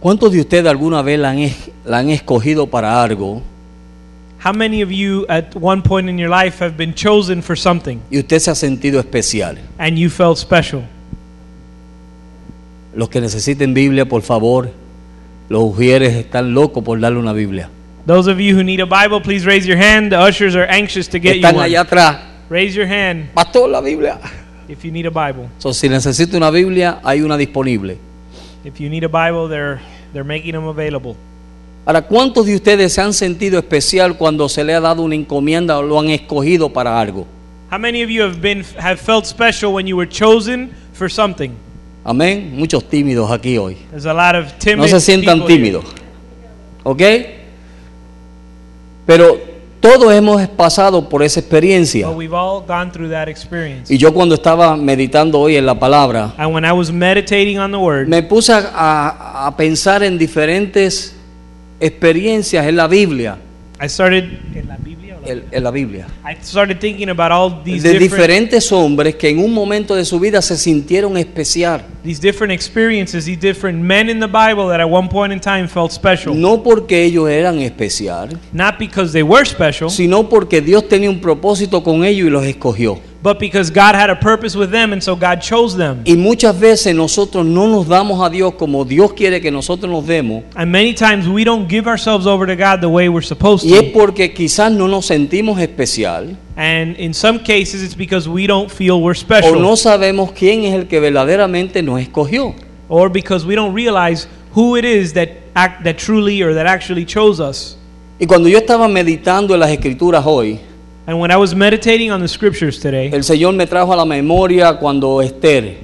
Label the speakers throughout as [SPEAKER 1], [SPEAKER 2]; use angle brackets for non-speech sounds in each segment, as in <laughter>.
[SPEAKER 1] ¿Cuántos de ustedes alguna vez la han, es- la han escogido para algo
[SPEAKER 2] How many of you at one point in your life have been chosen for something
[SPEAKER 1] y usted se ha sentido especial?
[SPEAKER 2] and you felt special?
[SPEAKER 1] Los que necesiten Biblia, por favor, los ujieres están locos por darle una Biblia.
[SPEAKER 2] Those of you who need a Bible, please raise your hand. The ushers are anxious to get you
[SPEAKER 1] Están allá
[SPEAKER 2] one.
[SPEAKER 1] atrás.
[SPEAKER 2] Raise your hand
[SPEAKER 1] Pastor, la Biblia.
[SPEAKER 2] if you need a Bible.
[SPEAKER 1] So, si necesita una Biblia, hay una disponible.
[SPEAKER 2] If you need a Bible, they're they're making them available.
[SPEAKER 1] Ahora, ¿cuántos de ustedes se han sentido especial cuando se le ha dado una encomienda o lo han escogido para algo?
[SPEAKER 2] How many of you have been have felt special when you were chosen for something?
[SPEAKER 1] Amén. Muchos tímidos aquí hoy.
[SPEAKER 2] There's a lot of timid
[SPEAKER 1] No se sientan
[SPEAKER 2] people here.
[SPEAKER 1] tímidos. ¿Ok? Pero todos hemos pasado por esa experiencia.
[SPEAKER 2] But we've all gone through that experience.
[SPEAKER 1] Y yo cuando estaba meditando hoy en la palabra,
[SPEAKER 2] And when I was meditating on the word,
[SPEAKER 1] me puse a, a- a pensar en diferentes experiencias en la Biblia.
[SPEAKER 2] I started en la Biblia o la-
[SPEAKER 1] En, en la Biblia.
[SPEAKER 2] I started thinking about all these
[SPEAKER 1] De
[SPEAKER 2] different
[SPEAKER 1] diferentes hombres que en un momento de su vida se sintieron especial.
[SPEAKER 2] these different experiences, these different men in the Bible that at one point in time felt special.
[SPEAKER 1] No porque ellos eran especial,
[SPEAKER 2] Not because they were special,
[SPEAKER 1] sino porque Dios tenía un propósito con ellos y los escogió.
[SPEAKER 2] but because God had a purpose with them and so God chose them.
[SPEAKER 1] Y muchas veces nosotros no nos damos a Dios como Dios quiere que nosotros nos demos.
[SPEAKER 2] And many times we don't give ourselves over to God the way we're supposed
[SPEAKER 1] Y es
[SPEAKER 2] to.
[SPEAKER 1] porque quizás no nos sentimos especial
[SPEAKER 2] And in some cases it's because we don't feel
[SPEAKER 1] o Oh,
[SPEAKER 2] we're
[SPEAKER 1] no
[SPEAKER 2] special
[SPEAKER 1] sabemos quién es el que verdaderamente nos escogió.
[SPEAKER 2] or because we don't realize who it is that act, that truly or that actually chose us.
[SPEAKER 1] Y cuando yo estaba meditando en las escrituras hoy,
[SPEAKER 2] And when I was meditating on the scriptures today,
[SPEAKER 1] el Señor me trajo a la memoria cuando Esther,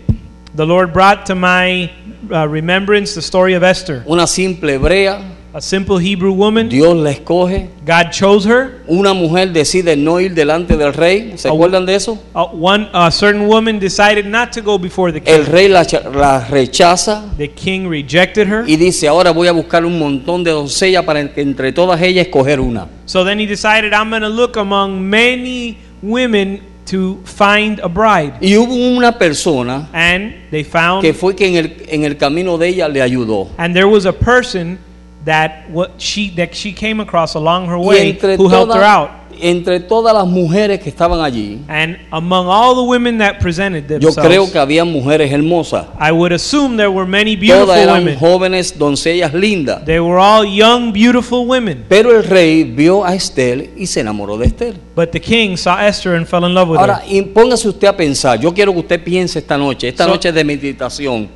[SPEAKER 2] The Lord brought to my uh, remembrance the story of Esther,
[SPEAKER 1] una simple hebrea,
[SPEAKER 2] a simple Hebrew woman.
[SPEAKER 1] Dios la escoge,
[SPEAKER 2] God chose her.
[SPEAKER 1] una mujer decide no ir delante del rey, ¿se
[SPEAKER 2] Ah,
[SPEAKER 1] acuerdan de eso?
[SPEAKER 2] Uh, one a certain woman decided not to go before the
[SPEAKER 1] El
[SPEAKER 2] king.
[SPEAKER 1] rey la, cha- la rechaza
[SPEAKER 2] The king rejected her.
[SPEAKER 1] y dice, ahora voy a buscar un montón de doncellas para en- entre todas ellas escoger una.
[SPEAKER 2] So then he decided, I'm going to look among many women to find a bride.
[SPEAKER 1] Y hubo una persona
[SPEAKER 2] And they
[SPEAKER 1] que
[SPEAKER 2] found,
[SPEAKER 1] fue que en el, en el camino de ella le ayudó.
[SPEAKER 2] and there was a person that what she that she came across along her
[SPEAKER 1] Y
[SPEAKER 2] way
[SPEAKER 1] entre,
[SPEAKER 2] who helped her
[SPEAKER 1] todas-
[SPEAKER 2] out.
[SPEAKER 1] entre todas las mujeres que estaban allí,
[SPEAKER 2] And among all the women that presented
[SPEAKER 1] yo
[SPEAKER 2] themselves,
[SPEAKER 1] creo que había mujeres hermosas.
[SPEAKER 2] I would assume there were many beautiful
[SPEAKER 1] Todas eran
[SPEAKER 2] women.
[SPEAKER 1] jóvenes, doncellas lindas.
[SPEAKER 2] They were all young, beautiful women.
[SPEAKER 1] Pero el rey vio a Esther y se enamoró de Esther.
[SPEAKER 2] But the king saw Esther and fell in love with
[SPEAKER 1] Ahora,
[SPEAKER 2] her.
[SPEAKER 1] y póngase usted a pensar. Yo quiero que usted piense esta noche. Esta
[SPEAKER 2] So-
[SPEAKER 1] noche es de meditación.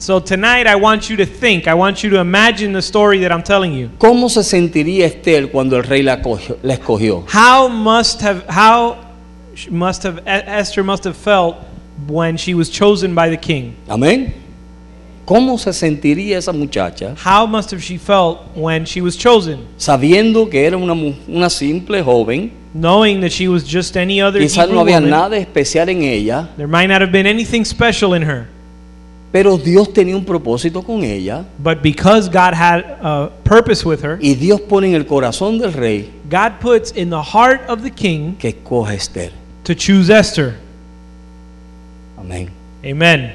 [SPEAKER 2] So tonight I want you to think. I want you to imagine the story that I'm telling you.
[SPEAKER 1] ¿Cómo se sentiría Esther cuando el rey la, cogió- la escogió?
[SPEAKER 2] How must have how sh- must have E- Esther must have felt when she was chosen by the king?
[SPEAKER 1] Amén. ¿Cómo se sentiría esa muchacha
[SPEAKER 2] How must have she felt when she was chosen,
[SPEAKER 1] sabiendo que era una, mu- una simple joven?
[SPEAKER 2] knowing that she was just any other
[SPEAKER 1] Quizás
[SPEAKER 2] Hebrew
[SPEAKER 1] no había
[SPEAKER 2] woman?
[SPEAKER 1] nada especial en ella,
[SPEAKER 2] There might not have been anything special in her,
[SPEAKER 1] pero Dios tenía un propósito con ella
[SPEAKER 2] but because God had a purpose with her,
[SPEAKER 1] y Dios pone en el corazón del rey
[SPEAKER 2] God puts in the heart of the king
[SPEAKER 1] que escoja a Esther.
[SPEAKER 2] to choose Esther.
[SPEAKER 1] Amén.
[SPEAKER 2] Amen.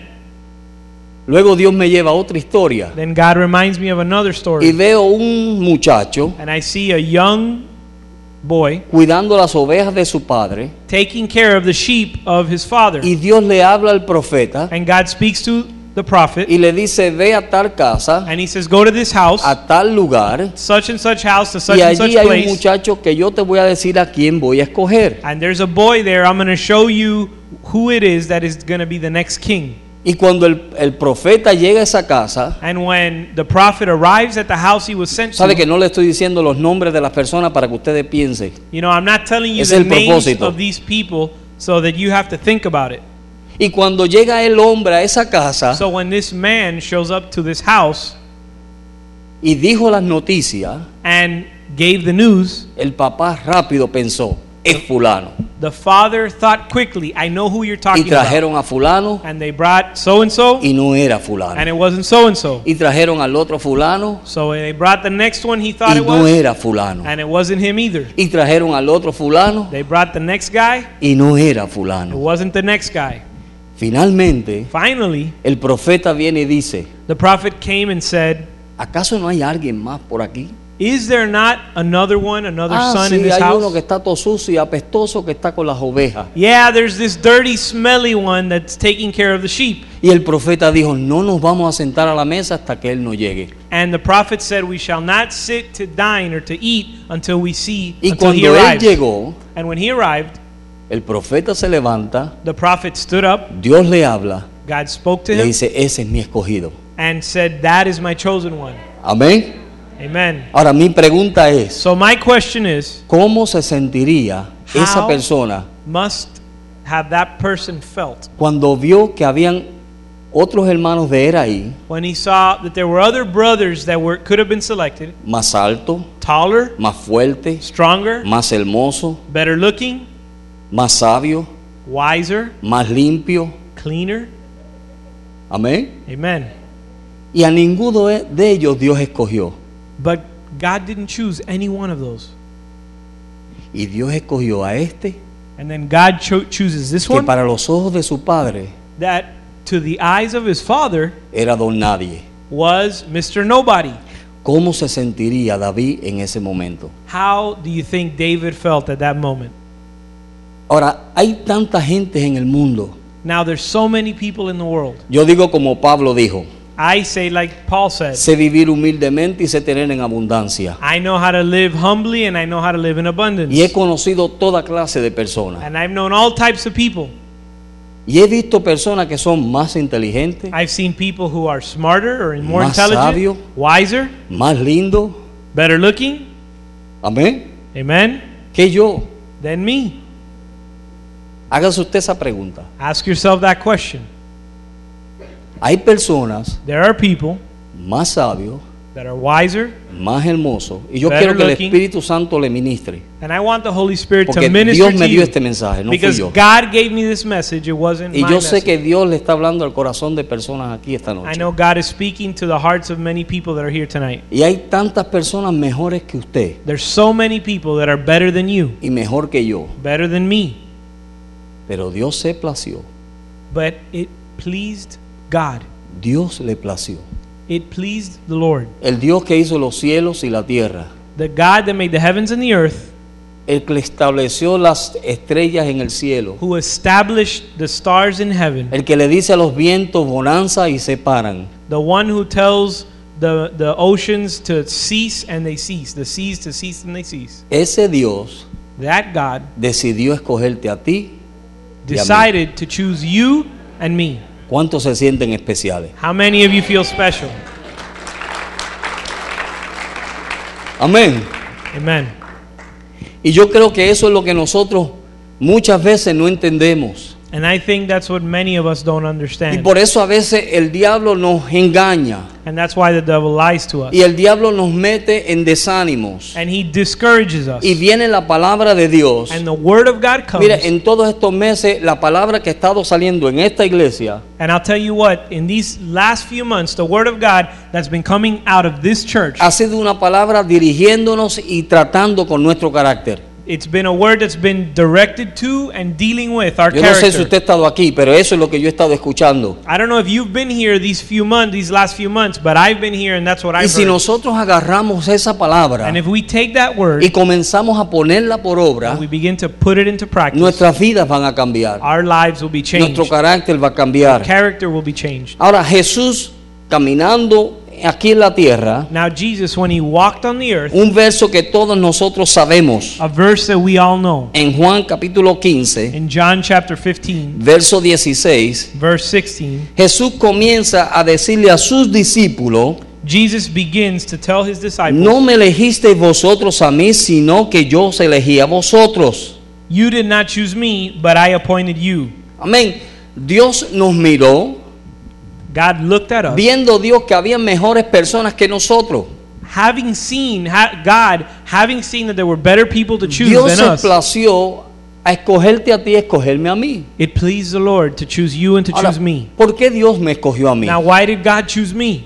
[SPEAKER 1] Luego Dios me lleva a otra historia
[SPEAKER 2] Then God reminds me of another
[SPEAKER 1] y
[SPEAKER 2] story.
[SPEAKER 1] veo un muchacho
[SPEAKER 2] And I see a young boy
[SPEAKER 1] cuidando las ovejas de su padre
[SPEAKER 2] taking care of the sheep of his father.
[SPEAKER 1] y Dios le habla al profeta
[SPEAKER 2] And God speaks to the prophet
[SPEAKER 1] y le dice, ve a tal casa,
[SPEAKER 2] and he says, Go to this house,
[SPEAKER 1] a tal lugar
[SPEAKER 2] such and such house, to such
[SPEAKER 1] y
[SPEAKER 2] and such
[SPEAKER 1] allí hay un
[SPEAKER 2] place.
[SPEAKER 1] muchacho que yo te voy a decir a quién voy a escoger.
[SPEAKER 2] And there's a boy there. I'm going to show you who it is that is going to be the next king.
[SPEAKER 1] Y cuando el, el profeta llega a esa casa,
[SPEAKER 2] And when the prophet arrives at the house he was sent
[SPEAKER 1] Sabe que
[SPEAKER 2] to,
[SPEAKER 1] no le estoy diciendo los nombres de las personas para que ustedes piensen.
[SPEAKER 2] you know, I'm not telling you
[SPEAKER 1] Es
[SPEAKER 2] the
[SPEAKER 1] el
[SPEAKER 2] names
[SPEAKER 1] propósito.
[SPEAKER 2] of these people so that you have to think about it.
[SPEAKER 1] Y cuando llega el hombre a esa casa
[SPEAKER 2] So when this man shows up to this house,
[SPEAKER 1] y dijo las noticias,
[SPEAKER 2] and gave the news,
[SPEAKER 1] el papá rápido pensó, es fulano.
[SPEAKER 2] the father thought quickly, I know who you're
[SPEAKER 1] Y
[SPEAKER 2] talking about.
[SPEAKER 1] trajeron a fulano
[SPEAKER 2] And they brought so and so,
[SPEAKER 1] y no era
[SPEAKER 2] and
[SPEAKER 1] fulano.
[SPEAKER 2] it wasn't so and so.
[SPEAKER 1] Y trajeron al otro fulano
[SPEAKER 2] So they brought the next one he thought
[SPEAKER 1] y
[SPEAKER 2] it
[SPEAKER 1] no
[SPEAKER 2] was,
[SPEAKER 1] era fulano.
[SPEAKER 2] and it wasn't him either.
[SPEAKER 1] Y trajeron al otro fulano
[SPEAKER 2] They brought the next guy,
[SPEAKER 1] y no era
[SPEAKER 2] it
[SPEAKER 1] fulano.
[SPEAKER 2] wasn't the next guy.
[SPEAKER 1] Finalmente,
[SPEAKER 2] Finally,
[SPEAKER 1] el profeta viene y dice,
[SPEAKER 2] the prophet came and said,
[SPEAKER 1] ¿Acaso no hay alguien más por aquí?
[SPEAKER 2] Is there not another one, another
[SPEAKER 1] Ah,
[SPEAKER 2] son in
[SPEAKER 1] sí,
[SPEAKER 2] this
[SPEAKER 1] hay
[SPEAKER 2] house?
[SPEAKER 1] uno que está todo sucio y apestoso que está con las ovejas.
[SPEAKER 2] Yeah, there's this dirty, smelly one that's taking care of the sheep.
[SPEAKER 1] Y el profeta dijo, no nos vamos a sentar a la mesa hasta que él no llegue.
[SPEAKER 2] And the prophet said, We shall not sit to dine or to eat until we see,
[SPEAKER 1] Y
[SPEAKER 2] until he
[SPEAKER 1] cuando él
[SPEAKER 2] arrives.
[SPEAKER 1] llegó,
[SPEAKER 2] And when he arrived,
[SPEAKER 1] el profeta se levanta,
[SPEAKER 2] the prophet stood up,
[SPEAKER 1] Dios le habla,
[SPEAKER 2] God spoke to
[SPEAKER 1] le
[SPEAKER 2] him,
[SPEAKER 1] dice, ese es mi escogido.
[SPEAKER 2] and said, That is my chosen one.
[SPEAKER 1] Amén.
[SPEAKER 2] Amen.
[SPEAKER 1] Ahora mi pregunta es,
[SPEAKER 2] So my question is,
[SPEAKER 1] ¿cómo se sentiría esa
[SPEAKER 2] How-
[SPEAKER 1] persona
[SPEAKER 2] must have that person felt
[SPEAKER 1] cuando vio que habían otros hermanos de él ahí,
[SPEAKER 2] when he saw that there were other brothers that were could have been selected,
[SPEAKER 1] más alto,
[SPEAKER 2] taller,
[SPEAKER 1] más fuerte,
[SPEAKER 2] stronger,
[SPEAKER 1] más hermoso,
[SPEAKER 2] better looking,
[SPEAKER 1] más sabio,
[SPEAKER 2] wiser,
[SPEAKER 1] más limpio?
[SPEAKER 2] cleaner?
[SPEAKER 1] Amén.
[SPEAKER 2] Amen.
[SPEAKER 1] Y a ninguno de de ellos Dios escogió.
[SPEAKER 2] But God didn't choose any one of those.
[SPEAKER 1] Y Dios escogió a este
[SPEAKER 2] And then God cho- chooses this
[SPEAKER 1] que
[SPEAKER 2] one
[SPEAKER 1] para los ojos de su padre
[SPEAKER 2] that to the eyes of his father
[SPEAKER 1] era don nadie.
[SPEAKER 2] was Mr. Nobody.
[SPEAKER 1] ¿Cómo se sentiría David en ese momento?
[SPEAKER 2] How do you think David felt at that moment?
[SPEAKER 1] Ahora, hay tanta gente en el mundo.
[SPEAKER 2] Now there's so many people in the world.
[SPEAKER 1] Yo digo como Pablo dijo,
[SPEAKER 2] I say like Paul said,
[SPEAKER 1] sé vivir humildemente y sé tener en abundancia.
[SPEAKER 2] I know how to live humbly and I know how to live in abundance.
[SPEAKER 1] Y he conocido toda clase de personas.
[SPEAKER 2] And I've known all types of people.
[SPEAKER 1] Y he visto personas que son más inteligentes,
[SPEAKER 2] I've seen people who are smarter or more
[SPEAKER 1] Más
[SPEAKER 2] intelligent,
[SPEAKER 1] sabio.
[SPEAKER 2] wiser,
[SPEAKER 1] más lindos,
[SPEAKER 2] better looking,
[SPEAKER 1] amén,
[SPEAKER 2] amen,
[SPEAKER 1] que yo.
[SPEAKER 2] than me.
[SPEAKER 1] Hágase usted esa pregunta.
[SPEAKER 2] Ask yourself that question.
[SPEAKER 1] Hay personas
[SPEAKER 2] There are people
[SPEAKER 1] más sabios,
[SPEAKER 2] that are wiser,
[SPEAKER 1] más hermosos. Y yo
[SPEAKER 2] Better
[SPEAKER 1] quiero que el
[SPEAKER 2] looking.
[SPEAKER 1] Espíritu Santo le ministre.
[SPEAKER 2] and I want the Holy Spirit
[SPEAKER 1] Porque
[SPEAKER 2] to minister
[SPEAKER 1] Dios
[SPEAKER 2] to
[SPEAKER 1] me
[SPEAKER 2] you.
[SPEAKER 1] dio este mensaje, no fui
[SPEAKER 2] because
[SPEAKER 1] yo.
[SPEAKER 2] God gave me this message, it wasn't
[SPEAKER 1] Y
[SPEAKER 2] my
[SPEAKER 1] yo sé
[SPEAKER 2] message.
[SPEAKER 1] que Dios le está hablando al corazón de personas aquí esta
[SPEAKER 2] I
[SPEAKER 1] noche.
[SPEAKER 2] know God is speaking to the hearts of many people that are here tonight.
[SPEAKER 1] Y hay tantas personas mejores que usted
[SPEAKER 2] There's so many people that are better than you,
[SPEAKER 1] y mejor que yo.
[SPEAKER 2] better than me,
[SPEAKER 1] Pero Dios se plació.
[SPEAKER 2] but it pleased God.
[SPEAKER 1] Dios le plació.
[SPEAKER 2] It pleased the Lord.
[SPEAKER 1] El Dios que hizo los cielos y la tierra.
[SPEAKER 2] The God that made the heavens and the earth,
[SPEAKER 1] El que estableció las estrellas en el cielo.
[SPEAKER 2] who established the stars in heaven,
[SPEAKER 1] El que le dice a los vientos bonanza y se paran.
[SPEAKER 2] the one who tells the, the oceans to cease and they cease, the seas to cease and they cease.
[SPEAKER 1] Ese Dios
[SPEAKER 2] That God
[SPEAKER 1] decidió escogerte a ti.
[SPEAKER 2] decided to choose you and me.
[SPEAKER 1] ¿Cuántos se sienten especiales?
[SPEAKER 2] How many of you feel special?
[SPEAKER 1] Amén.
[SPEAKER 2] Amen.
[SPEAKER 1] Y yo creo que eso es lo que nosotros muchas veces no entendemos.
[SPEAKER 2] And I think that's what many of us don't
[SPEAKER 1] Y
[SPEAKER 2] understand.
[SPEAKER 1] por eso a veces el diablo nos engaña
[SPEAKER 2] And that's why the devil lies to us.
[SPEAKER 1] y el diablo nos mete en desánimos.
[SPEAKER 2] And he discourages us.
[SPEAKER 1] Y viene la palabra de Dios.
[SPEAKER 2] And the word of God comes.
[SPEAKER 1] Mire, en todos estos meses la palabra que ha estado saliendo en esta iglesia
[SPEAKER 2] And I'll tell you what, in these last few months, the word of God that's been coming out of this church,
[SPEAKER 1] ha sido una palabra dirigiéndonos y tratando con nuestro carácter.
[SPEAKER 2] it's been a word that's been directed to and dealing with our
[SPEAKER 1] Yo no sé si
[SPEAKER 2] character.
[SPEAKER 1] usted ha estado aquí, pero eso es lo que yo he estado escuchando.
[SPEAKER 2] I don't know if you've been here these few months, these last few months, but I've been here and that's what
[SPEAKER 1] Y
[SPEAKER 2] I've
[SPEAKER 1] si
[SPEAKER 2] heard.
[SPEAKER 1] nosotros agarramos esa palabra
[SPEAKER 2] And if we take that word
[SPEAKER 1] y comenzamos a ponerla por obra,
[SPEAKER 2] and we begin to put it into practice,
[SPEAKER 1] nuestras vidas van a cambiar.
[SPEAKER 2] our lives will be changed.
[SPEAKER 1] Nuestro carácter va a cambiar.
[SPEAKER 2] Character will be changed.
[SPEAKER 1] Ahora Jesús caminando aquí en la tierra,
[SPEAKER 2] Now Jesus, when he walked on the earth,
[SPEAKER 1] un verso que todos nosotros sabemos,
[SPEAKER 2] a verse that we all know,
[SPEAKER 1] en Juan capítulo 15,
[SPEAKER 2] in John chapter 15,
[SPEAKER 1] verso 16,
[SPEAKER 2] verse 16,
[SPEAKER 1] Jesús comienza a decirle a sus discípulos,
[SPEAKER 2] Jesus begins to tell his disciples,
[SPEAKER 1] no me elegisteis vosotros a mí, sino que yo os elegí a vosotros.
[SPEAKER 2] You did not choose me, but I appointed you.
[SPEAKER 1] Amén. Dios nos miró,
[SPEAKER 2] God looked at us.
[SPEAKER 1] viendo Dios que había mejores personas que nosotros.
[SPEAKER 2] Having seen ha- God, having seen that there were better people to choose
[SPEAKER 1] Dios
[SPEAKER 2] than
[SPEAKER 1] se
[SPEAKER 2] us,
[SPEAKER 1] plació a escogerte a ti y a escogerme a mí.
[SPEAKER 2] it pleased the Lord to choose you and to
[SPEAKER 1] Ahora,
[SPEAKER 2] choose me.
[SPEAKER 1] ¿Por qué Dios me escogió a mí?
[SPEAKER 2] Now, why did God choose me?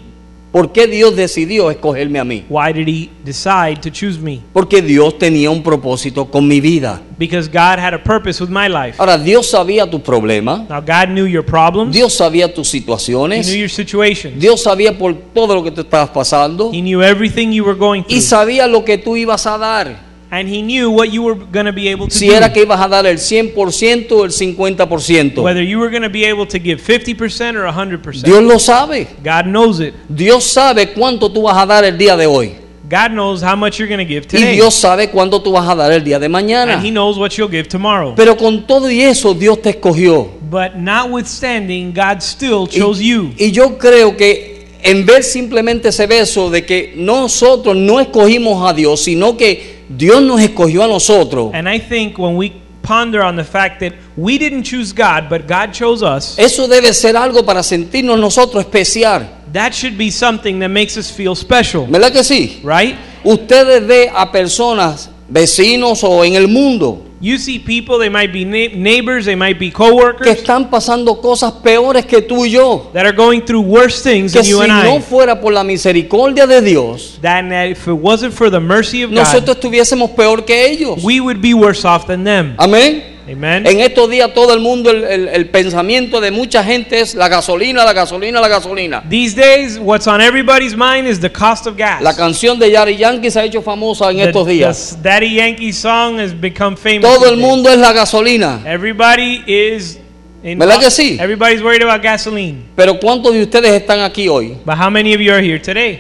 [SPEAKER 1] ¿Por qué Dios decidió escogerme a mí?
[SPEAKER 2] Why did he decide to choose me?
[SPEAKER 1] Porque Dios tenía un propósito con mi vida.
[SPEAKER 2] Because God had a purpose with my life.
[SPEAKER 1] Ahora, Dios sabía tus problemas,
[SPEAKER 2] Now, God knew your problems,
[SPEAKER 1] Ah. Dios sabía tus
[SPEAKER 2] He knew
[SPEAKER 1] situaciones,
[SPEAKER 2] your situation,
[SPEAKER 1] Dios sabía por todo lo que te estabas pasando
[SPEAKER 2] He knew everything you were going
[SPEAKER 1] y
[SPEAKER 2] through,
[SPEAKER 1] sabía lo que tú ibas a dar.
[SPEAKER 2] and He knew what you were going to be able to
[SPEAKER 1] Si era
[SPEAKER 2] do.
[SPEAKER 1] que ibas a dar el 100% o el 50%.
[SPEAKER 2] Whether you were going to be able to give 50% or 100%.
[SPEAKER 1] Dios lo sabe.
[SPEAKER 2] God knows it.
[SPEAKER 1] Dios sabe cuánto tú vas a dar el día de hoy.
[SPEAKER 2] God knows how much you're going to give
[SPEAKER 1] Y
[SPEAKER 2] today,
[SPEAKER 1] Dios sabe cuánto tú vas a dar el día de
[SPEAKER 2] and
[SPEAKER 1] mañana.
[SPEAKER 2] He knows what you'll give tomorrow.
[SPEAKER 1] Pero con todo y eso Dios te escogió.
[SPEAKER 2] But notwithstanding, God still
[SPEAKER 1] Y,
[SPEAKER 2] chose you.
[SPEAKER 1] y yo creo que en ver simplemente ese beso de que nosotros no escogimos a Dios, sino que Dios nos escogió a nosotros,
[SPEAKER 2] And I think when we ponder on the fact that we didn't choose God, but God chose us,
[SPEAKER 1] eso debe ser algo para sentirnos nosotros especial.
[SPEAKER 2] that should be something that makes us feel special,
[SPEAKER 1] ¿Verdad que sí?
[SPEAKER 2] right?
[SPEAKER 1] Ustedes ve a personas, vecinos o en el mundo,
[SPEAKER 2] You see people, they might be neigh- neighbors, they might be
[SPEAKER 1] que
[SPEAKER 2] coworkers
[SPEAKER 1] están pasando cosas peores que tú y yo.
[SPEAKER 2] that are going through worse things
[SPEAKER 1] Que
[SPEAKER 2] than
[SPEAKER 1] si
[SPEAKER 2] you and
[SPEAKER 1] no
[SPEAKER 2] I.
[SPEAKER 1] fuera por la misericordia de Dios,
[SPEAKER 2] That if it wasn't for the mercy of God,
[SPEAKER 1] nosotros estuviésemos peor que ellos.
[SPEAKER 2] we would be worse off than them.
[SPEAKER 1] Amén.
[SPEAKER 2] Amen.
[SPEAKER 1] En estos días todo el mundo, el, el- el pensamiento de mucha gente es la gasolina, la gasolina, la gasolina.
[SPEAKER 2] These days, what's on everybody's mind is the cost of gas.
[SPEAKER 1] La canción de Yari Yankee se ha hecho famosa en
[SPEAKER 2] The-
[SPEAKER 1] estos días.
[SPEAKER 2] the Daddy Yankee song has become famous.
[SPEAKER 1] Todo el
[SPEAKER 2] these days.
[SPEAKER 1] mundo es la gasolina.
[SPEAKER 2] Everybody is in
[SPEAKER 1] ¿Verdad que sí?
[SPEAKER 2] Everybody's worried about gasoline.
[SPEAKER 1] Pero ¿cuántos de ustedes están aquí hoy
[SPEAKER 2] But how many of you are here today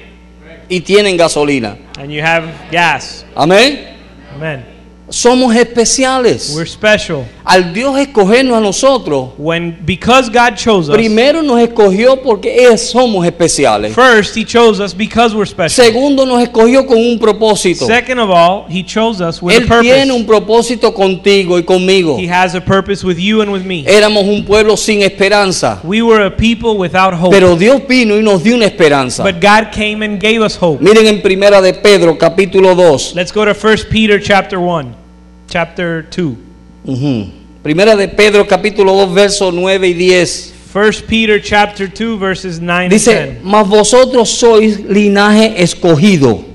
[SPEAKER 1] y tienen gasolina?
[SPEAKER 2] and you have gas?
[SPEAKER 1] Amén.
[SPEAKER 2] Amen.
[SPEAKER 1] Somos especiales.
[SPEAKER 2] We're special.
[SPEAKER 1] Al Dios escogernos a nosotros,
[SPEAKER 2] When because God chose us,
[SPEAKER 1] primero nos escogió porque es- somos especiales.
[SPEAKER 2] first he chose us because we're special.
[SPEAKER 1] Segundo, nos escogió con un propósito.
[SPEAKER 2] Second of all, he chose us with a
[SPEAKER 1] Él tiene
[SPEAKER 2] purpose.
[SPEAKER 1] un propósito contigo y conmigo.
[SPEAKER 2] He has a purpose with you and with me.
[SPEAKER 1] Éramos un pueblo sin esperanza.
[SPEAKER 2] We were a people without hope.
[SPEAKER 1] Pero Dios vino y nos dio una esperanza.
[SPEAKER 2] But God came and gave us hope.
[SPEAKER 1] Miren en primera de Pedro, capítulo 2.
[SPEAKER 2] Let's go to 1 Peter chapter 1, chapter 2.
[SPEAKER 1] Ujú. Primera de Pedro, capítulo 2, versos 9 y 10.
[SPEAKER 2] 1 Peter chapter 2 verses 9 and
[SPEAKER 1] Dice,
[SPEAKER 2] 10.
[SPEAKER 1] mas vosotros sois linaje escogido.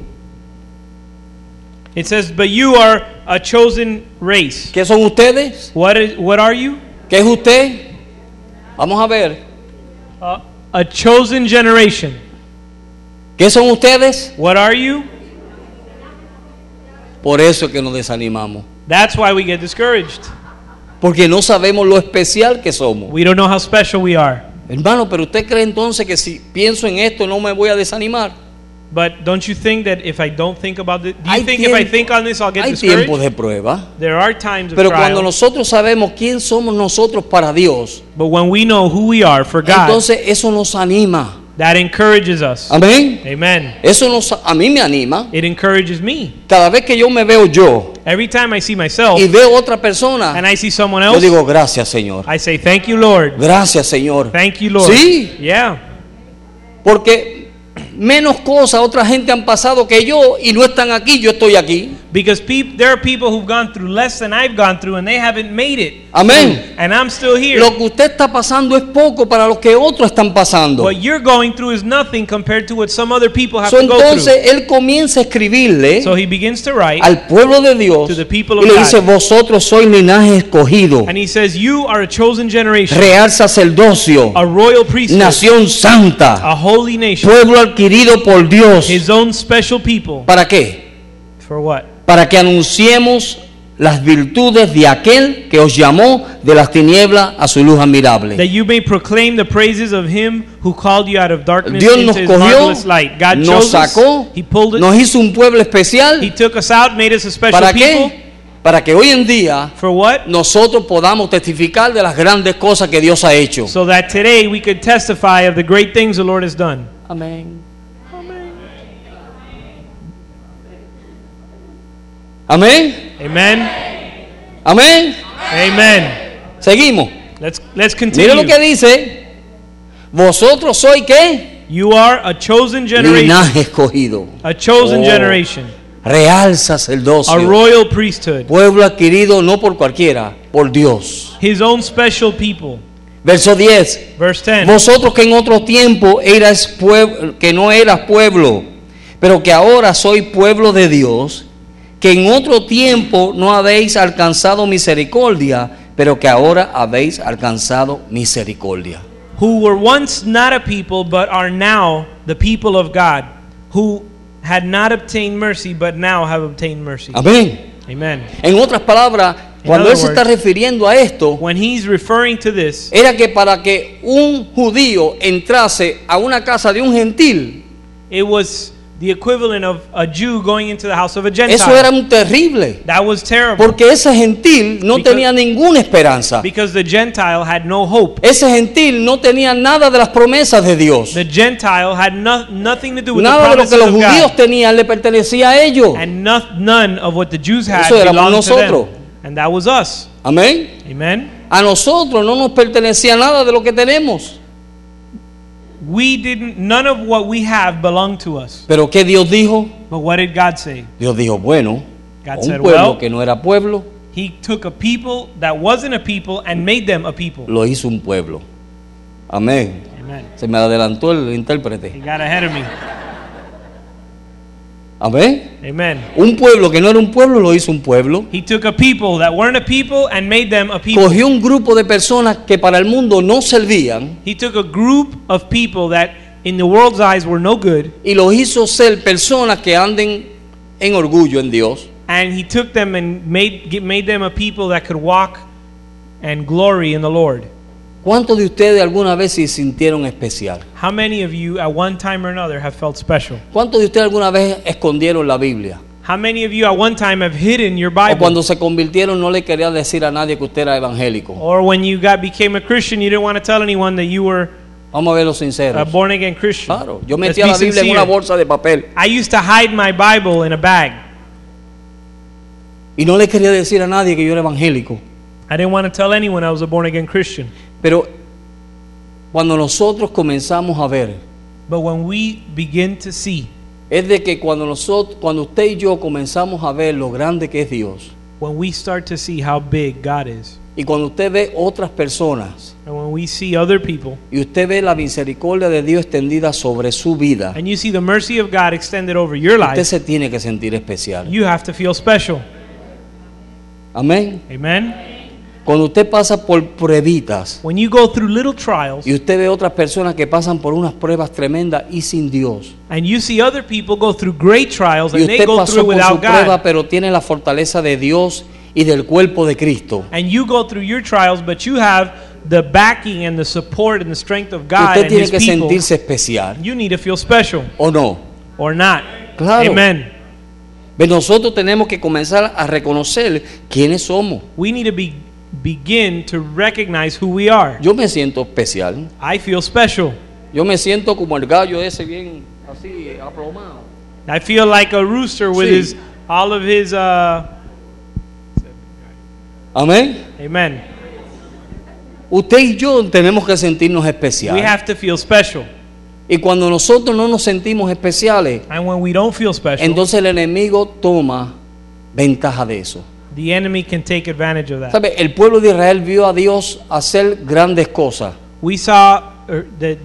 [SPEAKER 2] It says, "But you are a chosen race."
[SPEAKER 1] ¿Qué son ustedes?
[SPEAKER 2] What is what are you?
[SPEAKER 1] ¿Qué es usted? Vamos a ver.
[SPEAKER 2] Uh, a chosen generation.
[SPEAKER 1] ¿Qué son ustedes?
[SPEAKER 2] What are you?
[SPEAKER 1] Por eso es que nos desanimamos.
[SPEAKER 2] That's why we get discouraged.
[SPEAKER 1] Porque no sabemos lo especial que somos.
[SPEAKER 2] We don't know how special we are.
[SPEAKER 1] Hermano, pero usted cree entonces que si pienso en esto no me voy a desanimar.
[SPEAKER 2] But don't you think that if I don't think about this, do you
[SPEAKER 1] Hay
[SPEAKER 2] think if I
[SPEAKER 1] tiemp-
[SPEAKER 2] think on this I'll get
[SPEAKER 1] Hay
[SPEAKER 2] discouraged?
[SPEAKER 1] tiempos de prueba.
[SPEAKER 2] There are times of
[SPEAKER 1] Pero cuando
[SPEAKER 2] trial,
[SPEAKER 1] nosotros sabemos quién somos nosotros para Dios,
[SPEAKER 2] but when we know who we are for God,
[SPEAKER 1] entonces Ah. eso nos anima.
[SPEAKER 2] that encourages us.
[SPEAKER 1] Amén.
[SPEAKER 2] Amen.
[SPEAKER 1] Eso nos, a mí me anima.
[SPEAKER 2] It encourages me.
[SPEAKER 1] Cada vez que yo me veo yo
[SPEAKER 2] Every time I see myself
[SPEAKER 1] y veo otra
[SPEAKER 2] and
[SPEAKER 1] persona,
[SPEAKER 2] I see someone
[SPEAKER 1] yo
[SPEAKER 2] else,
[SPEAKER 1] digo gracias Señor.
[SPEAKER 2] I say thank you, Lord.
[SPEAKER 1] Gracias Señor.
[SPEAKER 2] Thank you, Lord.
[SPEAKER 1] Sí.
[SPEAKER 2] Yeah.
[SPEAKER 1] Porque menos cosas otra gente han pasado que yo y no están aquí, yo estoy aquí.
[SPEAKER 2] Because peop there are people who've gone through less than I've gone through and they haven't made it.
[SPEAKER 1] Amén.
[SPEAKER 2] And I'm still here.
[SPEAKER 1] Lo que usted está pasando es poco para lo que otros están pasando.
[SPEAKER 2] What you're going through is nothing compared to what some other people have
[SPEAKER 1] So,
[SPEAKER 2] to go through.
[SPEAKER 1] entonces él comienza a escribirle
[SPEAKER 2] So he begins to write
[SPEAKER 1] al pueblo de Dios
[SPEAKER 2] To the people of
[SPEAKER 1] y le dice,
[SPEAKER 2] God.
[SPEAKER 1] vosotros sois linaje escogido,
[SPEAKER 2] and he says, You are a chosen generation,
[SPEAKER 1] real sacerdocio,
[SPEAKER 2] a royal priesthood,
[SPEAKER 1] nación santa,
[SPEAKER 2] a holy nation,
[SPEAKER 1] pueblo adquirido por Dios.
[SPEAKER 2] his own special people.
[SPEAKER 1] ¿Para qué?
[SPEAKER 2] For what?
[SPEAKER 1] Para que anunciemos las virtudes de aquel que os llamó de las tinieblas a su luz
[SPEAKER 2] That
[SPEAKER 1] admirable.
[SPEAKER 2] you may proclaim the praises of him who called you out of darkness
[SPEAKER 1] Dios nos
[SPEAKER 2] into his
[SPEAKER 1] cogió,
[SPEAKER 2] marvelous light. God
[SPEAKER 1] nos
[SPEAKER 2] chose us,
[SPEAKER 1] sacó,
[SPEAKER 2] he pulled
[SPEAKER 1] nos
[SPEAKER 2] us,
[SPEAKER 1] hizo un pueblo
[SPEAKER 2] he
[SPEAKER 1] especial.
[SPEAKER 2] took us out, made us a special
[SPEAKER 1] ¿Para
[SPEAKER 2] people.
[SPEAKER 1] qué? Para que hoy en día
[SPEAKER 2] For what?
[SPEAKER 1] nosotros podamos testificar de las grandes cosas que Dios ha hecho.
[SPEAKER 2] So that today we could testify of the great things the Lord has done.
[SPEAKER 1] Amén. Amén.
[SPEAKER 2] Amen.
[SPEAKER 1] Amén.
[SPEAKER 2] Amen.
[SPEAKER 1] Seguimos.
[SPEAKER 2] Let's let's
[SPEAKER 1] Mire lo que
[SPEAKER 2] continue.
[SPEAKER 1] dice. Vosotros sois qué?
[SPEAKER 2] You are a chosen generation,
[SPEAKER 1] Linaje escogido.
[SPEAKER 2] a chosen
[SPEAKER 1] Oh.
[SPEAKER 2] generation,
[SPEAKER 1] Real
[SPEAKER 2] a
[SPEAKER 1] sacerdocio.
[SPEAKER 2] royal priesthood,
[SPEAKER 1] Pueblo adquirido no por cualquiera, por Dios.
[SPEAKER 2] his own special people,
[SPEAKER 1] Verso 10.
[SPEAKER 2] Verse <laughs> 10.
[SPEAKER 1] Vosotros que en otro tiempo eras pueblo, que no eras pueblo, pero que ahora soy pueblo de Dios, que en otro tiempo no habéis alcanzado misericordia, pero que ahora habéis alcanzado misericordia.
[SPEAKER 2] who were once not a people but are now the people of God, who had not obtained mercy but now have obtained mercy.
[SPEAKER 1] Amén.
[SPEAKER 2] Amen.
[SPEAKER 1] En otras palabras,
[SPEAKER 2] In
[SPEAKER 1] cuando
[SPEAKER 2] other
[SPEAKER 1] él se está
[SPEAKER 2] words,
[SPEAKER 1] refiriendo a esto,
[SPEAKER 2] When he's referring to this,
[SPEAKER 1] era que para que un judío entrase a una casa de un gentil,
[SPEAKER 2] it was the equivalent of a Jew going into the house of a
[SPEAKER 1] eso era
[SPEAKER 2] Gentile.
[SPEAKER 1] un terrible,
[SPEAKER 2] That was terrible
[SPEAKER 1] porque ese gentil no
[SPEAKER 2] Because-
[SPEAKER 1] tenía ninguna esperanza.
[SPEAKER 2] because the Gentile had no hope.
[SPEAKER 1] Ese gentil no tenía nada de las promesas de Dios.
[SPEAKER 2] The Gentile had no, nothing to do with
[SPEAKER 1] Nada de lo que
[SPEAKER 2] the promises
[SPEAKER 1] los
[SPEAKER 2] of
[SPEAKER 1] judíos
[SPEAKER 2] God,
[SPEAKER 1] tenían le pertenecía a ellos.
[SPEAKER 2] and no, none of what the Jews had
[SPEAKER 1] Eso éramos
[SPEAKER 2] belonged to
[SPEAKER 1] nosotros.
[SPEAKER 2] them, and that was us.
[SPEAKER 1] Amén.
[SPEAKER 2] Amen.
[SPEAKER 1] A nosotros no nos pertenecía nada de lo que tenemos.
[SPEAKER 2] We didn't. None of what we have belonged to us.
[SPEAKER 1] Pero ¿qué Dios dijo?
[SPEAKER 2] But what did God say?
[SPEAKER 1] Dios dijo, bueno,
[SPEAKER 2] God
[SPEAKER 1] a un
[SPEAKER 2] said,
[SPEAKER 1] pueblo
[SPEAKER 2] well.
[SPEAKER 1] que no era pueblo,
[SPEAKER 2] He took a people that wasn't a people and made them a people.
[SPEAKER 1] lo hizo un pueblo. Amén.
[SPEAKER 2] Amen.
[SPEAKER 1] Se me adelantó el
[SPEAKER 2] He
[SPEAKER 1] intérprete.
[SPEAKER 2] got ahead of me.
[SPEAKER 1] Amén.
[SPEAKER 2] Amen.
[SPEAKER 1] Un pueblo que no era un pueblo, lo hizo un pueblo.
[SPEAKER 2] He took a people that weren't a people and made them a people.
[SPEAKER 1] Cogió un grupo de personas que para el mundo no servían
[SPEAKER 2] He took a group of people that in the world's eyes were no good
[SPEAKER 1] y los hizo ser personas que anden en orgullo en Dios.
[SPEAKER 2] and he took them and made ge- made them a people that could walk and glory in the Lord.
[SPEAKER 1] ¿Cuántos de ustedes alguna vez se sintieron especial?
[SPEAKER 2] How many of you at one time or another have felt special?
[SPEAKER 1] ¿Cuántos de ustedes alguna vez escondieron la Biblia?
[SPEAKER 2] How many of you at one time have hidden your
[SPEAKER 1] O cuando
[SPEAKER 2] Bible?
[SPEAKER 1] se convirtieron no le querían decir a nadie que usted era evangélico.
[SPEAKER 2] Or when you got became a Christian, you didn't want to tell anyone that you were
[SPEAKER 1] Vamos a verlo
[SPEAKER 2] a
[SPEAKER 1] sinceros.
[SPEAKER 2] born again Christian.
[SPEAKER 1] Claro, yo
[SPEAKER 2] Let's
[SPEAKER 1] metía
[SPEAKER 2] be
[SPEAKER 1] la Biblia en una
[SPEAKER 2] sincere.
[SPEAKER 1] bolsa de papel
[SPEAKER 2] I used to hide my Bible in a bag.
[SPEAKER 1] y no le quería decir a nadie que yo era evangélico.
[SPEAKER 2] I didn't want to tell anyone I was a born again Christian.
[SPEAKER 1] Pero cuando nosotros comenzamos a ver,
[SPEAKER 2] But when we begin to see,
[SPEAKER 1] es de que cuando nosotros, cuando usted y yo comenzamos a ver lo grande que es Dios,
[SPEAKER 2] when we start to see how big God is,
[SPEAKER 1] y cuando usted ve otras personas
[SPEAKER 2] and when we see other people,
[SPEAKER 1] y usted ve la misericordia de Dios extendida sobre su vida,
[SPEAKER 2] and you see the mercy of God extended over your
[SPEAKER 1] usted
[SPEAKER 2] life,
[SPEAKER 1] se tiene que sentir especial.
[SPEAKER 2] you have to feel special.
[SPEAKER 1] Amén.
[SPEAKER 2] Amen?
[SPEAKER 1] Cuando usted pasa por pruebitas
[SPEAKER 2] When you go through little trials,
[SPEAKER 1] y usted ve otras personas que pasan por unas pruebas tremendas y sin Dios,
[SPEAKER 2] and you see other people go through great trials,
[SPEAKER 1] y
[SPEAKER 2] and they
[SPEAKER 1] usted
[SPEAKER 2] go
[SPEAKER 1] pasó
[SPEAKER 2] through
[SPEAKER 1] por su
[SPEAKER 2] without
[SPEAKER 1] prueba,
[SPEAKER 2] God,
[SPEAKER 1] pero tiene la fortaleza de Dios y del cuerpo de Cristo.
[SPEAKER 2] and you go through your trials, but you have the backing and the support and the strength of God
[SPEAKER 1] usted
[SPEAKER 2] and
[SPEAKER 1] tiene
[SPEAKER 2] His
[SPEAKER 1] que
[SPEAKER 2] people,
[SPEAKER 1] sentirse especial,
[SPEAKER 2] you need to feel special.
[SPEAKER 1] ¿o no?
[SPEAKER 2] or not.
[SPEAKER 1] Claro.
[SPEAKER 2] Amen.
[SPEAKER 1] Pero nosotros tenemos que comenzar a reconocer quiénes somos.
[SPEAKER 2] We need to be, begin to recognize who we are.
[SPEAKER 1] Yo me siento especial.
[SPEAKER 2] I feel special.
[SPEAKER 1] Yo me siento como el gallo ese bien así, eh, aplomado.
[SPEAKER 2] I feel like a rooster with
[SPEAKER 1] Sí.
[SPEAKER 2] his all of his uh
[SPEAKER 1] Amén.
[SPEAKER 2] amen.
[SPEAKER 1] Usted y yo tenemos que sentirnos
[SPEAKER 2] We
[SPEAKER 1] especiales.
[SPEAKER 2] have to feel special.
[SPEAKER 1] Y cuando nosotros no nos sentimos especiales,
[SPEAKER 2] And when we don't feel special,
[SPEAKER 1] entonces el enemigo toma ventaja de eso.
[SPEAKER 2] the enemy can take advantage of that.
[SPEAKER 1] ¿Sabe? El pueblo de Israel vio a Dios hacer grandes cosas.
[SPEAKER 2] We saw er, that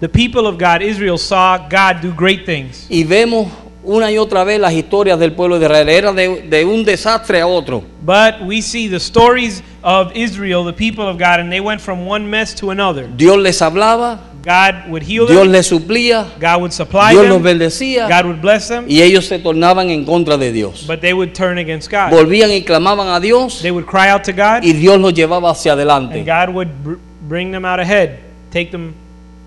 [SPEAKER 2] the people of God, Israel saw God do great things.
[SPEAKER 1] Y vemos una y otra vez las historias del pueblo de Israel. Era de, de un desastre a otro.
[SPEAKER 2] But we see the stories of Israel, the people of God, and they went from one mess to another.
[SPEAKER 1] Dios les hablaba,
[SPEAKER 2] God would heal
[SPEAKER 1] Dios
[SPEAKER 2] them.
[SPEAKER 1] les suplía,
[SPEAKER 2] God would supply
[SPEAKER 1] Dios los
[SPEAKER 2] them.
[SPEAKER 1] bendecía
[SPEAKER 2] God would bless them,
[SPEAKER 1] y ellos se tornaban en contra de Dios.
[SPEAKER 2] but they would turn against God.
[SPEAKER 1] Volvían y clamaban a Dios
[SPEAKER 2] They would cry out to God,
[SPEAKER 1] y Dios los llevaba hacia
[SPEAKER 2] and
[SPEAKER 1] adelante.
[SPEAKER 2] God would br- bring them out ahead, take them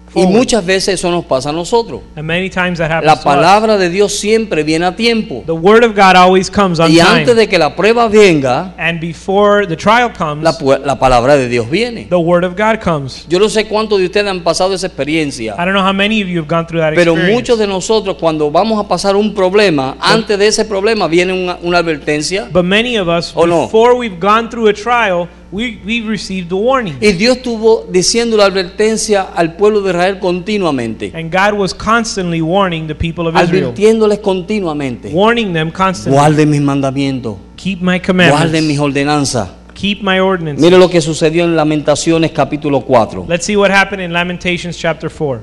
[SPEAKER 1] Y
[SPEAKER 2] forward.
[SPEAKER 1] muchas veces eso nos pasa a nosotros.
[SPEAKER 2] And many times that happens.
[SPEAKER 1] La
[SPEAKER 2] to us.
[SPEAKER 1] palabra de Dios siempre viene a tiempo.
[SPEAKER 2] The word of God always comes on
[SPEAKER 1] Y
[SPEAKER 2] time,
[SPEAKER 1] antes de que la prueba venga,
[SPEAKER 2] and before the trial comes,
[SPEAKER 1] la, pu- la palabra de Dios viene.
[SPEAKER 2] the word of God comes.
[SPEAKER 1] Yo no sé cuántos de ustedes han pasado esa experiencia.
[SPEAKER 2] I don't know how many of you have gone through that
[SPEAKER 1] Pero
[SPEAKER 2] experience.
[SPEAKER 1] muchos de nosotros cuando vamos a pasar un problema, antes de ese problema viene una, una advertencia.
[SPEAKER 2] but many of us,
[SPEAKER 1] Oh, no.
[SPEAKER 2] before we've gone through a trial, we we've received the warning,
[SPEAKER 1] Y Dios estuvo diciendo la advertencia al pueblo de Israel continuamente,
[SPEAKER 2] and God was constantly warning the people of Israel,
[SPEAKER 1] advirtiéndoles continuamente.
[SPEAKER 2] warning them constantly.
[SPEAKER 1] Guarden mis mandamientos,
[SPEAKER 2] Keep my commandments.
[SPEAKER 1] guarden mis ordenanzas,
[SPEAKER 2] keep my ordinances.
[SPEAKER 1] Mire lo que sucedió en Lamentaciones capítulo 4.
[SPEAKER 2] Let's see what happened in Lamentations chapter 4.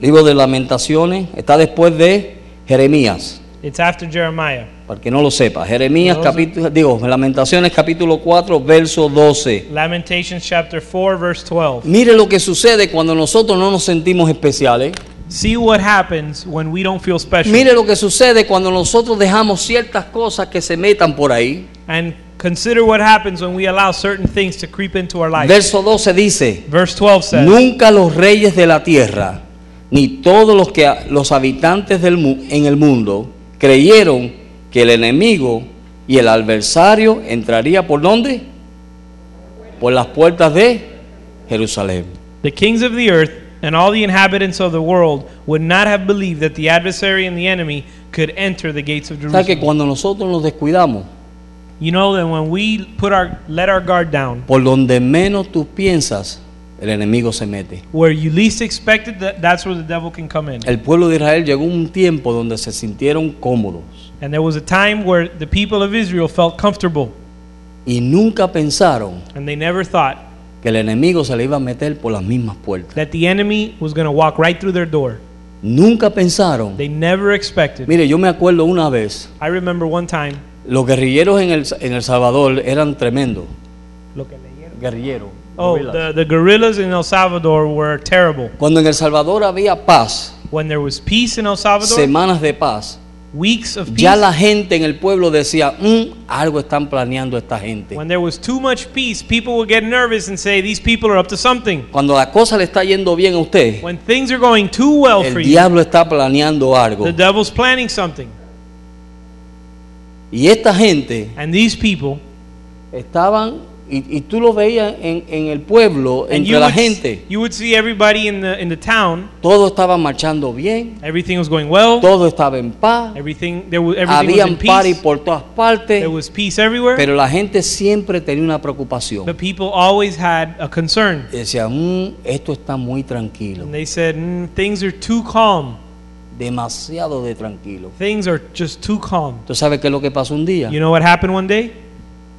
[SPEAKER 1] Libro de Lamentaciones está después de Jeremías.
[SPEAKER 2] It's after Jeremiah.
[SPEAKER 1] Para que no lo sepa, Jeremías
[SPEAKER 2] No lo sé.
[SPEAKER 1] capítulo, digo, Lamentaciones capítulo 4, verso 12.
[SPEAKER 2] Lamentations chapter 4 verse 12.
[SPEAKER 1] Mire lo que sucede cuando nosotros no nos sentimos especiales.
[SPEAKER 2] See what happens when we don't feel special
[SPEAKER 1] Mire lo que sucede cuando nosotros dejamos ciertas cosas que se metan por ahí.
[SPEAKER 2] and consider what happens when we allow certain things to creep into our life.
[SPEAKER 1] Verso 12 dice,
[SPEAKER 2] Verse 12 says,
[SPEAKER 1] Nunca los reyes de la tierra, ni todos los, que, los habitantes del, mu- en el mundo, creyeron que el enemigo y el adversario entraría por dónde? Por las puertas de Jerusalén.
[SPEAKER 2] The kings of the earth and all the inhabitants of the world would not have believed that the adversary and the enemy could enter the gates of
[SPEAKER 1] O sea que
[SPEAKER 2] Jerusalem.
[SPEAKER 1] cuando nosotros nos descuidamos,
[SPEAKER 2] You know that when we put our let our guard down,
[SPEAKER 1] por donde menos tú piensas, el enemigo se mete.
[SPEAKER 2] where you least expect it, that, that's where the devil can come in.
[SPEAKER 1] El pueblo de Israel llegó a un tiempo donde se sintieron cómodos
[SPEAKER 2] And there was a time where the people of Israel felt comfortable
[SPEAKER 1] y nunca pensaron
[SPEAKER 2] and they never thought
[SPEAKER 1] que el enemigo se le iba a meter por las mismas puertas.
[SPEAKER 2] that the enemy was going to walk right through their door.
[SPEAKER 1] Nunca pensaron.
[SPEAKER 2] They never expected.
[SPEAKER 1] Mire, yo me acuerdo una vez,
[SPEAKER 2] I remember one time,
[SPEAKER 1] los guerrilleros en El, en el Salvador eran tremendos.
[SPEAKER 2] lo que leyeron.
[SPEAKER 1] Guerrilleros.
[SPEAKER 2] oh,
[SPEAKER 1] guerrillas.
[SPEAKER 2] the, the guerrillas in El Salvador were terrible.
[SPEAKER 1] Cuando en El Salvador había paz,
[SPEAKER 2] When there was peace in El Salvador,
[SPEAKER 1] semanas de paz,
[SPEAKER 2] weeks of peace,
[SPEAKER 1] ya la gente en el pueblo decía, "Mm, algo están planeando esta gente.
[SPEAKER 2] When there was too much peace, people would get nervous and say, These people are up to something.
[SPEAKER 1] Cuando la cosa le está yendo bien a usted,
[SPEAKER 2] When things are going too well for
[SPEAKER 1] el
[SPEAKER 2] you,
[SPEAKER 1] diablo está planeando algo.
[SPEAKER 2] the devil's planning something.
[SPEAKER 1] Y esta gente
[SPEAKER 2] And these people,
[SPEAKER 1] estaban, y, y tú lo veías en, en el pueblo,
[SPEAKER 2] and
[SPEAKER 1] entre
[SPEAKER 2] you
[SPEAKER 1] la
[SPEAKER 2] would,
[SPEAKER 1] gente,
[SPEAKER 2] you would see everybody in the, in the town,
[SPEAKER 1] todo estaba marchando bien,
[SPEAKER 2] everything was going well,
[SPEAKER 1] todo estaba en paz.
[SPEAKER 2] everything, there was, everything was in
[SPEAKER 1] Habían party
[SPEAKER 2] peace,
[SPEAKER 1] por todas partes,
[SPEAKER 2] there was peace everywhere,
[SPEAKER 1] pero la gente siempre tenía una preocupación.
[SPEAKER 2] The people always had a concern.
[SPEAKER 1] Decía, "Mm, esto está muy tranquilo,
[SPEAKER 2] And they said, "Mm, Things are too calm.
[SPEAKER 1] demasiado de tranquilo.
[SPEAKER 2] Things are just too calm.
[SPEAKER 1] ¿Tú sabes qué es lo que pasó un día?
[SPEAKER 2] You know what happened one day?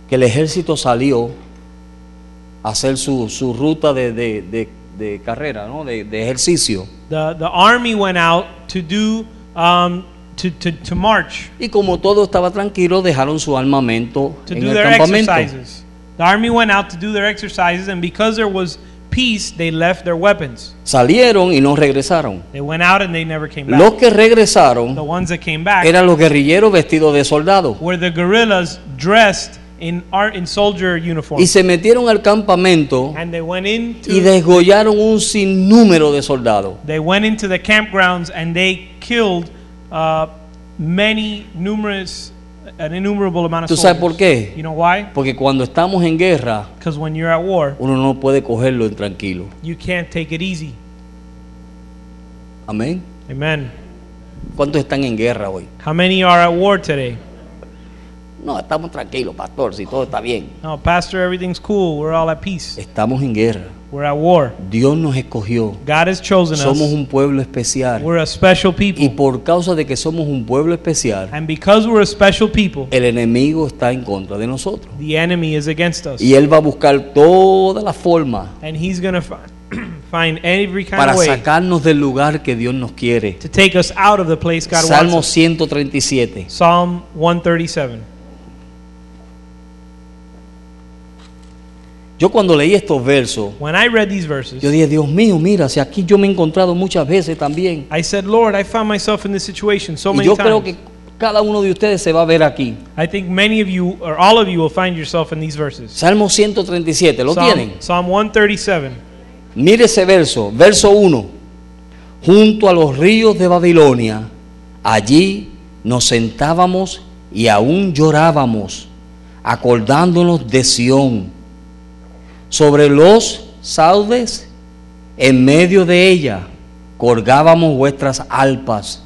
[SPEAKER 1] Que el ejército salió a hacer su, su ruta de, de- de- de carrera, ¿no? de, de ejercicio.
[SPEAKER 2] The, the army went out to do, um, to, to, to march.
[SPEAKER 1] Y como todo estaba tranquilo, dejaron su armamento
[SPEAKER 2] to
[SPEAKER 1] en
[SPEAKER 2] do
[SPEAKER 1] el
[SPEAKER 2] their
[SPEAKER 1] campamento.
[SPEAKER 2] exercises. The army went out to do their exercises, and because there was peace, they left their weapons.
[SPEAKER 1] Salieron y no regresaron.
[SPEAKER 2] They went out and they never came back.
[SPEAKER 1] Los que regresaron
[SPEAKER 2] the ones that came back
[SPEAKER 1] eran los guerrilleros vestidos de soldados.
[SPEAKER 2] were the guerrillas dressed in art in soldier uniform,
[SPEAKER 1] Y se metieron al campamento
[SPEAKER 2] and they went
[SPEAKER 1] y
[SPEAKER 2] into
[SPEAKER 1] desgollaron un sinnúmero de soldados.
[SPEAKER 2] they went into the campgrounds and they killed uh, many numerous an innumerable amount
[SPEAKER 1] ¿Tú
[SPEAKER 2] of
[SPEAKER 1] sabes
[SPEAKER 2] soldiers.
[SPEAKER 1] por qué?
[SPEAKER 2] You know why?
[SPEAKER 1] Porque cuando estamos en guerra,
[SPEAKER 2] Because when you're at war,
[SPEAKER 1] uno no puede cogerlo en tranquilo.
[SPEAKER 2] you can't take it easy.
[SPEAKER 1] Amén.
[SPEAKER 2] Amen.
[SPEAKER 1] ¿Cuántos están en guerra hoy?
[SPEAKER 2] How many are at war today?
[SPEAKER 1] No, estamos tranquilos, pastor, si todo está bien.
[SPEAKER 2] No, Pastor, everything's cool. We're all at peace.
[SPEAKER 1] Estamos en guerra.
[SPEAKER 2] We're at war.
[SPEAKER 1] Dios nos escogió.
[SPEAKER 2] God has chosen
[SPEAKER 1] Somos
[SPEAKER 2] us.
[SPEAKER 1] un pueblo especial.
[SPEAKER 2] We're a special
[SPEAKER 1] Y
[SPEAKER 2] people.
[SPEAKER 1] por causa de que somos un pueblo especial,
[SPEAKER 2] And because we're a special people,
[SPEAKER 1] el enemigo está en contra de nosotros.
[SPEAKER 2] the enemy is against us.
[SPEAKER 1] Y él va a buscar todas las formas
[SPEAKER 2] And he's going to fi- <clears throat> find every kind
[SPEAKER 1] para
[SPEAKER 2] of way
[SPEAKER 1] sacarnos del lugar que Dios nos quiere.
[SPEAKER 2] to take us out of the place God
[SPEAKER 1] Salmo
[SPEAKER 2] wants us.
[SPEAKER 1] 137.
[SPEAKER 2] Psalm 137.
[SPEAKER 1] Yo cuando leí estos versos,
[SPEAKER 2] When I read these
[SPEAKER 1] yo
[SPEAKER 2] verses,
[SPEAKER 1] dije, Dios mío, mira, si aquí yo me he encontrado muchas veces también.
[SPEAKER 2] I said, Lord, I found myself in this situation so
[SPEAKER 1] Y
[SPEAKER 2] many
[SPEAKER 1] yo creo
[SPEAKER 2] times.
[SPEAKER 1] que cada uno de ustedes se va a ver aquí.
[SPEAKER 2] I think many of you, or all of you, will find yourself in these verses.
[SPEAKER 1] Salmo 137, ¿lo tienen?
[SPEAKER 2] Psalm, Psalm 137.
[SPEAKER 1] Mire ese verso, verso 1. Junto a los ríos de Babilonia, allí nos sentábamos y aún llorábamos, acordándonos de Sión. Sobre los saudes, en medio de ella, colgábamos vuestras alpas.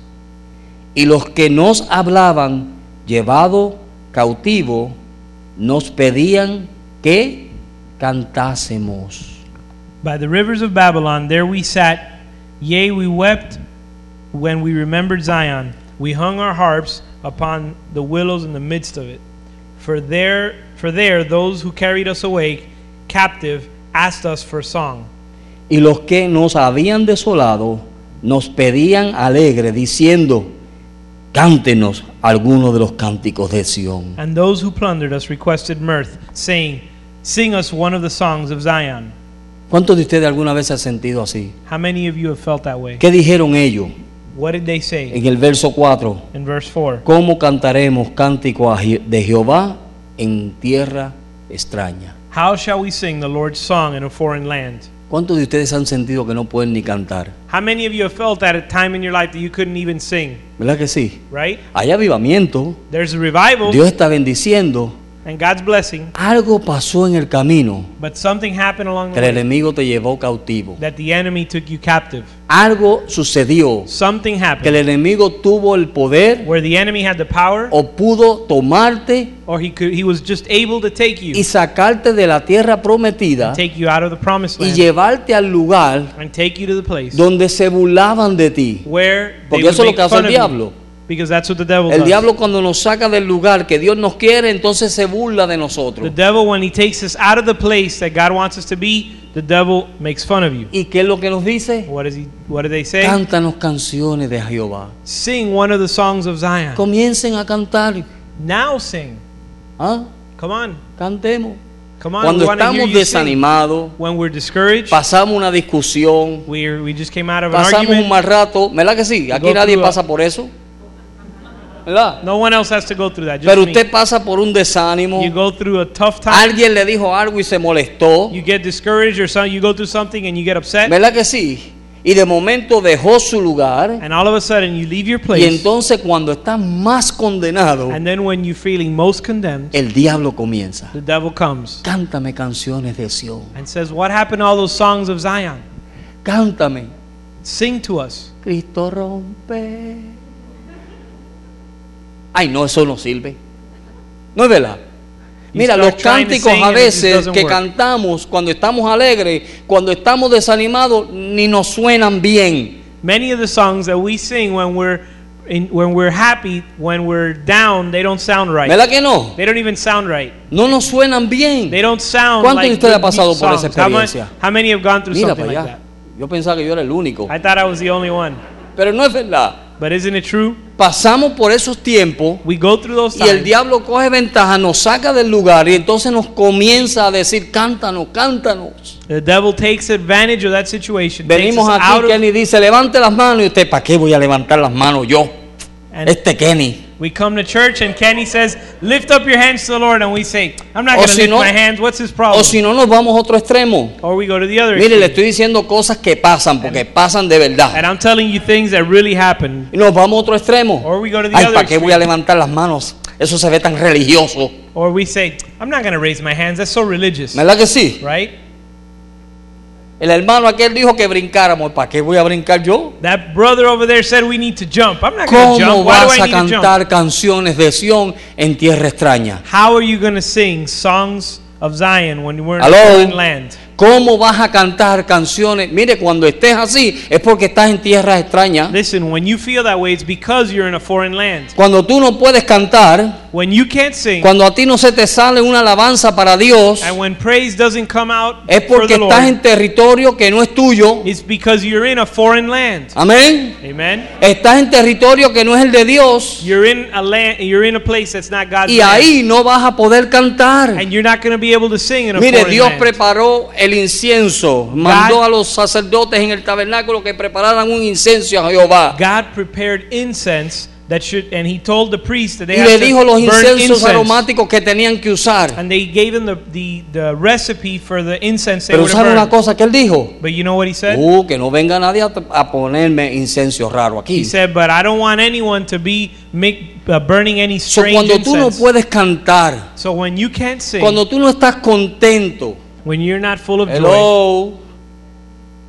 [SPEAKER 1] Y los que nos hablaban, llevado cautivo, nos pedían que cantásemos.
[SPEAKER 2] By the rivers of Babylon, there we sat, yea, we wept when we remembered Zion. We hung our harps upon the willows in the midst of it. For there, for there, those who carried us away captive asked us for song.
[SPEAKER 1] Y los que nos habían desolado nos pedían alegre, diciendo, cántenos algunos de los cánticos de Sión.
[SPEAKER 2] And those who plundered us requested mirth, saying, Sing us one of the songs of Zion.
[SPEAKER 1] ¿Cuántos de ustedes alguna vez se han sentido así?
[SPEAKER 2] How many of you have felt that way?
[SPEAKER 1] ¿Qué dijeron ellos
[SPEAKER 2] What did they say
[SPEAKER 1] en el verso 4?
[SPEAKER 2] in verse 4?
[SPEAKER 1] ¿Cómo cantaremos cántico a Je- de Jehová en tierra extraña?
[SPEAKER 2] How shall we sing the Lord's song in a foreign land?
[SPEAKER 1] ¿Cuántos de ustedes han sentido que no pueden ni cantar?
[SPEAKER 2] How many of you have felt that at a time in your life that you couldn't even sing,
[SPEAKER 1] ¿Verdad que sí?
[SPEAKER 2] right?
[SPEAKER 1] Hay avivamiento,
[SPEAKER 2] There's a revival
[SPEAKER 1] Dios está bendiciendo.
[SPEAKER 2] and God's blessing,
[SPEAKER 1] Algo pasó en el camino
[SPEAKER 2] but something happened along
[SPEAKER 1] que
[SPEAKER 2] the
[SPEAKER 1] el
[SPEAKER 2] way
[SPEAKER 1] enemigo te llevó cautivo.
[SPEAKER 2] that the enemy took you captive.
[SPEAKER 1] Algo sucedió
[SPEAKER 2] Something
[SPEAKER 1] que el
[SPEAKER 2] happened
[SPEAKER 1] enemigo tuvo el poder
[SPEAKER 2] where the enemy had the power
[SPEAKER 1] o pudo tomarte
[SPEAKER 2] or he could he was just able to take
[SPEAKER 1] y
[SPEAKER 2] you,
[SPEAKER 1] sacarte de la tierra prometida
[SPEAKER 2] take you out of the promised
[SPEAKER 1] y
[SPEAKER 2] land
[SPEAKER 1] llevarte al lugar
[SPEAKER 2] and take you to the place
[SPEAKER 1] donde se burlaban de ti.
[SPEAKER 2] where they
[SPEAKER 1] Porque eso es lo
[SPEAKER 2] would
[SPEAKER 1] que
[SPEAKER 2] make
[SPEAKER 1] hace el
[SPEAKER 2] fun of you.
[SPEAKER 1] diablo.
[SPEAKER 2] Because that's what the devil
[SPEAKER 1] El
[SPEAKER 2] does.
[SPEAKER 1] diablo cuando nos saca del lugar que Dios nos quiere, entonces se burla de
[SPEAKER 2] The
[SPEAKER 1] nosotros.
[SPEAKER 2] devil, when he takes us out of the place that God wants us to be, the devil makes fun of you.
[SPEAKER 1] ¿Y qué es lo que nos dice?
[SPEAKER 2] What, is he, what do they say?
[SPEAKER 1] Cántanos canciones de Jehová.
[SPEAKER 2] Sing one of the songs of Zion.
[SPEAKER 1] Comiencen a cantar.
[SPEAKER 2] Now sing.
[SPEAKER 1] ¿Ah?
[SPEAKER 2] Come on.
[SPEAKER 1] Cantemos.
[SPEAKER 2] Come on.
[SPEAKER 1] Cuando
[SPEAKER 2] we wanna hear
[SPEAKER 1] estamos
[SPEAKER 2] you sing.
[SPEAKER 1] desanimados,
[SPEAKER 2] When we're discouraged,
[SPEAKER 1] pasamos una discusión,
[SPEAKER 2] we we just came out of an
[SPEAKER 1] pasamos un
[SPEAKER 2] argument.
[SPEAKER 1] mal rato, ¿verdad que sí? Aquí
[SPEAKER 2] Go
[SPEAKER 1] nadie
[SPEAKER 2] through a-
[SPEAKER 1] pasa por eso. ¿Verdad?
[SPEAKER 2] No one else has to go through that. Just
[SPEAKER 1] Pero
[SPEAKER 2] me.
[SPEAKER 1] usted pasa por un desánimo,
[SPEAKER 2] You go through a tough time.
[SPEAKER 1] alguien le dijo algo y se molestó,
[SPEAKER 2] You get discouraged or something. You go through something and you get upset.
[SPEAKER 1] ¿verdad que sí? Y de momento dejó su lugar
[SPEAKER 2] And all of a sudden you leave your
[SPEAKER 1] y
[SPEAKER 2] place.
[SPEAKER 1] entonces cuando está más condenado,
[SPEAKER 2] And then when you're feeling most condemned,
[SPEAKER 1] el diablo comienza.
[SPEAKER 2] the devil comes
[SPEAKER 1] Cántame canciones de Sión,
[SPEAKER 2] and says, What happened to all those songs of Zion?
[SPEAKER 1] cántame.
[SPEAKER 2] Sing to us.
[SPEAKER 1] Cristo rompe. Ay, no, eso no sirve. No es verdad. Mira,
[SPEAKER 2] start
[SPEAKER 1] los
[SPEAKER 2] trying to
[SPEAKER 1] cánticos
[SPEAKER 2] sing
[SPEAKER 1] a
[SPEAKER 2] and it just
[SPEAKER 1] veces
[SPEAKER 2] doesn't
[SPEAKER 1] que
[SPEAKER 2] work.
[SPEAKER 1] cantamos cuando estamos alegres, cuando estamos desanimados, ni nos suenan bien.
[SPEAKER 2] Many of the songs that we sing when we're in, when we're happy, when we're down, they don't sound right.
[SPEAKER 1] ¿Verdad que no?
[SPEAKER 2] They don't even sound right.
[SPEAKER 1] No nos suenan bien.
[SPEAKER 2] They don't sound
[SPEAKER 1] ¿Cuántos de
[SPEAKER 2] like
[SPEAKER 1] ustedes
[SPEAKER 2] good
[SPEAKER 1] ha pasado
[SPEAKER 2] beat
[SPEAKER 1] por esa
[SPEAKER 2] songs. How, much-
[SPEAKER 1] experiencia?
[SPEAKER 2] how many have gone through
[SPEAKER 1] Mira para
[SPEAKER 2] something like
[SPEAKER 1] allá.
[SPEAKER 2] that?
[SPEAKER 1] Yo pensaba que yo era el único.
[SPEAKER 2] I thought I was the only one.
[SPEAKER 1] Pero no es verdad.
[SPEAKER 2] But isn't it true?
[SPEAKER 1] Pasamos por esos tiempos
[SPEAKER 2] We go through those
[SPEAKER 1] y el
[SPEAKER 2] times.
[SPEAKER 1] diablo coge ventaja, nos saca del lugar y entonces nos comienza a decir, cántanos, cántanos.
[SPEAKER 2] The devil takes advantage of that situation. takes
[SPEAKER 1] Venimos
[SPEAKER 2] us out
[SPEAKER 1] aquí,
[SPEAKER 2] of-
[SPEAKER 1] Kenny dice, levante las manos y usted, ¿para qué voy a levantar las manos yo?
[SPEAKER 2] and
[SPEAKER 1] este Kenny.
[SPEAKER 2] we come to church and Kenny says, "Lift up your hands to the Lord," and we say, "I'm not
[SPEAKER 1] O
[SPEAKER 2] going to
[SPEAKER 1] si
[SPEAKER 2] lift
[SPEAKER 1] no-
[SPEAKER 2] my hands. What's his problem?"
[SPEAKER 1] O si no, nos vamos a otro extremo.
[SPEAKER 2] or we go to the other.
[SPEAKER 1] Mire, le
[SPEAKER 2] extreme.
[SPEAKER 1] estoy diciendo cosas que pasan, porque pasan de verdad.
[SPEAKER 2] And I'm telling you things that really happen.
[SPEAKER 1] Y nos vamos a otro extremo.
[SPEAKER 2] Or we go to the
[SPEAKER 1] Ay,
[SPEAKER 2] other
[SPEAKER 1] ¿para qué
[SPEAKER 2] extreme.
[SPEAKER 1] voy a levantar las manos? Eso se ve tan religioso.
[SPEAKER 2] Or we say, I'm not going to raise my hands. That's so religious.
[SPEAKER 1] ¿Verdad que sí?
[SPEAKER 2] Right?
[SPEAKER 1] El hermano aquel dijo que brincáramos. ¿Para qué voy a brincar yo?
[SPEAKER 2] That brother over there said we need to jump. I'm not going to
[SPEAKER 1] ¿Cómo
[SPEAKER 2] jump. Why do
[SPEAKER 1] vas
[SPEAKER 2] I
[SPEAKER 1] a
[SPEAKER 2] need to jump?
[SPEAKER 1] cantar canciones de Sión en tierra extraña?
[SPEAKER 2] How are you going to sing songs of Zion when we're in a
[SPEAKER 1] Hello?
[SPEAKER 2] foreign land?
[SPEAKER 1] ¿Cómo vas a cantar canciones? Mire, cuando estés así es porque estás en tierra extraña.
[SPEAKER 2] Listen, when you feel that way, it's because you're in a foreign land.
[SPEAKER 1] Cuando tú no puedes cantar,
[SPEAKER 2] When you can't sing
[SPEAKER 1] cuando a ti no se te sale una alabanza para Dios,
[SPEAKER 2] and when praise doesn't come out
[SPEAKER 1] es
[SPEAKER 2] for
[SPEAKER 1] porque
[SPEAKER 2] the
[SPEAKER 1] estás
[SPEAKER 2] Lord,
[SPEAKER 1] en territorio que no es tuyo.
[SPEAKER 2] it's because you're in a foreign land.
[SPEAKER 1] Amén.
[SPEAKER 2] Amen.
[SPEAKER 1] Estás en territorio que no es el de Dios
[SPEAKER 2] You're in a land. You're in a place that's not God's
[SPEAKER 1] y
[SPEAKER 2] land,
[SPEAKER 1] ahí no vas a poder cantar.
[SPEAKER 2] and you're not going to be able to sing in a
[SPEAKER 1] Mire,
[SPEAKER 2] foreign
[SPEAKER 1] Dios
[SPEAKER 2] land.
[SPEAKER 1] preparó el incienso, mandó a los sacerdotes en el tabernáculo que prepararan un incienso a Jehová.
[SPEAKER 2] God prepared incense that should, and He told the priest that they
[SPEAKER 1] Y
[SPEAKER 2] had
[SPEAKER 1] le dijo
[SPEAKER 2] to
[SPEAKER 1] los
[SPEAKER 2] burn
[SPEAKER 1] incensos
[SPEAKER 2] incense,
[SPEAKER 1] aromáticos que tenían que usar.
[SPEAKER 2] and they gave him the, the, the recipe for the incense they
[SPEAKER 1] Pero
[SPEAKER 2] were to
[SPEAKER 1] usaron una
[SPEAKER 2] burn.
[SPEAKER 1] cosa que él dijo.
[SPEAKER 2] But you know what he said?
[SPEAKER 1] Uh, que no venga nadie a, a ponerme incenso raro
[SPEAKER 2] He
[SPEAKER 1] aquí.
[SPEAKER 2] said, "But I don't want anyone to be make, uh, burning any
[SPEAKER 1] So,
[SPEAKER 2] strange
[SPEAKER 1] cuando tú no
[SPEAKER 2] incense."
[SPEAKER 1] puedes cantar,
[SPEAKER 2] so when you can't sing,
[SPEAKER 1] cuando tú no estás contento,
[SPEAKER 2] when you're not full of joy,
[SPEAKER 1] hello,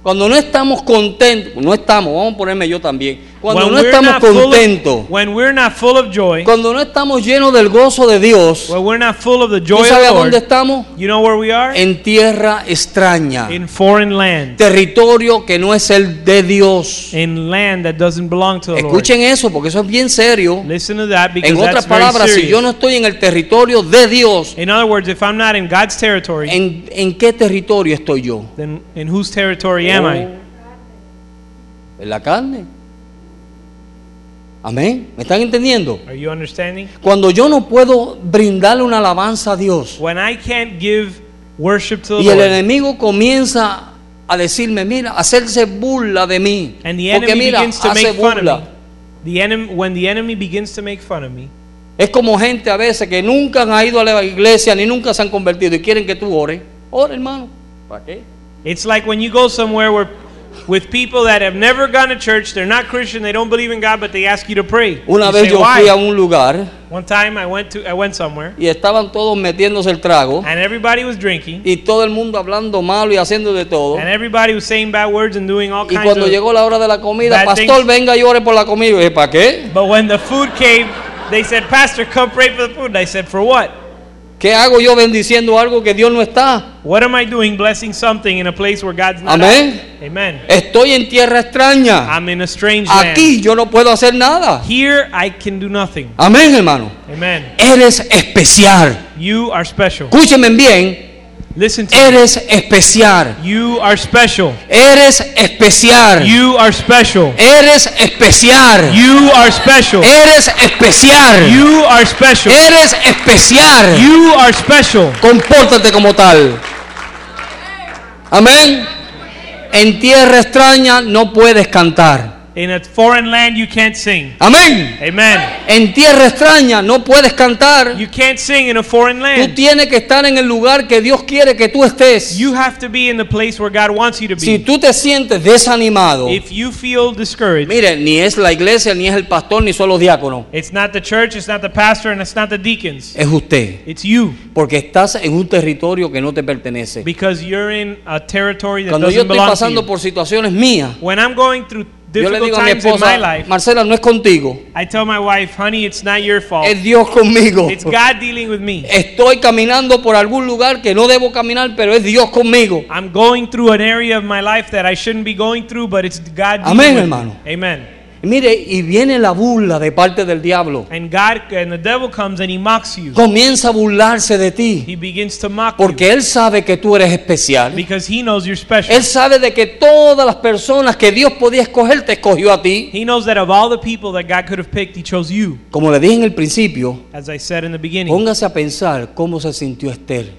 [SPEAKER 1] cuando no estamos contentos, no estamos, vamos a ponerme yo también, Cuando
[SPEAKER 2] when
[SPEAKER 1] no
[SPEAKER 2] we're
[SPEAKER 1] estamos
[SPEAKER 2] not full
[SPEAKER 1] contentos.
[SPEAKER 2] of, when we're not full of joy,
[SPEAKER 1] Cuando no estamos llenos del gozo de Dios,
[SPEAKER 2] when we're not full of the
[SPEAKER 1] ¿tú
[SPEAKER 2] joy of
[SPEAKER 1] sabes a
[SPEAKER 2] the
[SPEAKER 1] dónde
[SPEAKER 2] Lord,
[SPEAKER 1] estamos?
[SPEAKER 2] you know where we are?
[SPEAKER 1] En tierra extraña,
[SPEAKER 2] in foreign land,
[SPEAKER 1] territorio que no es el de Dios.
[SPEAKER 2] in land that doesn't belong to the
[SPEAKER 1] Escuchen eso porque eso es bien serio.
[SPEAKER 2] Lord. Listen to that because
[SPEAKER 1] En otras
[SPEAKER 2] that's very
[SPEAKER 1] palabras, si
[SPEAKER 2] serious.
[SPEAKER 1] yo no estoy en el territorio de Dios,
[SPEAKER 2] in other words, if I'm not in God's territory,
[SPEAKER 1] ¿en, en qué territorio estoy yo?
[SPEAKER 2] then in whose territory am I?
[SPEAKER 1] Oh. En la carne. Amén. ¿Me están entendiendo?
[SPEAKER 2] Are you understanding?
[SPEAKER 1] Cuando yo no puedo brindarle una alabanza a Dios
[SPEAKER 2] When I can't give worship to the
[SPEAKER 1] y el
[SPEAKER 2] Lord,
[SPEAKER 1] enemigo comienza a decirme, mira, hacerse burla de mí,
[SPEAKER 2] and the
[SPEAKER 1] porque
[SPEAKER 2] enemy
[SPEAKER 1] mira,
[SPEAKER 2] begins to
[SPEAKER 1] hace
[SPEAKER 2] make fun of me,
[SPEAKER 1] burla.
[SPEAKER 2] the enemy, when the enemy begins to make fun of me,
[SPEAKER 1] Es como gente a veces que nunca han ido a la iglesia ni nunca se han convertido y quieren que tú ores. Ora, hermano. ¿Para qué?
[SPEAKER 2] It's like when you go somewhere where, with people that have never gone to church, they're not Christian, they don't believe in God, but they ask you to pray.
[SPEAKER 1] Una
[SPEAKER 2] You
[SPEAKER 1] vez
[SPEAKER 2] say,
[SPEAKER 1] yo
[SPEAKER 2] "Why?"
[SPEAKER 1] fui a un lugar
[SPEAKER 2] One time I went to I went somewhere
[SPEAKER 1] y estaban todos metiéndose el trago
[SPEAKER 2] and everybody was drinking
[SPEAKER 1] y todo el mundo hablando malo y haciendo de todo.
[SPEAKER 2] and everybody was saying bad words and doing all
[SPEAKER 1] Y
[SPEAKER 2] kinds
[SPEAKER 1] cuando
[SPEAKER 2] of.
[SPEAKER 1] llegó la hora de la comida,
[SPEAKER 2] Bad
[SPEAKER 1] pastor,
[SPEAKER 2] things.
[SPEAKER 1] venga y ore por la comida. Y yo dije, ¿para qué?
[SPEAKER 2] But when the food came, they said, "Pastor, come pray for the food." And I said, "For what?
[SPEAKER 1] ¿Qué hago yo bendiciendo algo que Dios no está?
[SPEAKER 2] What am I doing, blessing something in a place where God's not?"
[SPEAKER 1] Amén.
[SPEAKER 2] at? Amen.
[SPEAKER 1] Estoy en tierra extraña.
[SPEAKER 2] I'm in a strange land.
[SPEAKER 1] Aquí yo no puedo hacer nada.
[SPEAKER 2] Here I can do nothing.
[SPEAKER 1] Amén, hermano.
[SPEAKER 2] Amen.
[SPEAKER 1] Eres especial.
[SPEAKER 2] You are special.
[SPEAKER 1] Escúcheme bien.
[SPEAKER 2] Listen to me.
[SPEAKER 1] Eres especial.
[SPEAKER 2] You are special.
[SPEAKER 1] Eres especial.
[SPEAKER 2] You are special.
[SPEAKER 1] Eres especial.
[SPEAKER 2] You are special.
[SPEAKER 1] Eres especial.
[SPEAKER 2] You are special.
[SPEAKER 1] Eres especial.
[SPEAKER 2] You are special.
[SPEAKER 1] Compórtate como tal. Amén. En tierra extraña no puedes cantar.
[SPEAKER 2] In a foreign land, you can't sing.
[SPEAKER 1] Amén.
[SPEAKER 2] Amen.
[SPEAKER 1] En tierra extraña no puedes cantar.
[SPEAKER 2] You can't sing in a foreign
[SPEAKER 1] Tú
[SPEAKER 2] land.
[SPEAKER 1] tienes que estar en el lugar que Dios quiere que tú estés.
[SPEAKER 2] You have to be in the place where God wants you to
[SPEAKER 1] Si
[SPEAKER 2] be.
[SPEAKER 1] tú te sientes desanimado,
[SPEAKER 2] If you feel discouraged,
[SPEAKER 1] mire, ni es la iglesia, ni es el pastor, ni son los diáconos.
[SPEAKER 2] it's not the church, it's not the pastor, and it's not the deacons.
[SPEAKER 1] Es usted.
[SPEAKER 2] It's you
[SPEAKER 1] Porque estás en un territorio que no te pertenece.
[SPEAKER 2] because you're in a territory that
[SPEAKER 1] Cuando yo
[SPEAKER 2] doesn't
[SPEAKER 1] estoy
[SPEAKER 2] belong to
[SPEAKER 1] pasando
[SPEAKER 2] you.
[SPEAKER 1] por situaciones mías,
[SPEAKER 2] When I'm going through
[SPEAKER 1] yo le
[SPEAKER 2] difficult
[SPEAKER 1] digo a mi
[SPEAKER 2] times in my
[SPEAKER 1] esposa,
[SPEAKER 2] life,
[SPEAKER 1] Marcela, no es contigo,
[SPEAKER 2] I tell my wife, honey, it's not your fault.
[SPEAKER 1] es Dios conmigo.
[SPEAKER 2] Oh. <laughs> It's God dealing with me.
[SPEAKER 1] Estoy caminando por algún lugar que no debo caminar, pero es Dios conmigo.
[SPEAKER 2] I'm going through an area of my life that I shouldn't be going through, but it's God.
[SPEAKER 1] Amén,
[SPEAKER 2] dealing with me.
[SPEAKER 1] hermano.
[SPEAKER 2] Amen.
[SPEAKER 1] Y mire, y viene la burla de parte del diablo.
[SPEAKER 2] And God and the devil comes and he mocks you.
[SPEAKER 1] Comienza a burlarse de ti.
[SPEAKER 2] He begins to mock you
[SPEAKER 1] Porque Él sabe que tú eres especial.
[SPEAKER 2] because he knows you're special.
[SPEAKER 1] Él sabe de que todas las personas que Dios podía escoger te escogió a ti.
[SPEAKER 2] He knows that of all the people that God could have picked, he chose you.
[SPEAKER 1] Como le dije en el principio,
[SPEAKER 2] As I said in the beginning,
[SPEAKER 1] póngase a pensar cómo se sintió Esther,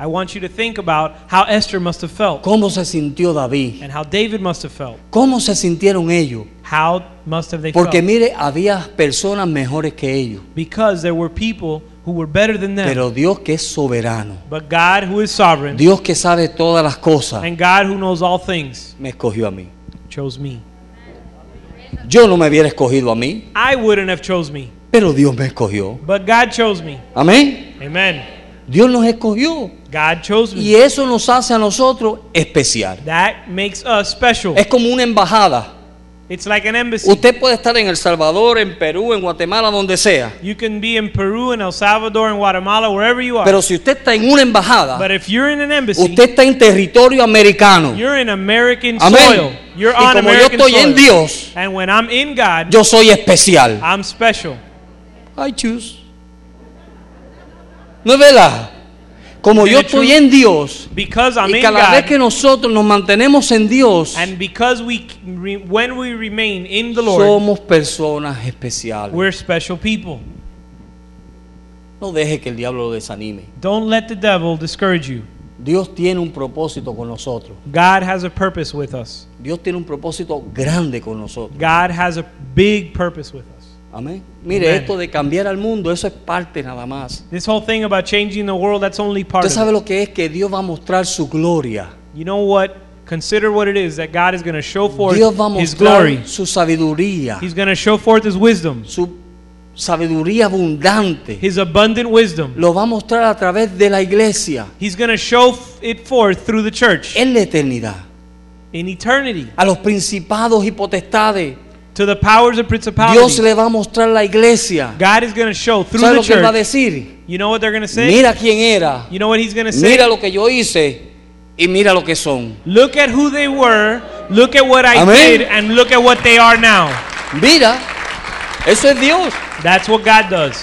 [SPEAKER 2] I want you to think about how Esther must have felt
[SPEAKER 1] cómo se sintió David,
[SPEAKER 2] and how David must have felt.
[SPEAKER 1] cómo se sintieron ellos.
[SPEAKER 2] How must have they
[SPEAKER 1] Porque
[SPEAKER 2] felt?
[SPEAKER 1] mire, había personas mejores que ellos.
[SPEAKER 2] Because there were people who were better than them.
[SPEAKER 1] Pero Dios que es soberano,
[SPEAKER 2] but God, who is sovereign,
[SPEAKER 1] Dios que sabe todas las cosas,
[SPEAKER 2] and God, who knows all things,
[SPEAKER 1] me escogió a mí.
[SPEAKER 2] chose me.
[SPEAKER 1] Yo no me hubiera escogido a mí,
[SPEAKER 2] I wouldn't have chose me,
[SPEAKER 1] pero Dios me escogió.
[SPEAKER 2] but God chose me.
[SPEAKER 1] Amén.
[SPEAKER 2] Amen.
[SPEAKER 1] Dios nos escogió.
[SPEAKER 2] God chose me.
[SPEAKER 1] Y eso nos hace a nosotros especial.
[SPEAKER 2] That makes us special.
[SPEAKER 1] Es como una embajada.
[SPEAKER 2] It's like an embassy.
[SPEAKER 1] Usted puede estar en El Salvador, en Perú, en Guatemala, donde sea.
[SPEAKER 2] You can be in Peru, in El Salvador, in Guatemala, wherever you are.
[SPEAKER 1] Pero si usted está en una embajada,
[SPEAKER 2] but if you're in an embassy,
[SPEAKER 1] usted está en territorio americano.
[SPEAKER 2] you're in American soil.
[SPEAKER 1] Amén.
[SPEAKER 2] You're
[SPEAKER 1] Y
[SPEAKER 2] on
[SPEAKER 1] como yo
[SPEAKER 2] American
[SPEAKER 1] estoy en
[SPEAKER 2] soil.
[SPEAKER 1] Dios,
[SPEAKER 2] And when I'm in God,
[SPEAKER 1] yo soy especial.
[SPEAKER 2] I'm special.
[SPEAKER 1] I choose. ¿No es verdad? Como yo estoy en Dios,
[SPEAKER 2] Because I'm
[SPEAKER 1] y
[SPEAKER 2] in
[SPEAKER 1] cada vez
[SPEAKER 2] God,
[SPEAKER 1] que nosotros nos mantenemos en Dios,
[SPEAKER 2] and because we, re, when we remain in the Lord,
[SPEAKER 1] somos personas especiales.
[SPEAKER 2] we're special people.
[SPEAKER 1] No deje que el diablo lo desanime.
[SPEAKER 2] Don't let the devil discourage you.
[SPEAKER 1] Dios tiene un propósito con nosotros.
[SPEAKER 2] God has a purpose with us.
[SPEAKER 1] Dios tiene un propósito grande con nosotros.
[SPEAKER 2] God has a big purpose with us.
[SPEAKER 1] Amén. Mire,
[SPEAKER 2] Amén.
[SPEAKER 1] esto de cambiar al mundo, eso es parte nada más.
[SPEAKER 2] This whole thing about changing the world, that's only part
[SPEAKER 1] Usted
[SPEAKER 2] of
[SPEAKER 1] sabe
[SPEAKER 2] it.
[SPEAKER 1] lo que es que Dios va a mostrar su gloria.
[SPEAKER 2] You know what? Consider what it is that God is going to show forth
[SPEAKER 1] Dios va a
[SPEAKER 2] His
[SPEAKER 1] mostrar
[SPEAKER 2] glory.
[SPEAKER 1] su sabiduría,
[SPEAKER 2] He's going to show forth His wisdom,
[SPEAKER 1] su sabiduría abundante.
[SPEAKER 2] His abundant wisdom.
[SPEAKER 1] Lo va a mostrar a través de la iglesia
[SPEAKER 2] He's going to show f- it forth through the church
[SPEAKER 1] en la eternidad.
[SPEAKER 2] in eternity
[SPEAKER 1] A los principados y potestades,
[SPEAKER 2] to the powers
[SPEAKER 1] Dios
[SPEAKER 2] and principalities.
[SPEAKER 1] le va a mostrar la iglesia.
[SPEAKER 2] God is going to show through
[SPEAKER 1] ¿Sabe
[SPEAKER 2] the
[SPEAKER 1] lo que él va a
[SPEAKER 2] church.
[SPEAKER 1] decir?
[SPEAKER 2] You know what they're going to say?
[SPEAKER 1] Mira quién era,
[SPEAKER 2] You know what he's going to say?
[SPEAKER 1] mira lo que yo hice y mira lo que son.
[SPEAKER 2] Look at who they were, look at what I
[SPEAKER 1] Amén.
[SPEAKER 2] did, and look at what they are now.
[SPEAKER 1] Mira, eso es Dios.
[SPEAKER 2] That's what God does.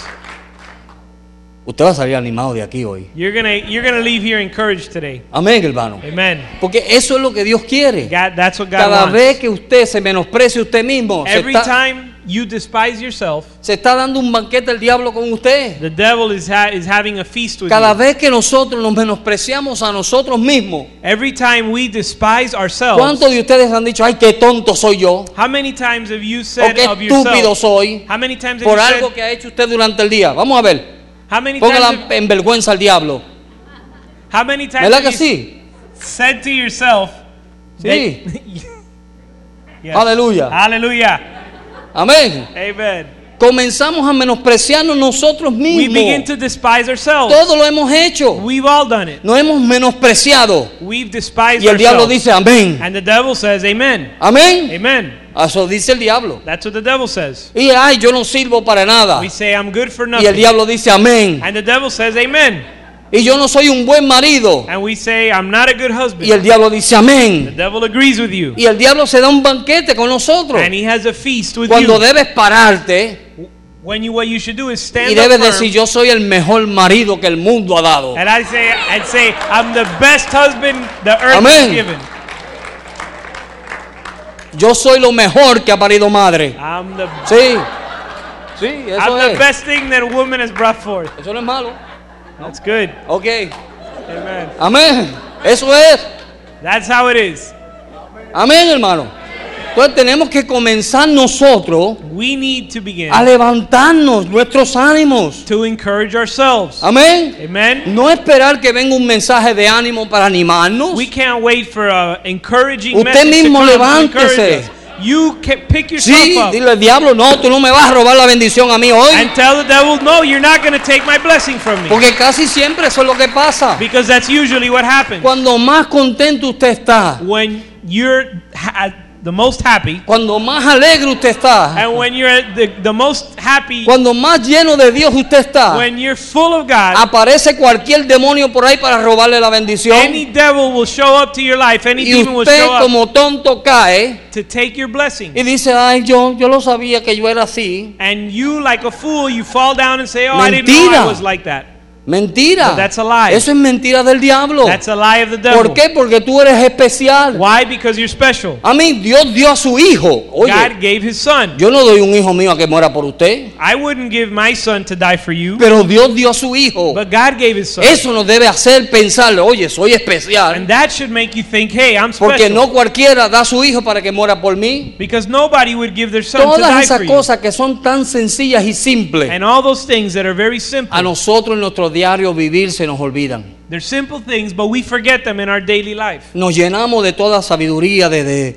[SPEAKER 1] Usted va a salir animado de aquí hoy.
[SPEAKER 2] You're gonna you're gonna leave here encouraged today.
[SPEAKER 1] Amén, hermano.
[SPEAKER 2] Amen.
[SPEAKER 1] Porque eso es lo que Dios quiere.
[SPEAKER 2] God, that's what God
[SPEAKER 1] Cada
[SPEAKER 2] wants.
[SPEAKER 1] vez que usted se menosprecie usted mismo, se
[SPEAKER 2] Every
[SPEAKER 1] está,
[SPEAKER 2] time you despise yourself,
[SPEAKER 1] se está dando un banquete al diablo con usted.
[SPEAKER 2] the devil is ha- is having a feast with
[SPEAKER 1] Cada
[SPEAKER 2] you.
[SPEAKER 1] vez que nosotros nos menospreciamos a nosotros mismos,
[SPEAKER 2] Every time we despise ourselves,
[SPEAKER 1] ¿cuántos de ustedes han dicho, ay, qué tonto soy yo?
[SPEAKER 2] how many times have you
[SPEAKER 1] ¿O
[SPEAKER 2] said
[SPEAKER 1] qué
[SPEAKER 2] of
[SPEAKER 1] estúpido
[SPEAKER 2] yourself?
[SPEAKER 1] soy?
[SPEAKER 2] How many times have
[SPEAKER 1] Por
[SPEAKER 2] you
[SPEAKER 1] algo
[SPEAKER 2] said?
[SPEAKER 1] que ha hecho usted durante el día. Vamos a ver.
[SPEAKER 2] How many times?
[SPEAKER 1] Póngala
[SPEAKER 2] Have,
[SPEAKER 1] en vergüenza al diablo.
[SPEAKER 2] how many times
[SPEAKER 1] ¿Verdad que
[SPEAKER 2] have you
[SPEAKER 1] sí?
[SPEAKER 2] said to yourself?
[SPEAKER 1] Sí.
[SPEAKER 2] that- <laughs> Yes. Ah.
[SPEAKER 1] Aleluya.
[SPEAKER 2] Hallelujah.
[SPEAKER 1] Amén.
[SPEAKER 2] Amen.
[SPEAKER 1] Comenzamos a menospreciarnos nosotros
[SPEAKER 2] We begin
[SPEAKER 1] mismos.
[SPEAKER 2] to despise ourselves.
[SPEAKER 1] Todo lo hemos hecho.
[SPEAKER 2] We've all done it.
[SPEAKER 1] Nos hemos menospreciado.
[SPEAKER 2] We've despised
[SPEAKER 1] Y el diablo
[SPEAKER 2] ourselves.
[SPEAKER 1] dice, amén.
[SPEAKER 2] And the devil says, Amen.
[SPEAKER 1] Amén.
[SPEAKER 2] Amen.
[SPEAKER 1] Eso dice el diablo.
[SPEAKER 2] That's what the devil says.
[SPEAKER 1] Y ay, yo no sirvo para nada.
[SPEAKER 2] We say, I'm good for
[SPEAKER 1] Ah. Y el
[SPEAKER 2] nothing.
[SPEAKER 1] diablo dice, amén.
[SPEAKER 2] And the devil says, Amen.
[SPEAKER 1] Y yo no soy un buen marido.
[SPEAKER 2] And we say, I'm not a good husband.
[SPEAKER 1] Y el diablo dice,
[SPEAKER 2] The
[SPEAKER 1] amén.
[SPEAKER 2] devil agrees with you.
[SPEAKER 1] Y el diablo se da un banquete con nosotros.
[SPEAKER 2] And he has a feast with
[SPEAKER 1] Cuando
[SPEAKER 2] you.
[SPEAKER 1] debes pararte
[SPEAKER 2] When you, what you should do is
[SPEAKER 1] y
[SPEAKER 2] stand up
[SPEAKER 1] debes
[SPEAKER 2] firm
[SPEAKER 1] decir, yo soy el mejor marido que el mundo ha dado.
[SPEAKER 2] and I say, and say, I'm the best husband the earth
[SPEAKER 1] Amén.
[SPEAKER 2] has given.
[SPEAKER 1] Yo soy lo mejor que ha parido madre.
[SPEAKER 2] I'm the,
[SPEAKER 1] Sí. Sí, eso
[SPEAKER 2] I'm the
[SPEAKER 1] es.
[SPEAKER 2] best thing that a woman has brought forth.
[SPEAKER 1] Eso no es malo.
[SPEAKER 2] That's good.
[SPEAKER 1] Ok.
[SPEAKER 2] Amen.
[SPEAKER 1] Amén. Eso es.
[SPEAKER 2] That's how it is.
[SPEAKER 1] Amén, hermano. Entonces tenemos que comenzar nosotros
[SPEAKER 2] We need to begin
[SPEAKER 1] a levantarnos nuestros ánimos.
[SPEAKER 2] to encourage ourselves.
[SPEAKER 1] Amén.
[SPEAKER 2] Amen.
[SPEAKER 1] No esperar que venga un mensaje de ánimo para animarnos.
[SPEAKER 2] We can't wait for an encouraging
[SPEAKER 1] Usted
[SPEAKER 2] message to
[SPEAKER 1] mismo
[SPEAKER 2] come to encourage
[SPEAKER 1] levántese.
[SPEAKER 2] us. You can pick yourself
[SPEAKER 1] Sí,
[SPEAKER 2] up
[SPEAKER 1] dile al diablo, no, tú no me vas a robar la bendición a mí hoy.
[SPEAKER 2] and tell the devil, no, you're not going to take my blessing from me.
[SPEAKER 1] Porque casi siempre eso es lo que pasa.
[SPEAKER 2] Because that's usually what happens.
[SPEAKER 1] Cuando más contento usted está,
[SPEAKER 2] When you're ha- the most happy
[SPEAKER 1] cuando más alegre usted está,
[SPEAKER 2] and when you're at the, the most happy,
[SPEAKER 1] cuando más lleno de Dios usted está,
[SPEAKER 2] when you're full of God,
[SPEAKER 1] aparece cualquier demonio por ahí para robarle la bendición.
[SPEAKER 2] any devil will show up to your life, any
[SPEAKER 1] Y
[SPEAKER 2] demon will show
[SPEAKER 1] usted
[SPEAKER 2] up
[SPEAKER 1] como tonto cae
[SPEAKER 2] to take your blessing.
[SPEAKER 1] y dice, ay, yo, yo lo sabía que yo era así.
[SPEAKER 2] And you, like a fool, you fall down and say, oh, I didn't know
[SPEAKER 1] Mentira.
[SPEAKER 2] I was like that.
[SPEAKER 1] Mentira.
[SPEAKER 2] But that's a lie.
[SPEAKER 1] Eso es mentira del diablo.
[SPEAKER 2] That's a lie of the devil.
[SPEAKER 1] Oh. ¿Por qué? Porque tú eres especial.
[SPEAKER 2] Why? Because you're special.
[SPEAKER 1] A mí Dios dio a su hijo.
[SPEAKER 2] God
[SPEAKER 1] Oye,
[SPEAKER 2] gave his son.
[SPEAKER 1] yo no doy un hijo mío a que muera por usted,
[SPEAKER 2] I wouldn't give my son to die for you,
[SPEAKER 1] pero Dios dio a su hijo.
[SPEAKER 2] but God gave his son.
[SPEAKER 1] Eso nos debe hacer pensar, oye, soy
[SPEAKER 2] And
[SPEAKER 1] especial.
[SPEAKER 2] that should make you think, hey, I'm
[SPEAKER 1] Porque
[SPEAKER 2] special.
[SPEAKER 1] no cualquiera da a su hijo para que muera por mí.
[SPEAKER 2] Because nobody would give their son to
[SPEAKER 1] Todas
[SPEAKER 2] die
[SPEAKER 1] esas
[SPEAKER 2] for you.
[SPEAKER 1] cosas que son tan sencillas y simples,
[SPEAKER 2] And all those things that are very simple.
[SPEAKER 1] a nosotros en nuestro diario vivir se nos olvidan.
[SPEAKER 2] They're simple things, but we forget them in our daily life.
[SPEAKER 1] nos llenamos de toda sabiduría, de, de-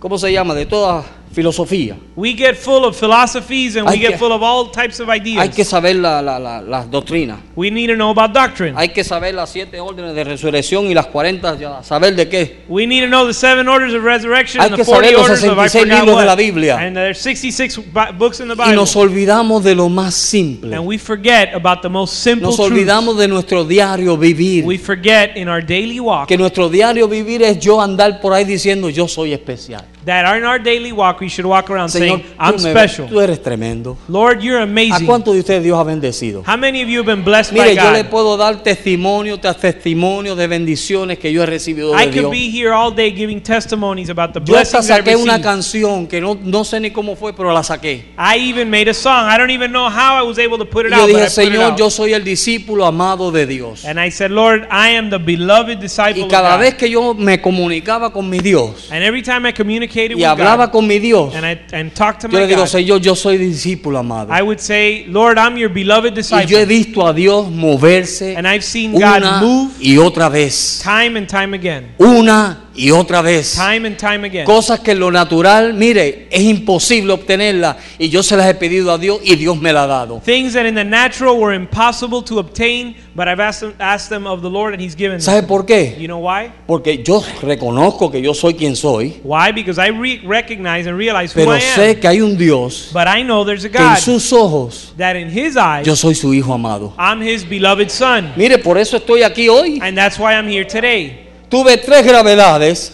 [SPEAKER 1] ¿cómo se llama? De toda filosofía.
[SPEAKER 2] We get full of philosophies and
[SPEAKER 1] Hay
[SPEAKER 2] we
[SPEAKER 1] que-
[SPEAKER 2] get full of all types of
[SPEAKER 1] Hay que
[SPEAKER 2] ideas.
[SPEAKER 1] saber la- la- la- las doctrinas.
[SPEAKER 2] We need to know about doctrine.
[SPEAKER 1] Hay que saber las siete órdenes de resurrección y las 40, ya, saber de qué.
[SPEAKER 2] We need to know the seven orders of resurrection
[SPEAKER 1] Hay
[SPEAKER 2] and
[SPEAKER 1] que
[SPEAKER 2] the 40
[SPEAKER 1] saber los
[SPEAKER 2] orders of I
[SPEAKER 1] 66
[SPEAKER 2] forgot
[SPEAKER 1] libros de
[SPEAKER 2] what.
[SPEAKER 1] la Biblia.
[SPEAKER 2] And there's 66 bi- books in the
[SPEAKER 1] Y
[SPEAKER 2] Bible.
[SPEAKER 1] nos olvidamos de lo más simple.
[SPEAKER 2] And we forget about the most simple
[SPEAKER 1] Nos
[SPEAKER 2] truths.
[SPEAKER 1] olvidamos de nuestro diario
[SPEAKER 2] We
[SPEAKER 1] vivir.
[SPEAKER 2] forget in our daily walk
[SPEAKER 1] Que nuestro diario vivir es yo andar por ahí diciendo yo soy especial.
[SPEAKER 2] that in our daily walk we should walk around
[SPEAKER 1] Señor,
[SPEAKER 2] saying, I'm
[SPEAKER 1] tú, me-
[SPEAKER 2] special.
[SPEAKER 1] tú eres tremendo.
[SPEAKER 2] Lord, you're
[SPEAKER 1] ¿A
[SPEAKER 2] amazing.
[SPEAKER 1] cuántos de ustedes Dios ha bendecido?
[SPEAKER 2] How many of you have been blessed by
[SPEAKER 1] Mire, yo le
[SPEAKER 2] God?
[SPEAKER 1] puedo dar testimonio tras testimonio de bendiciones que yo he recibido de
[SPEAKER 2] I could
[SPEAKER 1] Dios.
[SPEAKER 2] be here all day giving testimonies about the
[SPEAKER 1] Yo hasta
[SPEAKER 2] blessings I
[SPEAKER 1] saqué una
[SPEAKER 2] received.
[SPEAKER 1] canción que no, no sé ni cómo fue, pero la saqué.
[SPEAKER 2] I even made a song. I don't even know how I was able to put
[SPEAKER 1] Y
[SPEAKER 2] it
[SPEAKER 1] yo
[SPEAKER 2] out, but I
[SPEAKER 1] dije,
[SPEAKER 2] put it
[SPEAKER 1] Señor,
[SPEAKER 2] out.
[SPEAKER 1] yo soy el discípulo amado de Dios.
[SPEAKER 2] and I said, Lord, I am the beloved disciple
[SPEAKER 1] Y
[SPEAKER 2] of
[SPEAKER 1] cada
[SPEAKER 2] God.
[SPEAKER 1] vez que yo me comunicaba con mi Dios
[SPEAKER 2] and every time I communicated
[SPEAKER 1] y
[SPEAKER 2] with
[SPEAKER 1] hablaba
[SPEAKER 2] God
[SPEAKER 1] con mi Dios,
[SPEAKER 2] and I and talked to
[SPEAKER 1] yo
[SPEAKER 2] my
[SPEAKER 1] le digo,
[SPEAKER 2] God,
[SPEAKER 1] Señor, yo soy discípulo amado.
[SPEAKER 2] I would say, Lord, I'm your beloved
[SPEAKER 1] Y yo he
[SPEAKER 2] disciple.
[SPEAKER 1] visto a Dios moverse
[SPEAKER 2] And I've seen God
[SPEAKER 1] una
[SPEAKER 2] move
[SPEAKER 1] y otra vez.
[SPEAKER 2] time and time again.
[SPEAKER 1] Una y otra vez.
[SPEAKER 2] time and time again.
[SPEAKER 1] Cosas que en lo natural, mire, es imposible obtenerlas. Y yo se las he pedido a Dios y Dios me la ha dado.
[SPEAKER 2] Things that in the natural were impossible to obtain, but I've asked them, asked them of the Lord and He's given
[SPEAKER 1] ¿Sabe
[SPEAKER 2] them.
[SPEAKER 1] por qué?
[SPEAKER 2] You know why?
[SPEAKER 1] Porque yo reconozco que yo soy quien soy,
[SPEAKER 2] Why? Because I re- recognize and realize who
[SPEAKER 1] pero
[SPEAKER 2] I am.
[SPEAKER 1] sé que hay un Dios
[SPEAKER 2] But I know there's a
[SPEAKER 1] que en
[SPEAKER 2] God
[SPEAKER 1] sus ojos
[SPEAKER 2] that in His eyes,
[SPEAKER 1] yo soy su hijo amado.
[SPEAKER 2] I'm His beloved Son.
[SPEAKER 1] Mire, por eso estoy aquí hoy.
[SPEAKER 2] And that's why I'm here today.
[SPEAKER 1] Tuve tres gravedades,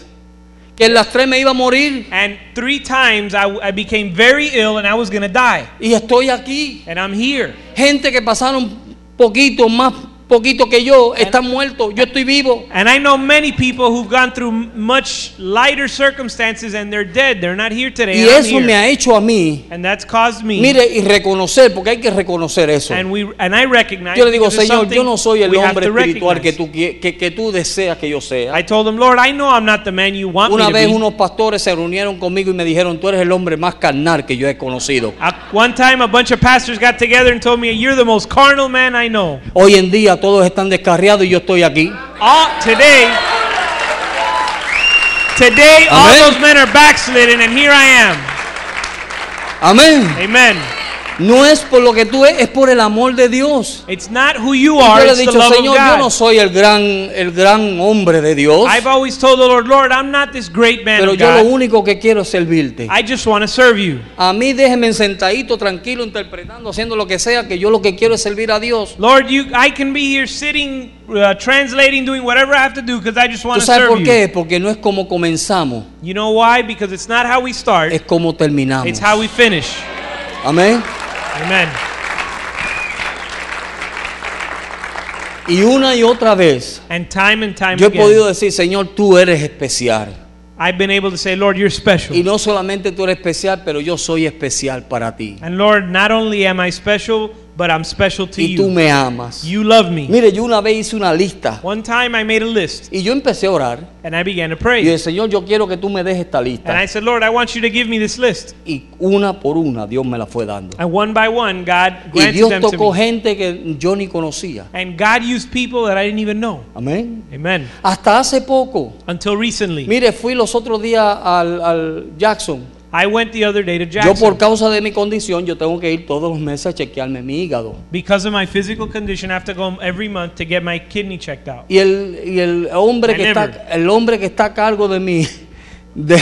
[SPEAKER 1] que en las tres me iba a morir
[SPEAKER 2] And three times I, I became very ill and I was going to die.
[SPEAKER 1] y estoy aquí.
[SPEAKER 2] And I'm here.
[SPEAKER 1] Gente que pasaron poquito, más poquito que yo, están muertos. Yo estoy vivo.
[SPEAKER 2] And I know many people who've gone through m- much lighter circumstances and they're dead. They're not here today.
[SPEAKER 1] Y
[SPEAKER 2] and I'm
[SPEAKER 1] eso
[SPEAKER 2] here.
[SPEAKER 1] me ha hecho a mí
[SPEAKER 2] and that's caused me.
[SPEAKER 1] Mire, y reconocer, porque hay que reconocer eso.
[SPEAKER 2] and we and I recognize.
[SPEAKER 1] Yo le digo,
[SPEAKER 2] because it's
[SPEAKER 1] Señor,
[SPEAKER 2] something
[SPEAKER 1] yo no soy el
[SPEAKER 2] we have
[SPEAKER 1] hombre
[SPEAKER 2] to
[SPEAKER 1] espiritual que
[SPEAKER 2] recognize."
[SPEAKER 1] tú, qui- que, que tú deseas que yo sea.
[SPEAKER 2] I told him, Lord, I know I'm not the man you want
[SPEAKER 1] Una
[SPEAKER 2] me to
[SPEAKER 1] vez
[SPEAKER 2] be.
[SPEAKER 1] unos pastores se reunieron conmigo y me dijeron, tú eres el hombre más carnal que yo he conocido.
[SPEAKER 2] I- one time, a bunch of pastors got together and told me, "You're the most carnal man I know."
[SPEAKER 1] Hoy en día todos están descarriados y yo estoy aquí.
[SPEAKER 2] Ah, today, today,
[SPEAKER 1] Amen.
[SPEAKER 2] all those men are backslidden, and here I am.
[SPEAKER 1] Amén.
[SPEAKER 2] Amen.
[SPEAKER 1] No es por lo que tú eres, es por el amor de Dios.
[SPEAKER 2] It's not who you
[SPEAKER 1] Y
[SPEAKER 2] are;
[SPEAKER 1] Yo le he
[SPEAKER 2] it's the
[SPEAKER 1] dicho,
[SPEAKER 2] love
[SPEAKER 1] Señor,
[SPEAKER 2] of
[SPEAKER 1] yo
[SPEAKER 2] God.
[SPEAKER 1] no soy el gran, el gran hombre de Dios,
[SPEAKER 2] I've always told the Lord, Lord, I'm not this great man
[SPEAKER 1] pero
[SPEAKER 2] of
[SPEAKER 1] yo lo
[SPEAKER 2] God.
[SPEAKER 1] único que quiero es servirte.
[SPEAKER 2] I just want to serve you.
[SPEAKER 1] A mí déjeme sentadito, tranquilo, interpretando, haciendo lo que sea, que yo lo que quiero es servir a Dios.
[SPEAKER 2] Lord, you, I can be here sitting, uh, translating, doing whatever I have to do because I just want
[SPEAKER 1] ¿Tú
[SPEAKER 2] to
[SPEAKER 1] sabes
[SPEAKER 2] serve
[SPEAKER 1] por
[SPEAKER 2] you.
[SPEAKER 1] qué? Porque no es como comenzamos,
[SPEAKER 2] You know why? Because it's not how we start,
[SPEAKER 1] es como terminamos.
[SPEAKER 2] it's how we finish.
[SPEAKER 1] Amén.
[SPEAKER 2] Amen.
[SPEAKER 1] Y una y otra vez
[SPEAKER 2] And time and time
[SPEAKER 1] yo he
[SPEAKER 2] again,
[SPEAKER 1] podido decir, Señor, tú eres especial.
[SPEAKER 2] I've been able to say, Lord, you're special.
[SPEAKER 1] Y no solamente tú eres especial, pero yo soy especial para ti.
[SPEAKER 2] And Lord, not only am I special, but I'm special to
[SPEAKER 1] Y tú
[SPEAKER 2] you.
[SPEAKER 1] me amas.
[SPEAKER 2] You love me.
[SPEAKER 1] Mire, yo una vez hice una lista
[SPEAKER 2] One time I made a list
[SPEAKER 1] y yo empecé a orar.
[SPEAKER 2] and I began to
[SPEAKER 1] Y
[SPEAKER 2] pray.
[SPEAKER 1] el Señor, yo quiero que tú me des esta
[SPEAKER 2] And
[SPEAKER 1] lista.
[SPEAKER 2] I said, Lord, I want you to give me this list.
[SPEAKER 1] Y una por una Dios me la fue dando.
[SPEAKER 2] And one by one, God
[SPEAKER 1] Y
[SPEAKER 2] granted
[SPEAKER 1] Dios
[SPEAKER 2] them to
[SPEAKER 1] tocó
[SPEAKER 2] me.
[SPEAKER 1] gente que yo ni conocía.
[SPEAKER 2] And God used people that I didn't even know.
[SPEAKER 1] Amén.
[SPEAKER 2] Amen.
[SPEAKER 1] Hasta hace poco.
[SPEAKER 2] Until recently.
[SPEAKER 1] Mire, fui los otros días al, al Jackson.
[SPEAKER 2] I went the other day to
[SPEAKER 1] Yo por
[SPEAKER 2] Jackson.
[SPEAKER 1] causa de mi condición, yo tengo que ir todos los meses a chequearme mi hígado.
[SPEAKER 2] Because of my physical condition, I have to go every month to get my kidney checked out.
[SPEAKER 1] Y el, y el hombre
[SPEAKER 2] I
[SPEAKER 1] que
[SPEAKER 2] never-
[SPEAKER 1] está el hombre que está a cargo de mi <laughs> de-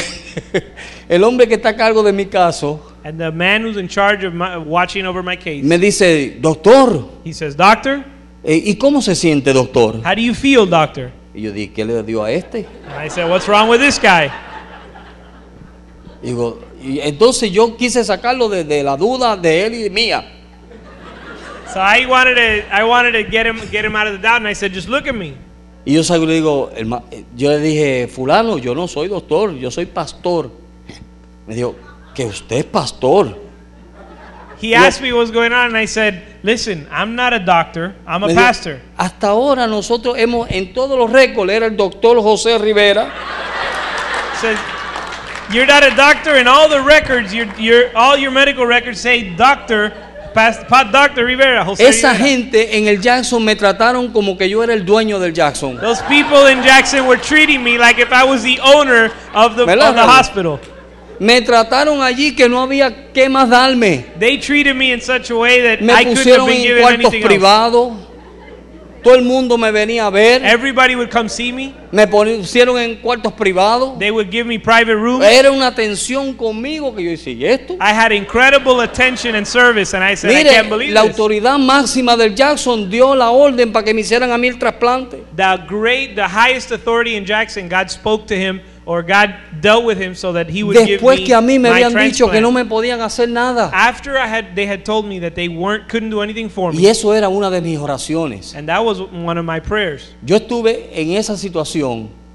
[SPEAKER 1] el hombre que está a cargo de mi caso
[SPEAKER 2] And the man who's in charge of my, watching over my case,
[SPEAKER 1] me dice, "Doctor,
[SPEAKER 2] he says, Doctor,
[SPEAKER 1] eh, ¿y cómo se siente, doctor?"
[SPEAKER 2] how do you feel, doctor?
[SPEAKER 1] Y yo dije, "¿Qué le dio a este?"
[SPEAKER 2] And I said, What's wrong with this guy?
[SPEAKER 1] Y digo, y entonces yo quise sacarlo de, de la duda de él y mía.
[SPEAKER 2] So I wanted to, I wanted to get him, get him out of the doubt, and I said, Just look at me.
[SPEAKER 1] Y yo salgo y le digo, "Herma- eh, yo le dije, fulano, yo no soy doctor, yo soy pastor. <laughs> Me dijo, que usted es pastor.
[SPEAKER 2] He asked me what's going on, and I said, Listen, I'm not a doctor, I'm
[SPEAKER 1] Me
[SPEAKER 2] a
[SPEAKER 1] dijo,
[SPEAKER 2] pastor.
[SPEAKER 1] Hasta ahora nosotros hemos, en todos los récords, era el doctor José Rivera.
[SPEAKER 2] He says, You're not a doctor, and all the records, your, your, all your medical records say Doctor, past, pa, Dr. Rivera, Jose
[SPEAKER 1] Esa
[SPEAKER 2] Rivera."
[SPEAKER 1] gente en el Jackson me trataron como que yo era el dueño del Jackson.
[SPEAKER 2] Those people in Jackson were treating me like if I was the owner of the, of
[SPEAKER 1] Melódromo.
[SPEAKER 2] the hospital.
[SPEAKER 1] Me trataron allí que no había qué más darme.
[SPEAKER 2] They treated me in such a way that
[SPEAKER 1] Me
[SPEAKER 2] I couldn't have
[SPEAKER 1] pusieron
[SPEAKER 2] been
[SPEAKER 1] en
[SPEAKER 2] given
[SPEAKER 1] cuartos
[SPEAKER 2] anything else.
[SPEAKER 1] privados. Todo el mundo me venía a ver.
[SPEAKER 2] Everybody would come see me.
[SPEAKER 1] Me poni- pusieron en cuartos privados.
[SPEAKER 2] They would give me private rooms.
[SPEAKER 1] Era una tensión conmigo que yo decía, ¿y esto?
[SPEAKER 2] I had incredible attention and service, and I said, I can't
[SPEAKER 1] Mire,
[SPEAKER 2] believe
[SPEAKER 1] la
[SPEAKER 2] this.
[SPEAKER 1] autoridad máxima del Jackson dio la orden para que me hicieran a mí el trasplante.
[SPEAKER 2] The great, the highest authority in Jackson, God spoke to him, or God dealt with him so that he would give
[SPEAKER 1] Después
[SPEAKER 2] me
[SPEAKER 1] que a mí me
[SPEAKER 2] my
[SPEAKER 1] habían dicho que
[SPEAKER 2] transplant.
[SPEAKER 1] no me podían hacer nada.
[SPEAKER 2] After I had, they had told me that they weren't, couldn't do anything for me,
[SPEAKER 1] Y eso era una de mis oraciones.
[SPEAKER 2] and that was one of my prayers.
[SPEAKER 1] Yo estuve en esa situación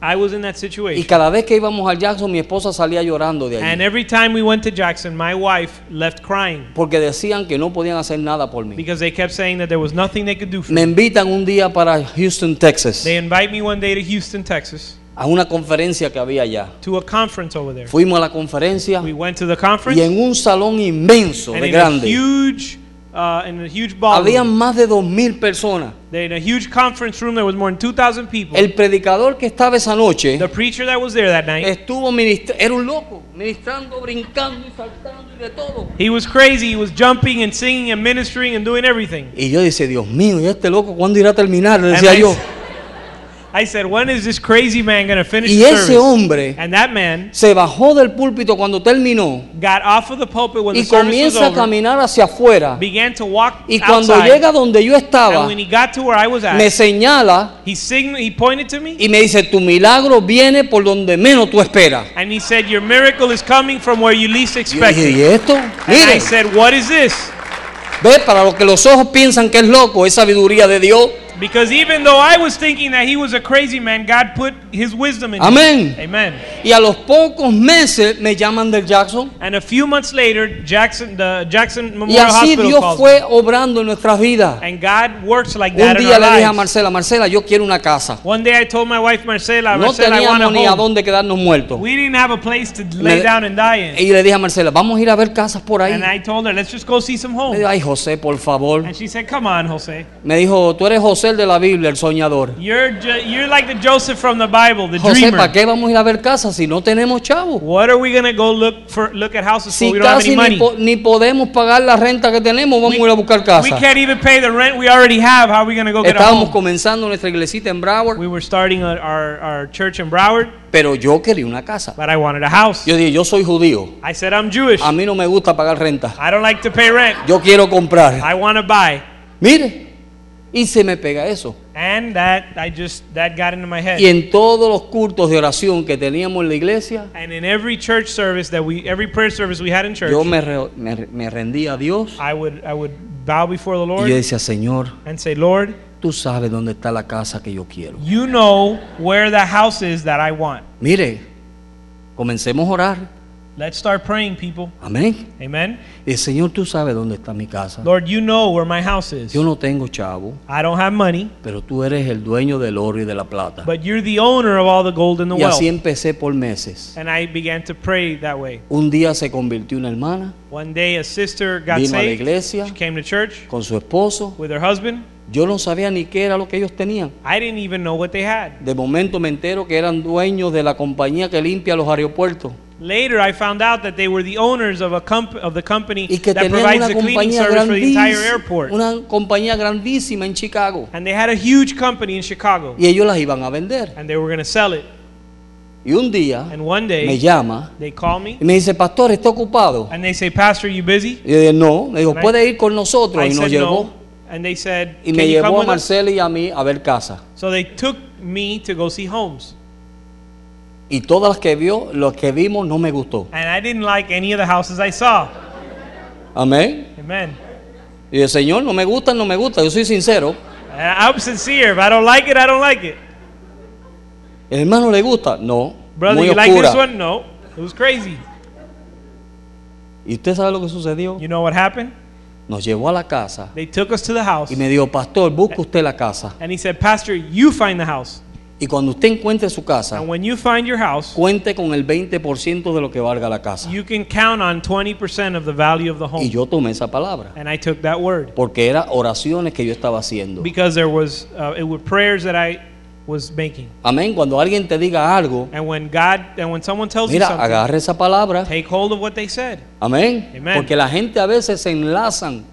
[SPEAKER 2] I was in that
[SPEAKER 1] y
[SPEAKER 2] situation.
[SPEAKER 1] cada vez que íbamos al Jackson mi esposa salía llorando de
[SPEAKER 2] And
[SPEAKER 1] allí.
[SPEAKER 2] every time we went to Jackson, my wife left crying
[SPEAKER 1] Porque decían que no podían hacer nada por mí.
[SPEAKER 2] because they kept saying that there was nothing they could do for
[SPEAKER 1] Me
[SPEAKER 2] me.
[SPEAKER 1] invitan un día para Houston, Texas,
[SPEAKER 2] They invite me one day to Houston, Texas,
[SPEAKER 1] a una conferencia que había allá.
[SPEAKER 2] to a conference over there.
[SPEAKER 1] Fuimos a la conferencia
[SPEAKER 2] We went to the
[SPEAKER 1] y
[SPEAKER 2] conference,
[SPEAKER 1] en un salón inmenso
[SPEAKER 2] and
[SPEAKER 1] de
[SPEAKER 2] in a
[SPEAKER 1] grande.
[SPEAKER 2] huge uh, in a huge
[SPEAKER 1] Habían
[SPEAKER 2] ballroom.
[SPEAKER 1] más de dos mil personas.
[SPEAKER 2] They in a huge conference room. There was more than 2,000 people.
[SPEAKER 1] El predicador que estaba esa noche
[SPEAKER 2] the preacher that was there that night,
[SPEAKER 1] estuvo ministrando, era un loco, ministrando, brincando y saltando y de todo.
[SPEAKER 2] he was crazy. He was jumping and singing and ministering and doing everything.
[SPEAKER 1] Y yo dice, Dios mío, ¿y este loco cuándo irá a terminar? Le
[SPEAKER 2] And
[SPEAKER 1] decía
[SPEAKER 2] I,
[SPEAKER 1] yo.
[SPEAKER 2] s- I said, when is this crazy man going to finish
[SPEAKER 1] Y
[SPEAKER 2] the
[SPEAKER 1] ese
[SPEAKER 2] service?
[SPEAKER 1] hombre
[SPEAKER 2] And that man
[SPEAKER 1] se bajó del púlpito cuando terminó
[SPEAKER 2] got off of the pulpit when the
[SPEAKER 1] y
[SPEAKER 2] service was
[SPEAKER 1] comienza a
[SPEAKER 2] over,
[SPEAKER 1] caminar hacia afuera.
[SPEAKER 2] began to walk
[SPEAKER 1] Y cuando
[SPEAKER 2] outside.
[SPEAKER 1] llega donde yo
[SPEAKER 2] and
[SPEAKER 1] estaba,
[SPEAKER 2] when he got to where I was at,
[SPEAKER 1] me señala
[SPEAKER 2] he signaled, he pointed to me,
[SPEAKER 1] y me dice, tu milagro viene por donde menos tú esperas.
[SPEAKER 2] and he said, "Your miracle is coming from where you least
[SPEAKER 1] Y yo
[SPEAKER 2] expect
[SPEAKER 1] dije, ¿y
[SPEAKER 2] it."
[SPEAKER 1] esto?
[SPEAKER 2] And I
[SPEAKER 1] Mire,
[SPEAKER 2] said, "What is this?"
[SPEAKER 1] ve, para lo que los ojos piensan que es loco, es sabiduría de Dios.
[SPEAKER 2] Because even though I was thinking that he was a crazy man, God put His wisdom in him.
[SPEAKER 1] Amén.
[SPEAKER 2] Amen.
[SPEAKER 1] Y a los pocos meses me llaman del Jackson.
[SPEAKER 2] And a few months later, Jackson, the Jackson
[SPEAKER 1] Y
[SPEAKER 2] Memorial
[SPEAKER 1] así
[SPEAKER 2] Hospital
[SPEAKER 1] Dios
[SPEAKER 2] calls me.
[SPEAKER 1] fue obrando en nuestras vidas.
[SPEAKER 2] And God works like
[SPEAKER 1] Un
[SPEAKER 2] that in
[SPEAKER 1] día
[SPEAKER 2] our
[SPEAKER 1] le dije a
[SPEAKER 2] lives.
[SPEAKER 1] Marcela, Marcela, yo quiero una casa.
[SPEAKER 2] One day I told my wife Marcela,
[SPEAKER 1] No
[SPEAKER 2] Marcela, I want a
[SPEAKER 1] teníamos ni a
[SPEAKER 2] home.
[SPEAKER 1] dónde quedarnos muertos.
[SPEAKER 2] We didn't have a place to lay
[SPEAKER 1] Me-
[SPEAKER 2] down and die in.
[SPEAKER 1] Y le dije a Marcela, vamos a ir a ver casas por ahí.
[SPEAKER 2] And I told her, let's just go see some
[SPEAKER 1] Me
[SPEAKER 2] homes.
[SPEAKER 1] dijo, ay José, por favor.
[SPEAKER 2] And she said, come on, Jose.
[SPEAKER 1] Me dijo, tú eres José el de la Biblia, el soñador.
[SPEAKER 2] You're, jo- you're like the Joseph from the Bible, the
[SPEAKER 1] José, ¿para
[SPEAKER 2] dreamer.
[SPEAKER 1] qué vamos a ir a ver casas si no tenemos chavo?
[SPEAKER 2] What are we going to go look for? Look at houses for?
[SPEAKER 1] Si
[SPEAKER 2] We don't have
[SPEAKER 1] casi ni,
[SPEAKER 2] any money.
[SPEAKER 1] po- ni podemos pagar la renta que tenemos, vamos a ir a buscar
[SPEAKER 2] We
[SPEAKER 1] casa.
[SPEAKER 2] can't even pay the rent we already have. How are we going to go get a
[SPEAKER 1] Estábamos
[SPEAKER 2] home?
[SPEAKER 1] comenzando nuestra iglesita en
[SPEAKER 2] We
[SPEAKER 1] Broward,
[SPEAKER 2] were starting our, our, our church in Broward,
[SPEAKER 1] pero yo quería una casa.
[SPEAKER 2] but I wanted a house.
[SPEAKER 1] Yo dije, yo soy judío.
[SPEAKER 2] I said, I'm Jewish.
[SPEAKER 1] A mí no me gusta pagar renta.
[SPEAKER 2] I don't like to pay rent.
[SPEAKER 1] Yo quiero comprar.
[SPEAKER 2] I want to buy.
[SPEAKER 1] Mire, y se me pega eso.
[SPEAKER 2] And that, I just, that got into my
[SPEAKER 1] Y
[SPEAKER 2] head.
[SPEAKER 1] en todos los cultos de oración que teníamos en la iglesia,
[SPEAKER 2] And in every church service that we, every prayer service we had in
[SPEAKER 1] yo
[SPEAKER 2] church,
[SPEAKER 1] me, re- me, me rendía a Dios
[SPEAKER 2] I would, I would bow before the
[SPEAKER 1] y yo
[SPEAKER 2] Lord
[SPEAKER 1] decía, Señor,
[SPEAKER 2] and say, Lord,
[SPEAKER 1] tú sabes dónde está la casa que yo quiero.
[SPEAKER 2] you know where the house is that I want.
[SPEAKER 1] Mire, comencemos a orar.
[SPEAKER 2] Let's start praying, people.
[SPEAKER 1] Amén.
[SPEAKER 2] Amen.
[SPEAKER 1] Y Señor, tú sabes dónde está mi casa.
[SPEAKER 2] Lord, you know where my house is.
[SPEAKER 1] Yo no tengo chavo,
[SPEAKER 2] I don't have money,
[SPEAKER 1] pero tú eres el dueño del oro y de la plata.
[SPEAKER 2] but you're the owner of all the gold in the
[SPEAKER 1] Y
[SPEAKER 2] wealth.
[SPEAKER 1] así empecé por meses.
[SPEAKER 2] And I began to pray that way.
[SPEAKER 1] Un día se convirtió una hermana
[SPEAKER 2] One day, a sister got
[SPEAKER 1] Vino a la
[SPEAKER 2] saved.
[SPEAKER 1] iglesia.
[SPEAKER 2] She came to church
[SPEAKER 1] con su esposo.
[SPEAKER 2] with her husband.
[SPEAKER 1] Yo no sabía ni qué era lo que ellos tenían.
[SPEAKER 2] I didn't even know what they had.
[SPEAKER 1] De momento me entero que eran dueños de la compañía que limpia los aeropuertos
[SPEAKER 2] Later, I found out that they were the owners of a comp- of the company
[SPEAKER 1] y que
[SPEAKER 2] that
[SPEAKER 1] tenían
[SPEAKER 2] provides
[SPEAKER 1] una
[SPEAKER 2] the cleaning
[SPEAKER 1] compañía
[SPEAKER 2] service for the entire
[SPEAKER 1] grandísima,
[SPEAKER 2] airport.
[SPEAKER 1] una compañía grandísima en Chicago
[SPEAKER 2] And they had a huge company in Chicago,
[SPEAKER 1] y ellos las iban a vender.
[SPEAKER 2] and they were going to sell it.
[SPEAKER 1] Y un día
[SPEAKER 2] And
[SPEAKER 1] me
[SPEAKER 2] one day,
[SPEAKER 1] llama
[SPEAKER 2] they call me
[SPEAKER 1] y me dice, "Pastor, está ocupado."
[SPEAKER 2] and they say, "Pastor, you busy?"
[SPEAKER 1] Y yo dije, "No." Me dijo,
[SPEAKER 2] And I-
[SPEAKER 1] "Puede ir con nosotros."
[SPEAKER 2] I
[SPEAKER 1] Y nos
[SPEAKER 2] said
[SPEAKER 1] llevó
[SPEAKER 2] no, and they said,
[SPEAKER 1] y
[SPEAKER 2] "Can
[SPEAKER 1] me
[SPEAKER 2] you
[SPEAKER 1] llevó
[SPEAKER 2] come
[SPEAKER 1] a
[SPEAKER 2] with us?"
[SPEAKER 1] Marcela y a mí a ver casa.
[SPEAKER 2] So they took me to go see homes,
[SPEAKER 1] Y todas las que vio, las que vimos no me gustó.
[SPEAKER 2] and I didn't like any of the houses I saw.
[SPEAKER 1] Amén.
[SPEAKER 2] Amen.
[SPEAKER 1] Y yo, "Señor, no me gusta, no me gusta." Yo soy sincero.
[SPEAKER 2] And I'm sincere. If I don't like it, I don't like it.
[SPEAKER 1] ¿El hermano le gusta? No.
[SPEAKER 2] Brother,
[SPEAKER 1] muy
[SPEAKER 2] you like this
[SPEAKER 1] oscura.
[SPEAKER 2] one? No. It was crazy.
[SPEAKER 1] ¿Y usted sabe lo que sucedió?
[SPEAKER 2] You know what happened?
[SPEAKER 1] Nos llevó a la casa
[SPEAKER 2] They took us to the house,
[SPEAKER 1] y me dijo, pastor, busque usted la casa.
[SPEAKER 2] and he said, "Pastor, you find the house,
[SPEAKER 1] Y cuando usted encuentre su casa,
[SPEAKER 2] and when you find your house,
[SPEAKER 1] cuente con el 20% de lo que valga la casa.
[SPEAKER 2] you can count on 20% of the value of the
[SPEAKER 1] Y
[SPEAKER 2] home."
[SPEAKER 1] yo tomé esa palabra,
[SPEAKER 2] And I took that word
[SPEAKER 1] porque eran oraciones que yo estaba haciendo.
[SPEAKER 2] because there was uh, it were prayers that I was making.
[SPEAKER 1] Amén, cuando alguien te diga algo,
[SPEAKER 2] And when God and when someone tells you
[SPEAKER 1] mira,
[SPEAKER 2] something,
[SPEAKER 1] agarre esa palabra.
[SPEAKER 2] take hold of what they said.
[SPEAKER 1] Amén.
[SPEAKER 2] Amen.
[SPEAKER 1] Porque la gente a veces se enlazan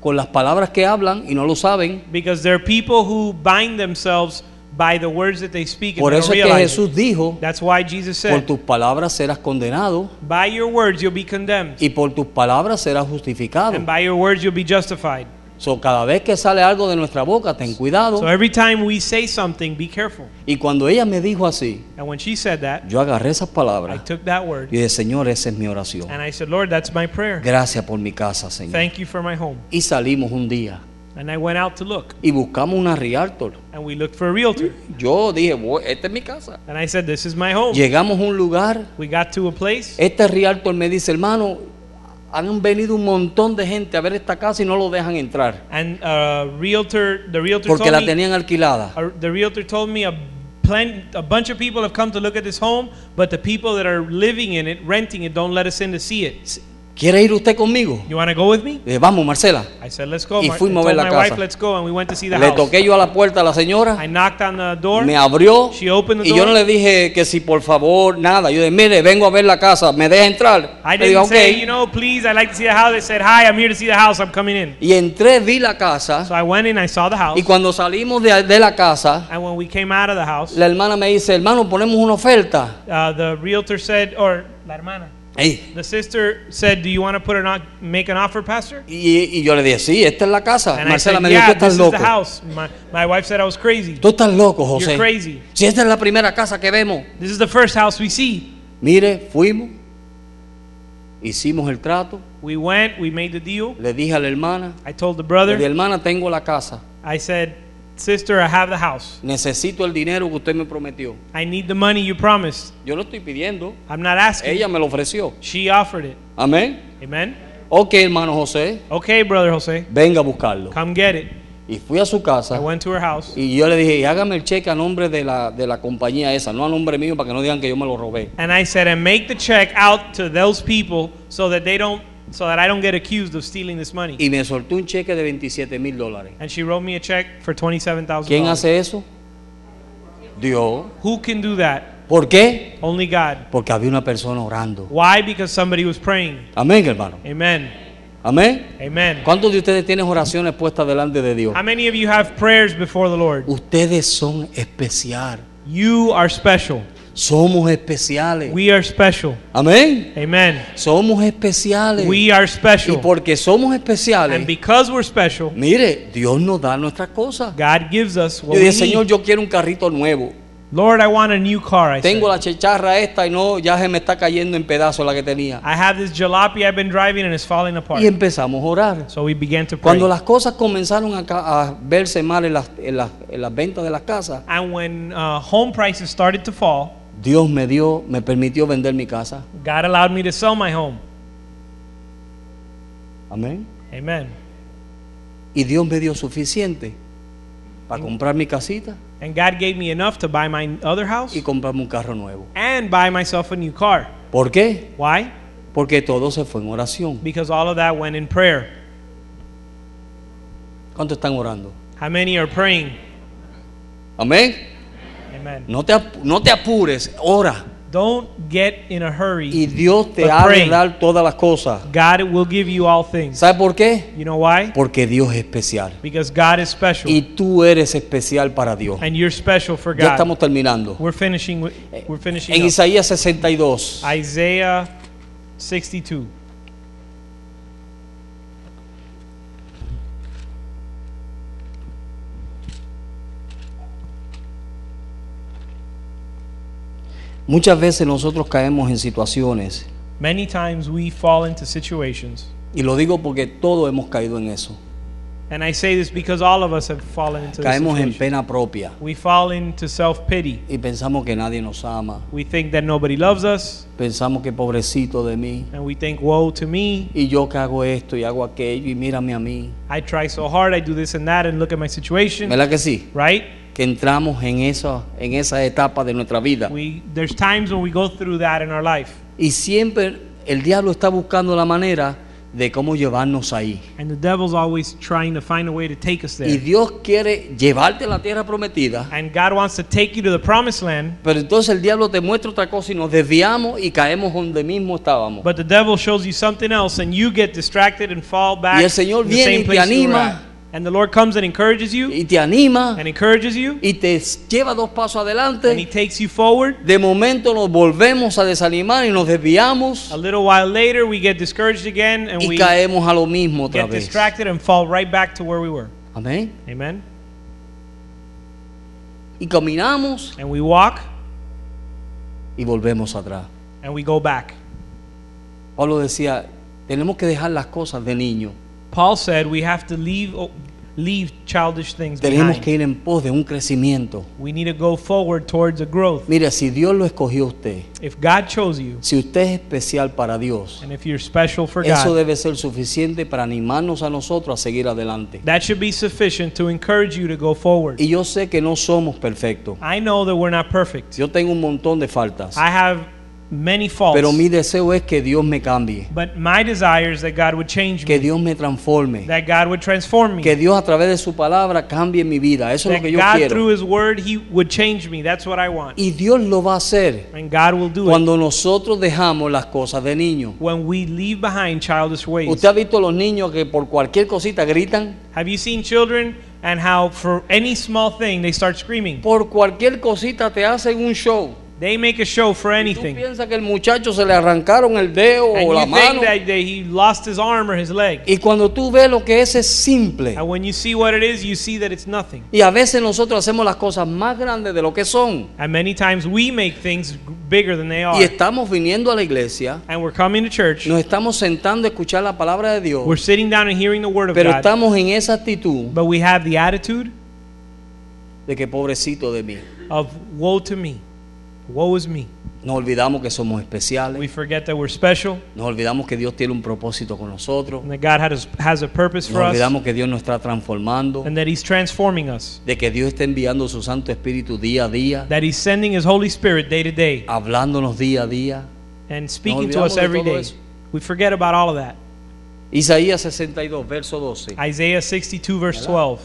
[SPEAKER 1] con las palabras que hablan y no lo saben.
[SPEAKER 2] Because there are people who bind themselves by the words that they speak and
[SPEAKER 1] Por
[SPEAKER 2] they
[SPEAKER 1] eso
[SPEAKER 2] don't
[SPEAKER 1] es que
[SPEAKER 2] realize it.
[SPEAKER 1] Jesús dijo,
[SPEAKER 2] That's why Jesus
[SPEAKER 1] por
[SPEAKER 2] said,
[SPEAKER 1] tus palabras serás condenado
[SPEAKER 2] by your words you'll be condemned,
[SPEAKER 1] y por tus palabras serás justificado.
[SPEAKER 2] and by your words you'll be justified.
[SPEAKER 1] So, cada vez que sale algo de nuestra boca, ten cuidado.
[SPEAKER 2] So every time we say something, be careful.
[SPEAKER 1] Y cuando ella me dijo así,
[SPEAKER 2] And when she said that,
[SPEAKER 1] yo agarré esas
[SPEAKER 2] I
[SPEAKER 1] palabras
[SPEAKER 2] took that
[SPEAKER 1] y
[SPEAKER 2] word
[SPEAKER 1] dije, Señor, esa es mi oración.
[SPEAKER 2] and I said, Lord, that's my prayer.
[SPEAKER 1] Gracias por mi casa, Señor.
[SPEAKER 2] Thank you for my home.
[SPEAKER 1] Y salimos un día
[SPEAKER 2] And I went out to look,
[SPEAKER 1] y buscamos una Rialtor.
[SPEAKER 2] and we looked for a realtor.
[SPEAKER 1] Yo dije, "Bu- esta es mi casa.
[SPEAKER 2] And I said, this is my home.
[SPEAKER 1] Llegamos a un lugar,
[SPEAKER 2] We got to a place,
[SPEAKER 1] este Rialtor me dice, hermano, han venido un montón de gente a ver esta casa y no lo dejan entrar
[SPEAKER 2] and uh, realtor, the realtor
[SPEAKER 1] porque
[SPEAKER 2] told
[SPEAKER 1] la
[SPEAKER 2] me,
[SPEAKER 1] tenían alquilada.
[SPEAKER 2] A- The realtor told me a plan, a bunch of people have come to look at this home, but the people that are living in it, renting it, don't let us in to see it.
[SPEAKER 1] ¿Quiere ir usted conmigo?
[SPEAKER 2] You want to go with me?
[SPEAKER 1] Le dije, vamos, Marcela.
[SPEAKER 2] I said, let's go.
[SPEAKER 1] Y
[SPEAKER 2] Mar- I
[SPEAKER 1] fuimos a
[SPEAKER 2] told
[SPEAKER 1] ver la
[SPEAKER 2] my
[SPEAKER 1] casa.
[SPEAKER 2] wife, let's go, and we went to see the
[SPEAKER 1] Le
[SPEAKER 2] house.
[SPEAKER 1] toqué yo a la puerta a la señora,
[SPEAKER 2] I knocked on the door.
[SPEAKER 1] me abrió
[SPEAKER 2] She opened the
[SPEAKER 1] y yo no
[SPEAKER 2] door.
[SPEAKER 1] le dije que si por favor, nada. Yo dije, mire, vengo a ver la casa, me deja entrar.
[SPEAKER 2] I
[SPEAKER 1] Le
[SPEAKER 2] didn't
[SPEAKER 1] dije,
[SPEAKER 2] say, you
[SPEAKER 1] ok.
[SPEAKER 2] know, please, I'd like to see the house. They said, hi, I'm here to see the house. I'm coming in.
[SPEAKER 1] Y entré, vi la casa
[SPEAKER 2] So I went in, I saw the house.
[SPEAKER 1] y cuando salimos de, de la casa,
[SPEAKER 2] And when we came out of the house,
[SPEAKER 1] la hermana me dice, hermano, ponemos una oferta.
[SPEAKER 2] uh, the realtor said, or la hermana,
[SPEAKER 1] Ey,
[SPEAKER 2] the sister said, do you want to put an o- make an offer, pastor?
[SPEAKER 1] Y, y yo le dije, sí, esta es la casa.
[SPEAKER 2] And
[SPEAKER 1] Ah,
[SPEAKER 2] I
[SPEAKER 1] Marcela
[SPEAKER 2] said,
[SPEAKER 1] me dijo, tú estás
[SPEAKER 2] yeah, this is the
[SPEAKER 1] loco.
[SPEAKER 2] house. My, my wife said I was crazy.
[SPEAKER 1] Tú estás loco, José.
[SPEAKER 2] You're crazy.
[SPEAKER 1] Si esta es la primera casa que vemos.
[SPEAKER 2] This is the first house we see.
[SPEAKER 1] Mire, fuimos, hicimos el trato,
[SPEAKER 2] We went, we made the deal.
[SPEAKER 1] le dije a la hermana,
[SPEAKER 2] I told the
[SPEAKER 1] le dije,
[SPEAKER 2] brother,
[SPEAKER 1] hermana, tengo la casa,
[SPEAKER 2] I said, sister, I have the house.
[SPEAKER 1] necesito el dinero que usted me prometió.
[SPEAKER 2] I need the money you promised.
[SPEAKER 1] Yo lo estoy pidiendo,
[SPEAKER 2] I'm not asking.
[SPEAKER 1] ella me lo ofreció.
[SPEAKER 2] She offered it.
[SPEAKER 1] Amén.
[SPEAKER 2] Amen.
[SPEAKER 1] Ok, hermano José,
[SPEAKER 2] Okay, brother Jose,
[SPEAKER 1] venga a buscarlo.
[SPEAKER 2] come get it.
[SPEAKER 1] Y fui a su
[SPEAKER 2] I
[SPEAKER 1] casa
[SPEAKER 2] went to her house
[SPEAKER 1] y yo le dije, "Y hágame el cheque a nombre de la, de la compañía esa, no a nombre mío para que no digan que yo me lo robé.
[SPEAKER 2] and I said, and make the check out to those people so that they don't, so that I don't get accused of stealing this money.
[SPEAKER 1] Y me soltó un cheque de 27 mil dólares.
[SPEAKER 2] And she wrote me a check for twenty-seven thousand
[SPEAKER 1] ¿Quién
[SPEAKER 2] dollars.
[SPEAKER 1] hace eso? Dios.
[SPEAKER 2] Who can do that?
[SPEAKER 1] ¿Por qué?
[SPEAKER 2] Only God.
[SPEAKER 1] Porque había una persona orando.
[SPEAKER 2] Why? Because somebody was praying.
[SPEAKER 1] Amén, hermano.
[SPEAKER 2] Amen.
[SPEAKER 1] Amén.
[SPEAKER 2] Amen.
[SPEAKER 1] ¿Cuántos de ustedes tienen oraciones puestas delante de Dios?
[SPEAKER 2] How many of you have prayers before the Lord?
[SPEAKER 1] Ustedes son especial.
[SPEAKER 2] You are special.
[SPEAKER 1] Somos especiales.
[SPEAKER 2] We are special.
[SPEAKER 1] Amén.
[SPEAKER 2] Amen.
[SPEAKER 1] Somos especiales.
[SPEAKER 2] We are
[SPEAKER 1] Y
[SPEAKER 2] special.
[SPEAKER 1] porque somos
[SPEAKER 2] And
[SPEAKER 1] especiales,
[SPEAKER 2] because we're special,
[SPEAKER 1] mire, Dios nos da nuestras cosas.
[SPEAKER 2] God gives us
[SPEAKER 1] Yo
[SPEAKER 2] what we
[SPEAKER 1] dije, Señor,
[SPEAKER 2] need.
[SPEAKER 1] yo quiero un carrito nuevo.
[SPEAKER 2] Lord, I want a new car. I said.
[SPEAKER 1] Tengo la chicharra esta y no, ya se me está cayendo en pedazos la que tenía.
[SPEAKER 2] I have this jalopy I've been driving and it's falling apart.
[SPEAKER 1] Y empezamos a orar.
[SPEAKER 2] So we began to pray.
[SPEAKER 1] Cuando las cosas comenzaron a, ca- a verse mal en las, en las- en las ventas de las casas,
[SPEAKER 2] And when uh, home prices started to fall,
[SPEAKER 1] Dios me dio, me permitió vender mi casa.
[SPEAKER 2] God allowed me to sell my home.
[SPEAKER 1] Amén.
[SPEAKER 2] Amen.
[SPEAKER 1] Y Dios me dio suficiente para comprar mi casita
[SPEAKER 2] And God gave me enough to buy my other house
[SPEAKER 1] y comprarme un carro nuevo.
[SPEAKER 2] and buy myself a new car.
[SPEAKER 1] ¿Por qué?
[SPEAKER 2] Why?
[SPEAKER 1] Porque todo se fue en oración.
[SPEAKER 2] Because all of that went in prayer.
[SPEAKER 1] ¿Cuántos están orando?
[SPEAKER 2] How many are praying?
[SPEAKER 1] Amén.
[SPEAKER 2] Amen.
[SPEAKER 1] No te, ap- no te apures, ora.
[SPEAKER 2] Don't get in a
[SPEAKER 1] Y
[SPEAKER 2] hurry.
[SPEAKER 1] Dios te
[SPEAKER 2] But
[SPEAKER 1] ha de
[SPEAKER 2] pray.
[SPEAKER 1] dar todas las cosas.
[SPEAKER 2] God will give you all things.
[SPEAKER 1] ¿Sabe por qué?
[SPEAKER 2] You know why?
[SPEAKER 1] Porque Dios es especial.
[SPEAKER 2] Because God is
[SPEAKER 1] Y
[SPEAKER 2] special
[SPEAKER 1] tú eres especial para Dios.
[SPEAKER 2] and you're special for
[SPEAKER 1] Ya
[SPEAKER 2] God.
[SPEAKER 1] estamos terminando.
[SPEAKER 2] We're finishing with, we're
[SPEAKER 1] En
[SPEAKER 2] finishing up.
[SPEAKER 1] Isaías 62.
[SPEAKER 2] Isaiah 62.
[SPEAKER 1] Muchas veces nosotros caemos en situaciones,
[SPEAKER 2] Many times we fall into situations,
[SPEAKER 1] y lo digo porque todos hemos caído en eso.
[SPEAKER 2] and I say this because all of us have fallen into this
[SPEAKER 1] Caemos en
[SPEAKER 2] situation.
[SPEAKER 1] pena propia
[SPEAKER 2] We fall into self-pity.
[SPEAKER 1] y pensamos que nadie nos ama.
[SPEAKER 2] We think that nobody loves us,
[SPEAKER 1] Pensamos que pobrecito de mí.
[SPEAKER 2] and we think, woe to me.
[SPEAKER 1] Y yo que hago esto y hago aquello y mírame a mí.
[SPEAKER 2] I try so hard, I do this and that, and look at my situation,
[SPEAKER 1] ¿Verdad que sí?
[SPEAKER 2] right?
[SPEAKER 1] Que entramos en esa, en esa etapa de nuestra vida.
[SPEAKER 2] We, there's times when we go through that in our life,
[SPEAKER 1] Y siempre el diablo está buscando la manera de cómo llevarnos ahí.
[SPEAKER 2] and the devil's always trying to find a way to take us
[SPEAKER 1] Y
[SPEAKER 2] there.
[SPEAKER 1] Dios quiere llevarte a la tierra prometida.
[SPEAKER 2] And God wants to take you to the promised land,
[SPEAKER 1] Pero entonces el diablo te muestra otra cosa y nos desviamos y caemos donde mismo estábamos.
[SPEAKER 2] but the devil shows you something else, and you get distracted and fall back
[SPEAKER 1] Y el Señor
[SPEAKER 2] in the
[SPEAKER 1] viene
[SPEAKER 2] same
[SPEAKER 1] y te
[SPEAKER 2] place you were
[SPEAKER 1] anima.
[SPEAKER 2] at. And the Lord comes and encourages you,
[SPEAKER 1] y te anima
[SPEAKER 2] and encourages you
[SPEAKER 1] y te lleva dos pasos
[SPEAKER 2] and he
[SPEAKER 1] adelante.
[SPEAKER 2] takes you forward
[SPEAKER 1] De momento nos volvemos a desanimar y nos desviamos
[SPEAKER 2] a little while later we get discouraged again and
[SPEAKER 1] y
[SPEAKER 2] we
[SPEAKER 1] caemos a lo mismo otra
[SPEAKER 2] get
[SPEAKER 1] vez.
[SPEAKER 2] distracted and fall right back to where we were
[SPEAKER 1] Amén.
[SPEAKER 2] amen
[SPEAKER 1] Y caminamos
[SPEAKER 2] and we walk
[SPEAKER 1] y volvemos atrás.
[SPEAKER 2] and we go back
[SPEAKER 1] Pablo decía, tenemos que dejar las cosas de niño.
[SPEAKER 2] paul said we have to leave oh, leave childish things
[SPEAKER 1] Tenemos
[SPEAKER 2] behind
[SPEAKER 1] que ir en pos de un crecimiento.
[SPEAKER 2] we need to go forward towards a growth
[SPEAKER 1] Mira, si Dios lo escogió a usted,
[SPEAKER 2] if god chose you
[SPEAKER 1] si usted es especial para Dios,
[SPEAKER 2] and if you're special for
[SPEAKER 1] eso
[SPEAKER 2] god
[SPEAKER 1] debe ser suficiente para animarnos a nosotros a seguir adelante.
[SPEAKER 2] that should be sufficient to encourage you to go forward
[SPEAKER 1] Y yo sé que no somos perfectos.
[SPEAKER 2] i know that we're not perfect
[SPEAKER 1] Yo tengo un montón de faltas.
[SPEAKER 2] i have many faults.
[SPEAKER 1] Pero mi deseo es que Dios me cambie,
[SPEAKER 2] but my desire is that God would change
[SPEAKER 1] que
[SPEAKER 2] me,
[SPEAKER 1] Dios me transforme,
[SPEAKER 2] that God would transform me,
[SPEAKER 1] que Dios a través de su palabra cambie mi vida. Eso es lo
[SPEAKER 2] that
[SPEAKER 1] que yo
[SPEAKER 2] God through
[SPEAKER 1] quiero.
[SPEAKER 2] His Word He would change me. That's what I want,
[SPEAKER 1] Y Dios lo va a hacer
[SPEAKER 2] and God will do it
[SPEAKER 1] cuando nosotros dejamos las cosas de niño.
[SPEAKER 2] when we leave behind childish ways.
[SPEAKER 1] ¿Usted ha visto a los niños que por cualquier cosita gritan?
[SPEAKER 2] Have you seen children and how for any small thing they start screaming?
[SPEAKER 1] Por cualquier cosita te hacen un show.
[SPEAKER 2] They make a show for
[SPEAKER 1] Y tú
[SPEAKER 2] anything,
[SPEAKER 1] piensas que el muchacho se le arrancaron el dedo
[SPEAKER 2] and
[SPEAKER 1] o Oh, la
[SPEAKER 2] you
[SPEAKER 1] mano.
[SPEAKER 2] think that, that he lost his arm or his leg.
[SPEAKER 1] Y cuando tú ves lo que es es simple.
[SPEAKER 2] And when you see what it is, you see that it's nothing.
[SPEAKER 1] Y a veces nosotros hacemos las cosas más grandes de lo que son.
[SPEAKER 2] And many times we make things bigger than they are.
[SPEAKER 1] Y estamos viniendo a la iglesia,
[SPEAKER 2] And we're coming to church.
[SPEAKER 1] nos estamos sentando a escuchar la palabra de
[SPEAKER 2] We're
[SPEAKER 1] Dios,
[SPEAKER 2] sitting down and hearing the word of
[SPEAKER 1] pero
[SPEAKER 2] God.
[SPEAKER 1] estamos en esa actitud
[SPEAKER 2] But we have the attitude
[SPEAKER 1] de que pobrecito de mí.
[SPEAKER 2] of woe to me. Woe is me.
[SPEAKER 1] Nos olvidamos que somos
[SPEAKER 2] We
[SPEAKER 1] especiales,
[SPEAKER 2] forget that we're special
[SPEAKER 1] nos olvidamos que Dios tiene un propósito con nosotros,
[SPEAKER 2] and that God has, has a purpose
[SPEAKER 1] nos
[SPEAKER 2] for us
[SPEAKER 1] olvidamos que Dios nos está transformando,
[SPEAKER 2] and that he's transforming us.
[SPEAKER 1] de que Dios está enviando su Santo Espíritu día a día,
[SPEAKER 2] That he's sending his Holy Spirit day to day
[SPEAKER 1] hablándonos día a día.
[SPEAKER 2] and speaking to
[SPEAKER 1] olvidamos
[SPEAKER 2] us
[SPEAKER 1] de
[SPEAKER 2] every
[SPEAKER 1] todo
[SPEAKER 2] day.
[SPEAKER 1] eso.
[SPEAKER 2] We forget about all of that.
[SPEAKER 1] Isaías 62, verso 12.
[SPEAKER 2] Isaiah 62 verse 12.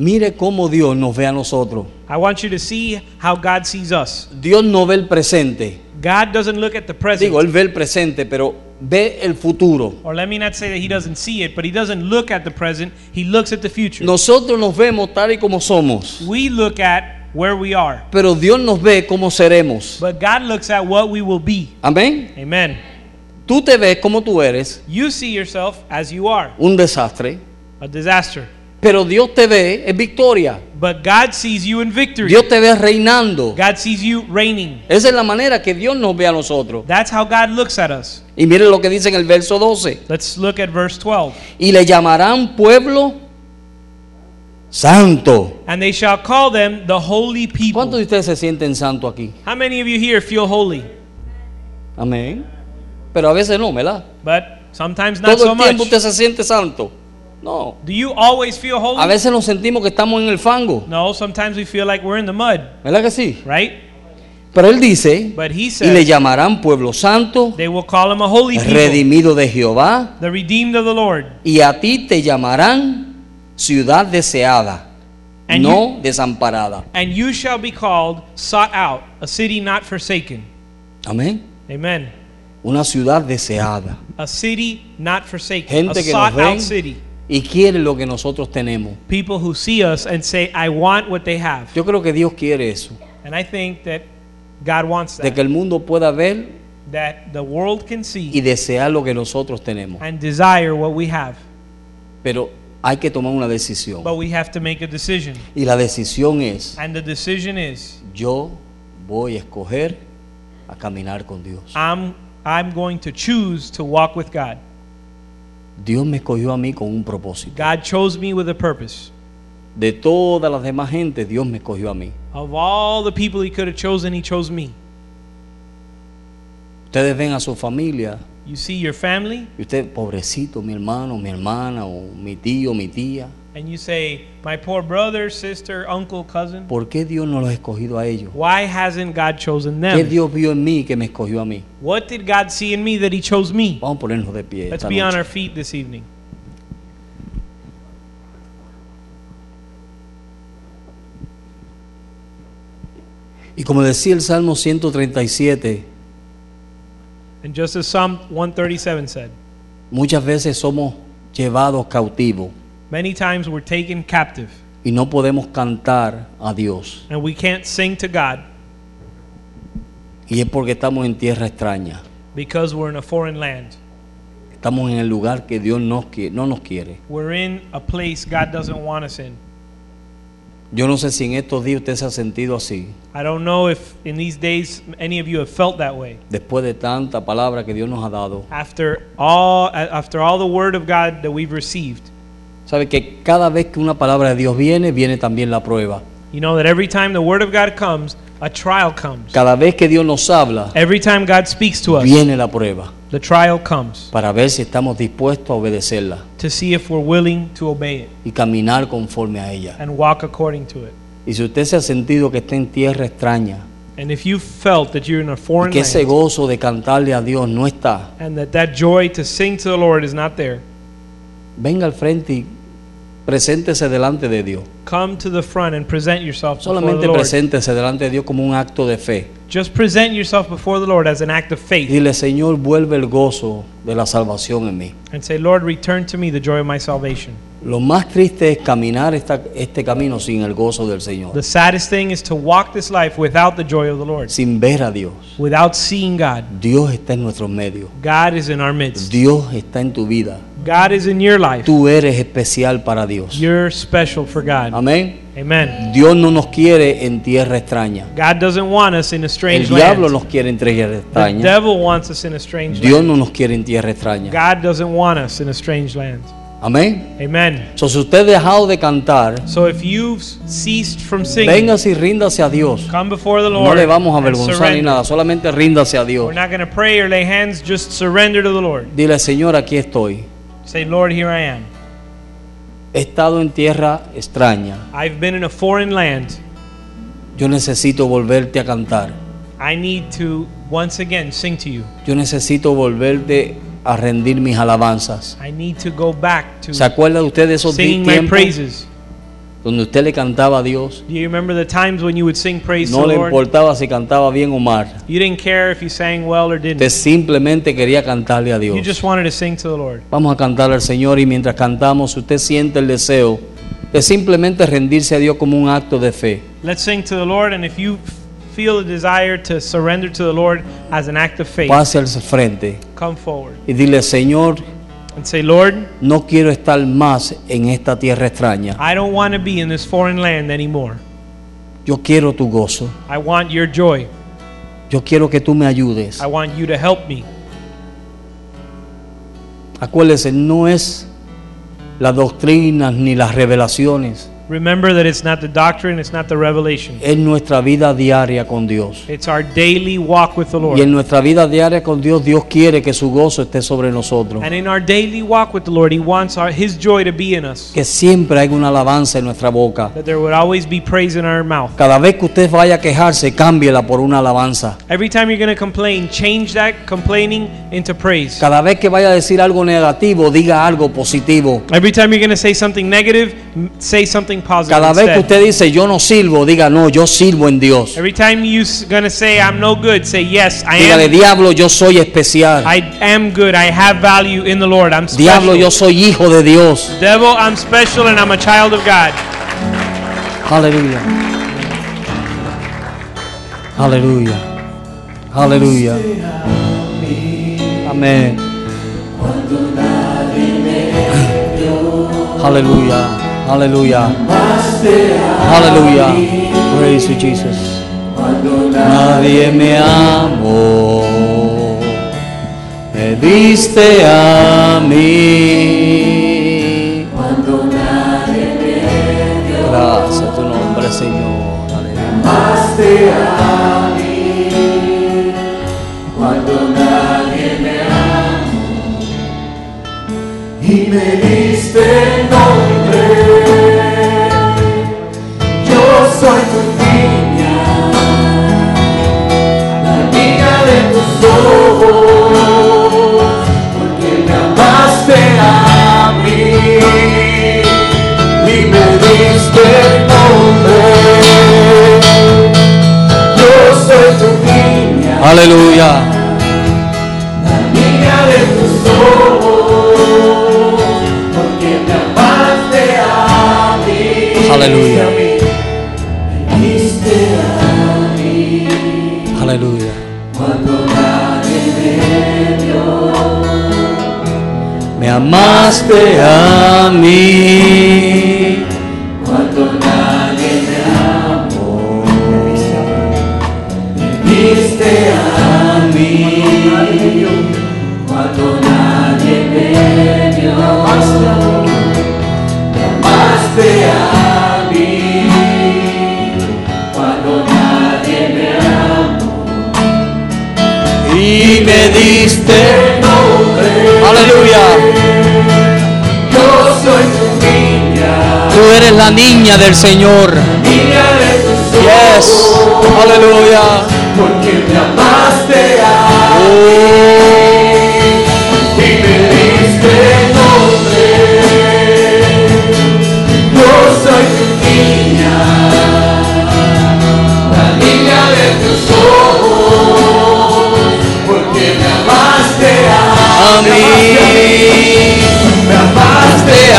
[SPEAKER 1] Mire cómo Dios nos ve a nosotros.
[SPEAKER 2] I want you to see how God sees us.
[SPEAKER 1] Dios no ve el presente.
[SPEAKER 2] God doesn't look at the
[SPEAKER 1] Digo,
[SPEAKER 2] present.
[SPEAKER 1] Él ve el presente, pero ve el futuro.
[SPEAKER 2] Or let me not say that he doesn't see it, but he doesn't look at the present. He looks at the future.
[SPEAKER 1] Nosotros nos vemos tal y como somos,
[SPEAKER 2] We look at where we are.
[SPEAKER 1] pero Dios nos ve como seremos.
[SPEAKER 2] But God looks at what we will be.
[SPEAKER 1] Amén.
[SPEAKER 2] Amen.
[SPEAKER 1] Tú te ves como tú eres,
[SPEAKER 2] You see yourself as you are,
[SPEAKER 1] un desastre,
[SPEAKER 2] a disaster.
[SPEAKER 1] pero Dios te ve en victoria.
[SPEAKER 2] But God sees you in victory.
[SPEAKER 1] Dios te ve reinando.
[SPEAKER 2] God sees you reigning.
[SPEAKER 1] Esa es la manera que Dios nos ve a nosotros.
[SPEAKER 2] That's how God looks at us.
[SPEAKER 1] Y mire lo que dice en el verso 12.
[SPEAKER 2] Let's look at verse 12.
[SPEAKER 1] Y le llamarán pueblo santo.
[SPEAKER 2] And they shall call them the holy
[SPEAKER 1] ¿Cuántos
[SPEAKER 2] people.
[SPEAKER 1] de ustedes se sienten santo aquí?
[SPEAKER 2] How many of you here feel holy?
[SPEAKER 1] Amén. Pero a veces no, ¿verdad?
[SPEAKER 2] But sometimes not
[SPEAKER 1] Todo
[SPEAKER 2] so
[SPEAKER 1] el tiempo
[SPEAKER 2] much.
[SPEAKER 1] usted se siente santo. No.
[SPEAKER 2] Do you always feel
[SPEAKER 1] A
[SPEAKER 2] holy?
[SPEAKER 1] veces nos sentimos que estamos en el fango.
[SPEAKER 2] No, sometimes we feel like we're in the mud,
[SPEAKER 1] ¿Verdad que sí?
[SPEAKER 2] right?
[SPEAKER 1] Pero él dice,
[SPEAKER 2] But he
[SPEAKER 1] y le
[SPEAKER 2] says
[SPEAKER 1] llamarán pueblo santo,
[SPEAKER 2] they will call him a holy people,
[SPEAKER 1] redimido de Jehová,
[SPEAKER 2] the redeemed of the Lord.
[SPEAKER 1] y a ti te llamarán ciudad deseada,
[SPEAKER 2] And
[SPEAKER 1] no desamparada.
[SPEAKER 2] And you shall be called sought out, a city not forsaken.
[SPEAKER 1] Amén.
[SPEAKER 2] Amen.
[SPEAKER 1] Una ciudad deseada.
[SPEAKER 2] A city not forsaken.
[SPEAKER 1] Gente
[SPEAKER 2] a
[SPEAKER 1] que nos
[SPEAKER 2] sought out
[SPEAKER 1] ve
[SPEAKER 2] city.
[SPEAKER 1] y quiere lo que nosotros tenemos.
[SPEAKER 2] People who see us and say, I want what they have.
[SPEAKER 1] Yo creo que Dios quiere eso,
[SPEAKER 2] And I think that God wants
[SPEAKER 1] de
[SPEAKER 2] that.
[SPEAKER 1] que el mundo pueda ver
[SPEAKER 2] that the world can
[SPEAKER 1] y
[SPEAKER 2] see
[SPEAKER 1] desear lo que nosotros tenemos.
[SPEAKER 2] and desire what we have.
[SPEAKER 1] Pero hay que tomar una decisión.
[SPEAKER 2] But we have to make a decision.
[SPEAKER 1] Y la decisión es,
[SPEAKER 2] And the decision is
[SPEAKER 1] yo voy a escoger a caminar con Dios.
[SPEAKER 2] I'm I'm going to choose to walk with God.
[SPEAKER 1] Dios me escogió a mí con un propósito.
[SPEAKER 2] God chose me with a purpose.
[SPEAKER 1] De todas las demás gente, Dios me escogió a mí.
[SPEAKER 2] Of all the people he could have chosen, he chose me.
[SPEAKER 1] Ustedes ven a su familia
[SPEAKER 2] You see your family,
[SPEAKER 1] y usted, pobrecito, mi hermano, mi hermana, o mi tío, mi tía.
[SPEAKER 2] and you say, My poor brother, sister, uncle, cousin,
[SPEAKER 1] ¿Por qué Dios no los ha escogido a ellos?
[SPEAKER 2] why hasn't God chosen
[SPEAKER 1] ¿Qué
[SPEAKER 2] them?
[SPEAKER 1] Dios vio en mí que me escogió a mí?
[SPEAKER 2] What did God see in me that He chose me?
[SPEAKER 1] Vamos a ponernos de pie.
[SPEAKER 2] Let's
[SPEAKER 1] Esta
[SPEAKER 2] be on
[SPEAKER 1] noche.
[SPEAKER 2] our feet this evening.
[SPEAKER 1] Y como decía el Salmo 137,
[SPEAKER 2] And just as Psalm 137 said,
[SPEAKER 1] muchas veces somos llevados cautivos
[SPEAKER 2] many times we're taken captive
[SPEAKER 1] y no podemos cantar a Dios.
[SPEAKER 2] and we can't sing to God
[SPEAKER 1] Y es porque estamos en tierra extraña.
[SPEAKER 2] because we're in a foreign land.
[SPEAKER 1] Estamos en el lugar que Dios nos qui- no nos quiere.
[SPEAKER 2] We're in a place God doesn't want us in.
[SPEAKER 1] Yo no sé si en estos días usted se ha sentido así,
[SPEAKER 2] I don't know if in these days any of you have felt that way.
[SPEAKER 1] después de tanta palabra que Dios nos ha dado.
[SPEAKER 2] After all, after all the word of God that we've received,
[SPEAKER 1] Sabe que cada vez que una palabra de Dios viene, viene también la prueba.
[SPEAKER 2] You know that every time the word of God comes, a trial comes.
[SPEAKER 1] Cada vez que Dios nos habla,
[SPEAKER 2] Every time God speaks to us,
[SPEAKER 1] viene la prueba
[SPEAKER 2] the trial comes
[SPEAKER 1] para ver si estamos dispuestos a obedecerla
[SPEAKER 2] to see if we're willing to obey it
[SPEAKER 1] y caminar conforme a ella.
[SPEAKER 2] and walk according to it.
[SPEAKER 1] Y si usted se ha sentido que está en tierra extraña,
[SPEAKER 2] And if you felt that you're in a
[SPEAKER 1] y
[SPEAKER 2] foreign
[SPEAKER 1] que ese
[SPEAKER 2] land
[SPEAKER 1] gozo de cantarle a Dios no está,
[SPEAKER 2] and that that joy to sing to the Lord is not there,
[SPEAKER 1] venga al frente y preséntese delante de Dios.
[SPEAKER 2] come to the front and present yourself before the
[SPEAKER 1] Solamente
[SPEAKER 2] Lord.
[SPEAKER 1] preséntese delante de Dios como un acto de fe.
[SPEAKER 2] Just present yourself before the Lord as an act of
[SPEAKER 1] Y
[SPEAKER 2] faith
[SPEAKER 1] dile, Señor, vuelve el gozo de la salvación en mí.
[SPEAKER 2] and say, Lord, return to me the joy of my salvation.
[SPEAKER 1] Lo más triste es caminar esta- este camino sin el gozo del Señor,
[SPEAKER 2] The saddest thing is to walk this life without the joy of the Lord,
[SPEAKER 1] sin ver a Dios.
[SPEAKER 2] without seeing God.
[SPEAKER 1] Dios está en nuestros medios.
[SPEAKER 2] God is in our midst.
[SPEAKER 1] Dios está en tu vida.
[SPEAKER 2] God is in your life.
[SPEAKER 1] Tú eres especial para Dios.
[SPEAKER 2] You're special for God.
[SPEAKER 1] Amén.
[SPEAKER 2] Amen.
[SPEAKER 1] Dios no nos quiere en tierra extraña.
[SPEAKER 2] God doesn't want us in a
[SPEAKER 1] El
[SPEAKER 2] strange
[SPEAKER 1] diablo
[SPEAKER 2] land.
[SPEAKER 1] nos quiere en tierra
[SPEAKER 2] The
[SPEAKER 1] extraña.
[SPEAKER 2] devil wants us in a strange
[SPEAKER 1] Dios
[SPEAKER 2] land.
[SPEAKER 1] no nos quiere en tierra extraña.
[SPEAKER 2] God doesn't want us in a strange land.
[SPEAKER 1] Amén.
[SPEAKER 2] Amen.
[SPEAKER 1] So, si usted ha dejado de cantar,
[SPEAKER 2] So if you've ceased from singing,
[SPEAKER 1] véngase y ríndase a Dios.
[SPEAKER 2] come before the
[SPEAKER 1] No
[SPEAKER 2] Lord.
[SPEAKER 1] le vamos a
[SPEAKER 2] and
[SPEAKER 1] avergonzar ni
[SPEAKER 2] surrender.
[SPEAKER 1] nada, solamente ríndase a
[SPEAKER 2] We're
[SPEAKER 1] Dios.
[SPEAKER 2] not going to pray or lay hands, just surrender to the Lord.
[SPEAKER 1] Dile, Señor, aquí estoy.
[SPEAKER 2] Say, Lord, here I am.
[SPEAKER 1] He estado en tierra extraña.
[SPEAKER 2] I've been in a foreign land.
[SPEAKER 1] Yo necesito volverte a cantar.
[SPEAKER 2] I need to once again sing to you.
[SPEAKER 1] Yo necesito volverte a rendir mis alabanzas.
[SPEAKER 2] I need to go back
[SPEAKER 1] ¿Se
[SPEAKER 2] to
[SPEAKER 1] acuerda usted de esos di-
[SPEAKER 2] singing my
[SPEAKER 1] tiempos
[SPEAKER 2] praises.
[SPEAKER 1] donde usted le cantaba a Dios?
[SPEAKER 2] Do you remember the times when you would sing praise
[SPEAKER 1] No
[SPEAKER 2] to
[SPEAKER 1] le
[SPEAKER 2] the Lord?
[SPEAKER 1] importaba si cantaba bien o mal.
[SPEAKER 2] You didn't care if you sang well or didn't.
[SPEAKER 1] Usted simplemente quería cantarle a
[SPEAKER 2] You
[SPEAKER 1] Dios.
[SPEAKER 2] just wanted to sing to the Lord.
[SPEAKER 1] Vamos a cantar al Señor y mientras cantamos, si usted siente el deseo de simplemente rendirse a Dios como un acto de fe.
[SPEAKER 2] Let's sing to the Lord, and if you f- feel a desire to surrender to the Lord as an act of faith,
[SPEAKER 1] Pase al frente
[SPEAKER 2] come forward
[SPEAKER 1] y dile, Señor,
[SPEAKER 2] and say, Lord,
[SPEAKER 1] no quiero estar más en esta tierra extraña.
[SPEAKER 2] I don't want to be in this foreign land anymore.
[SPEAKER 1] Yo quiero tu gozo.
[SPEAKER 2] I want your joy.
[SPEAKER 1] Yo quiero que tú me ayudes.
[SPEAKER 2] I want you to help me.
[SPEAKER 1] Acuérdese, no es las doctrinas ni las revelaciones.
[SPEAKER 2] Remember that it's not the doctrine, it's not the revelation.
[SPEAKER 1] en nuestra vida diaria con Dios.
[SPEAKER 2] It's our daily walk with the
[SPEAKER 1] Y en
[SPEAKER 2] Lord.
[SPEAKER 1] nuestra vida diaria con Dios, Dios quiere que su gozo esté sobre nosotros.
[SPEAKER 2] And in our daily walk with the Lord, He wants our, His joy to be in us.
[SPEAKER 1] Que siempre haya una alabanza en nuestra boca.
[SPEAKER 2] That there would always be praise in our mouth.
[SPEAKER 1] Cada vez que usted vaya a quejarse, cámbiela por una alabanza.
[SPEAKER 2] Every time you're going to complain, change that complaining into praise.
[SPEAKER 1] Cada vez que vaya a decir algo negativo, diga algo positivo.
[SPEAKER 2] Every time you're going to say something negative, m- say something positive.
[SPEAKER 1] Cada vez que
[SPEAKER 2] instead.
[SPEAKER 1] usted dice yo no sirvo, diga no, yo sirvo en Dios.
[SPEAKER 2] Every time you're going to say, I'm no good, say, Yes, I
[SPEAKER 1] Dígale,
[SPEAKER 2] am.
[SPEAKER 1] diablo, yo soy especial.
[SPEAKER 2] I am good. I have value in the Lord. I'm special.
[SPEAKER 1] Diablo, yo soy hijo de Dios.
[SPEAKER 2] Devil, I'm special and I'm a child of God.
[SPEAKER 1] Aleluya. Aleluya. Aleluya. Amén. Aleluya. Aleluya. Aleluya. Praise you, Jesus. Nadie me amó. Me diste a mí. Gracias a tu nombre, Señor. Aleluya.
[SPEAKER 3] y me diste nombre. Yo soy tu niña, la niña de tus ojos, porque me amaste a mí y me diste nombre. Yo soy tu niña.
[SPEAKER 1] Aleluya.
[SPEAKER 3] Niña de tus ojos, porque me amaste a mí.
[SPEAKER 1] Aleluya.
[SPEAKER 3] Me diste a mí
[SPEAKER 1] Aleluya.
[SPEAKER 3] cuando nadie me vio.
[SPEAKER 1] Me amaste a mí.
[SPEAKER 3] Cuando nadie me amó. Me diste a mí cuando nadie me vio. Me amaste a mí cuando nadie me amó.
[SPEAKER 1] Y me diste.
[SPEAKER 3] Te nombré.
[SPEAKER 1] Aleluya.
[SPEAKER 3] Yo soy tu niña,
[SPEAKER 1] Tú eres la niña del Señor.
[SPEAKER 3] niña de
[SPEAKER 1] Yes. Aleluya.
[SPEAKER 3] porque me amaste a y me diste nombre. Yo soy tu niña, la niña de tus ojos, porque me amaste a
[SPEAKER 1] A mí.
[SPEAKER 3] me amaste a me amaste a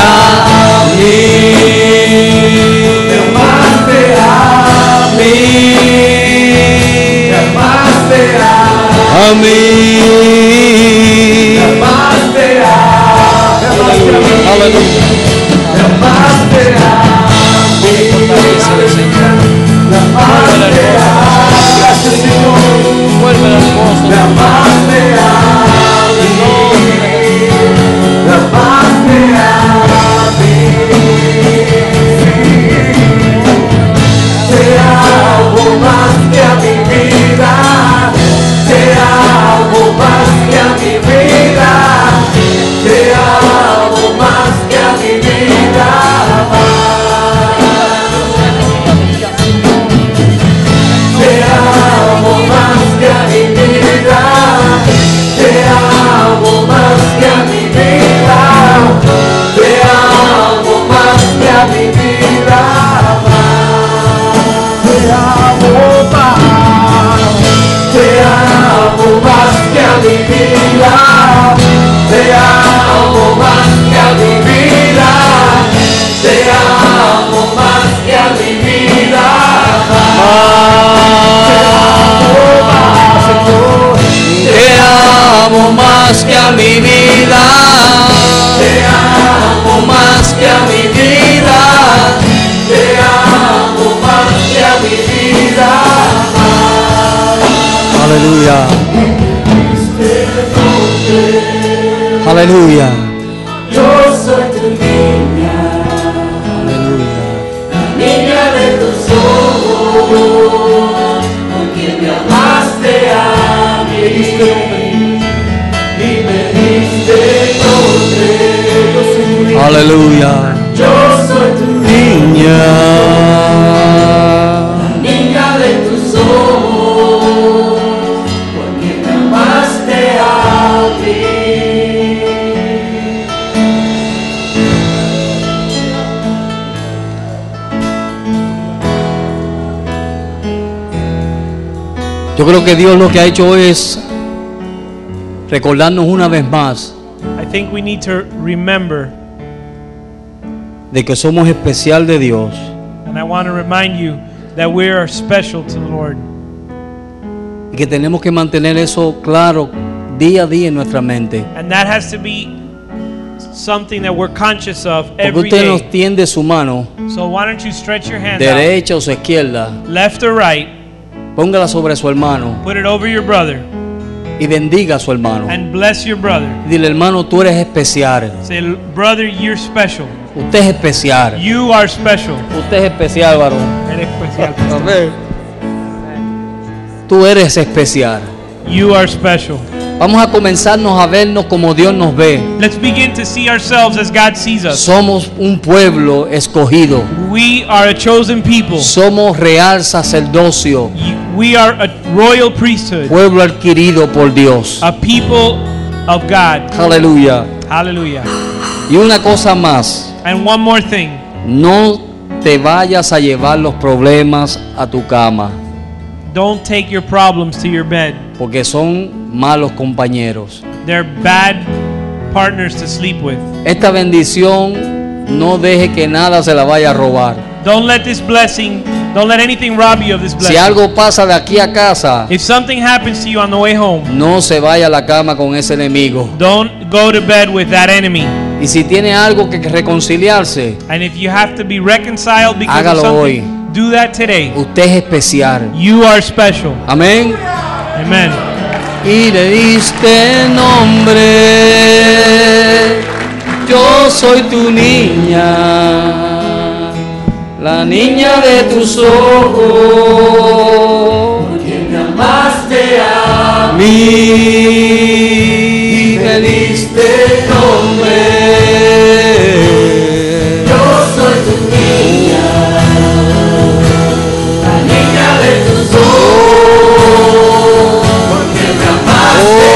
[SPEAKER 3] me amaste a
[SPEAKER 1] A mí.
[SPEAKER 3] amaste a
[SPEAKER 1] Aleluya.
[SPEAKER 3] amaste
[SPEAKER 1] Gracias, Señor. Vuelve al esposo. Te amo más que a mi vida. Te amo más que a mi vida. Aleluya. Aleluya.
[SPEAKER 3] Yo soy tu niña,
[SPEAKER 1] Aleluya.
[SPEAKER 3] la niña de tus ojos, porque me amaste a mí y me diste nombre.
[SPEAKER 1] Aleluya.
[SPEAKER 3] Yo soy tu niña,
[SPEAKER 1] Niña.
[SPEAKER 3] niña de tus ojos, porque me amaste a mí.
[SPEAKER 1] Yo creo que Dios lo que ha hecho hoy es recordarnos una vez más
[SPEAKER 2] I think we need to remember,
[SPEAKER 1] de que somos especial de Dios,
[SPEAKER 2] and I want to remind you that we are special to the Lord.
[SPEAKER 1] y que tenemos que mantener eso claro día a día en nuestra mente.
[SPEAKER 2] And that has to be something that we're conscious of
[SPEAKER 1] Porque
[SPEAKER 2] every
[SPEAKER 1] usted nos
[SPEAKER 2] day.
[SPEAKER 1] tiende su mano,
[SPEAKER 2] So why don't you stretch your hand out,
[SPEAKER 1] derecha o su izquierda,
[SPEAKER 2] left or right,
[SPEAKER 1] póngala sobre su hermano
[SPEAKER 2] put it over your brother,
[SPEAKER 1] y bendiga a su hermano.
[SPEAKER 2] and bless your brother.
[SPEAKER 1] Dile, hermano, tú eres especial.
[SPEAKER 2] Say, brother, you're special.
[SPEAKER 1] Usted es especial.
[SPEAKER 2] You are special.
[SPEAKER 1] Usted es especial, varón. Tú eres especial.
[SPEAKER 2] You are special.
[SPEAKER 1] Vamos a comenzarnos a vernos como Dios nos ve.
[SPEAKER 2] Let's begin to see ourselves as God sees us.
[SPEAKER 1] Somos un pueblo escogido.
[SPEAKER 2] We are a chosen people.
[SPEAKER 1] Somos real sacerdocio,
[SPEAKER 2] We are a royal priesthood,
[SPEAKER 1] pueblo adquirido por Dios.
[SPEAKER 2] a people of God.
[SPEAKER 1] Aleluya.
[SPEAKER 2] Hallelujah.
[SPEAKER 1] Y una cosa más,
[SPEAKER 2] And one more thing.
[SPEAKER 1] no te vayas a llevar los problemas a tu cama,
[SPEAKER 2] Don't take your problems to your bed.
[SPEAKER 1] porque son malos compañeros.
[SPEAKER 2] They're bad partners to sleep with.
[SPEAKER 1] Esta bendición no deje que nada se la vaya a robar.
[SPEAKER 2] Don't let this blessing, don't let anything rob you of this
[SPEAKER 1] Si
[SPEAKER 2] blessing.
[SPEAKER 1] algo pasa de aquí a casa,
[SPEAKER 2] If something happens to you on the way home,
[SPEAKER 1] no se vaya a la cama con ese enemigo.
[SPEAKER 2] don't go to bed with that enemy.
[SPEAKER 1] Y si tiene algo que reconciliarse,
[SPEAKER 2] And if you have to be reconciled because of
[SPEAKER 1] Hágalo
[SPEAKER 2] something, do that today.
[SPEAKER 1] usted es especial.
[SPEAKER 2] You are special.
[SPEAKER 1] Amén.
[SPEAKER 2] Amen.
[SPEAKER 1] y le diste nombre. Yo soy tu niña, la niña de tus ojos.
[SPEAKER 3] Porque me amaste a
[SPEAKER 1] A mí me diste nombre.
[SPEAKER 3] Yo soy tu niña, la niña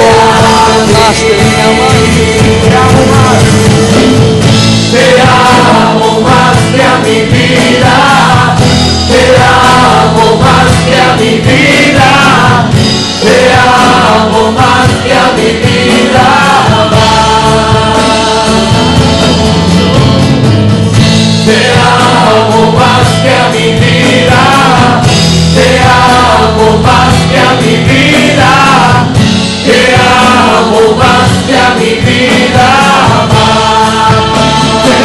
[SPEAKER 1] amaste, me amaste.
[SPEAKER 3] Te amo más que a mi vida, te amo más que a mi vida, te amo más que a mi vida. Te amo más que a mi vida, te amo más que a mi vida, te amo más que a mi vida. Te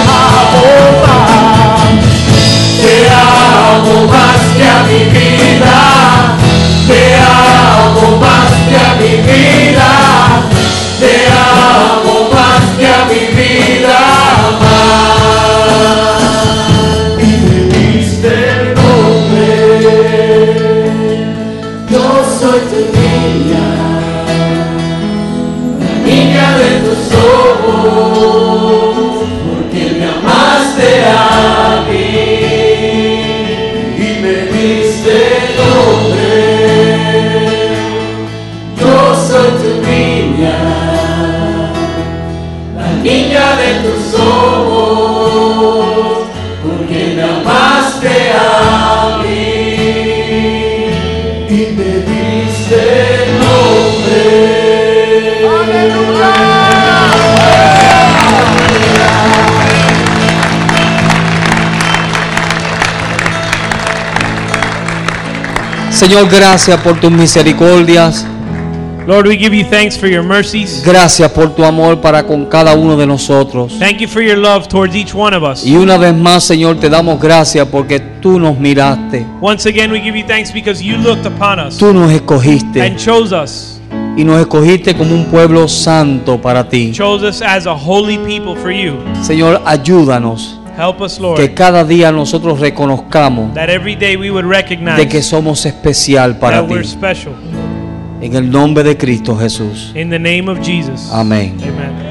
[SPEAKER 3] amo más que a mi vida, te amo más que a mi vida, te amo más que a mi vida más. Y me diste nombre, yo soy tu niña, la niña de tus ojos, porque me amaste a mí y me diste nombre. Yo soy tu niña, la niña de tus ojos, porque me amaste a mí y me diste nombre.
[SPEAKER 1] Señor, gracias por tus misericordias.
[SPEAKER 2] Lord, we give you thanks for your mercies.
[SPEAKER 1] Gracias por tu amor para con cada uno de nosotros.
[SPEAKER 2] Thank you for your love towards each one of us.
[SPEAKER 1] Y una vez más, Señor, te damos gracias porque tú nos miraste,
[SPEAKER 2] Once again, we give you thanks because you looked upon us
[SPEAKER 1] tú nos escogiste
[SPEAKER 2] and chose us,
[SPEAKER 1] y nos escogiste como un pueblo santo para ti.
[SPEAKER 2] chose us as a holy people for you.
[SPEAKER 1] Señor, ayúdanos
[SPEAKER 2] Help us,
[SPEAKER 1] que
[SPEAKER 2] Lord,
[SPEAKER 1] cada día nosotros reconozcamos
[SPEAKER 2] that every day we would
[SPEAKER 1] de que
[SPEAKER 2] recognize
[SPEAKER 1] somos especial para
[SPEAKER 2] that
[SPEAKER 1] ti.
[SPEAKER 2] we're special.
[SPEAKER 1] En el nombre de Cristo Jesús.
[SPEAKER 2] In the name of Jesus.
[SPEAKER 1] Amén.
[SPEAKER 2] Amen.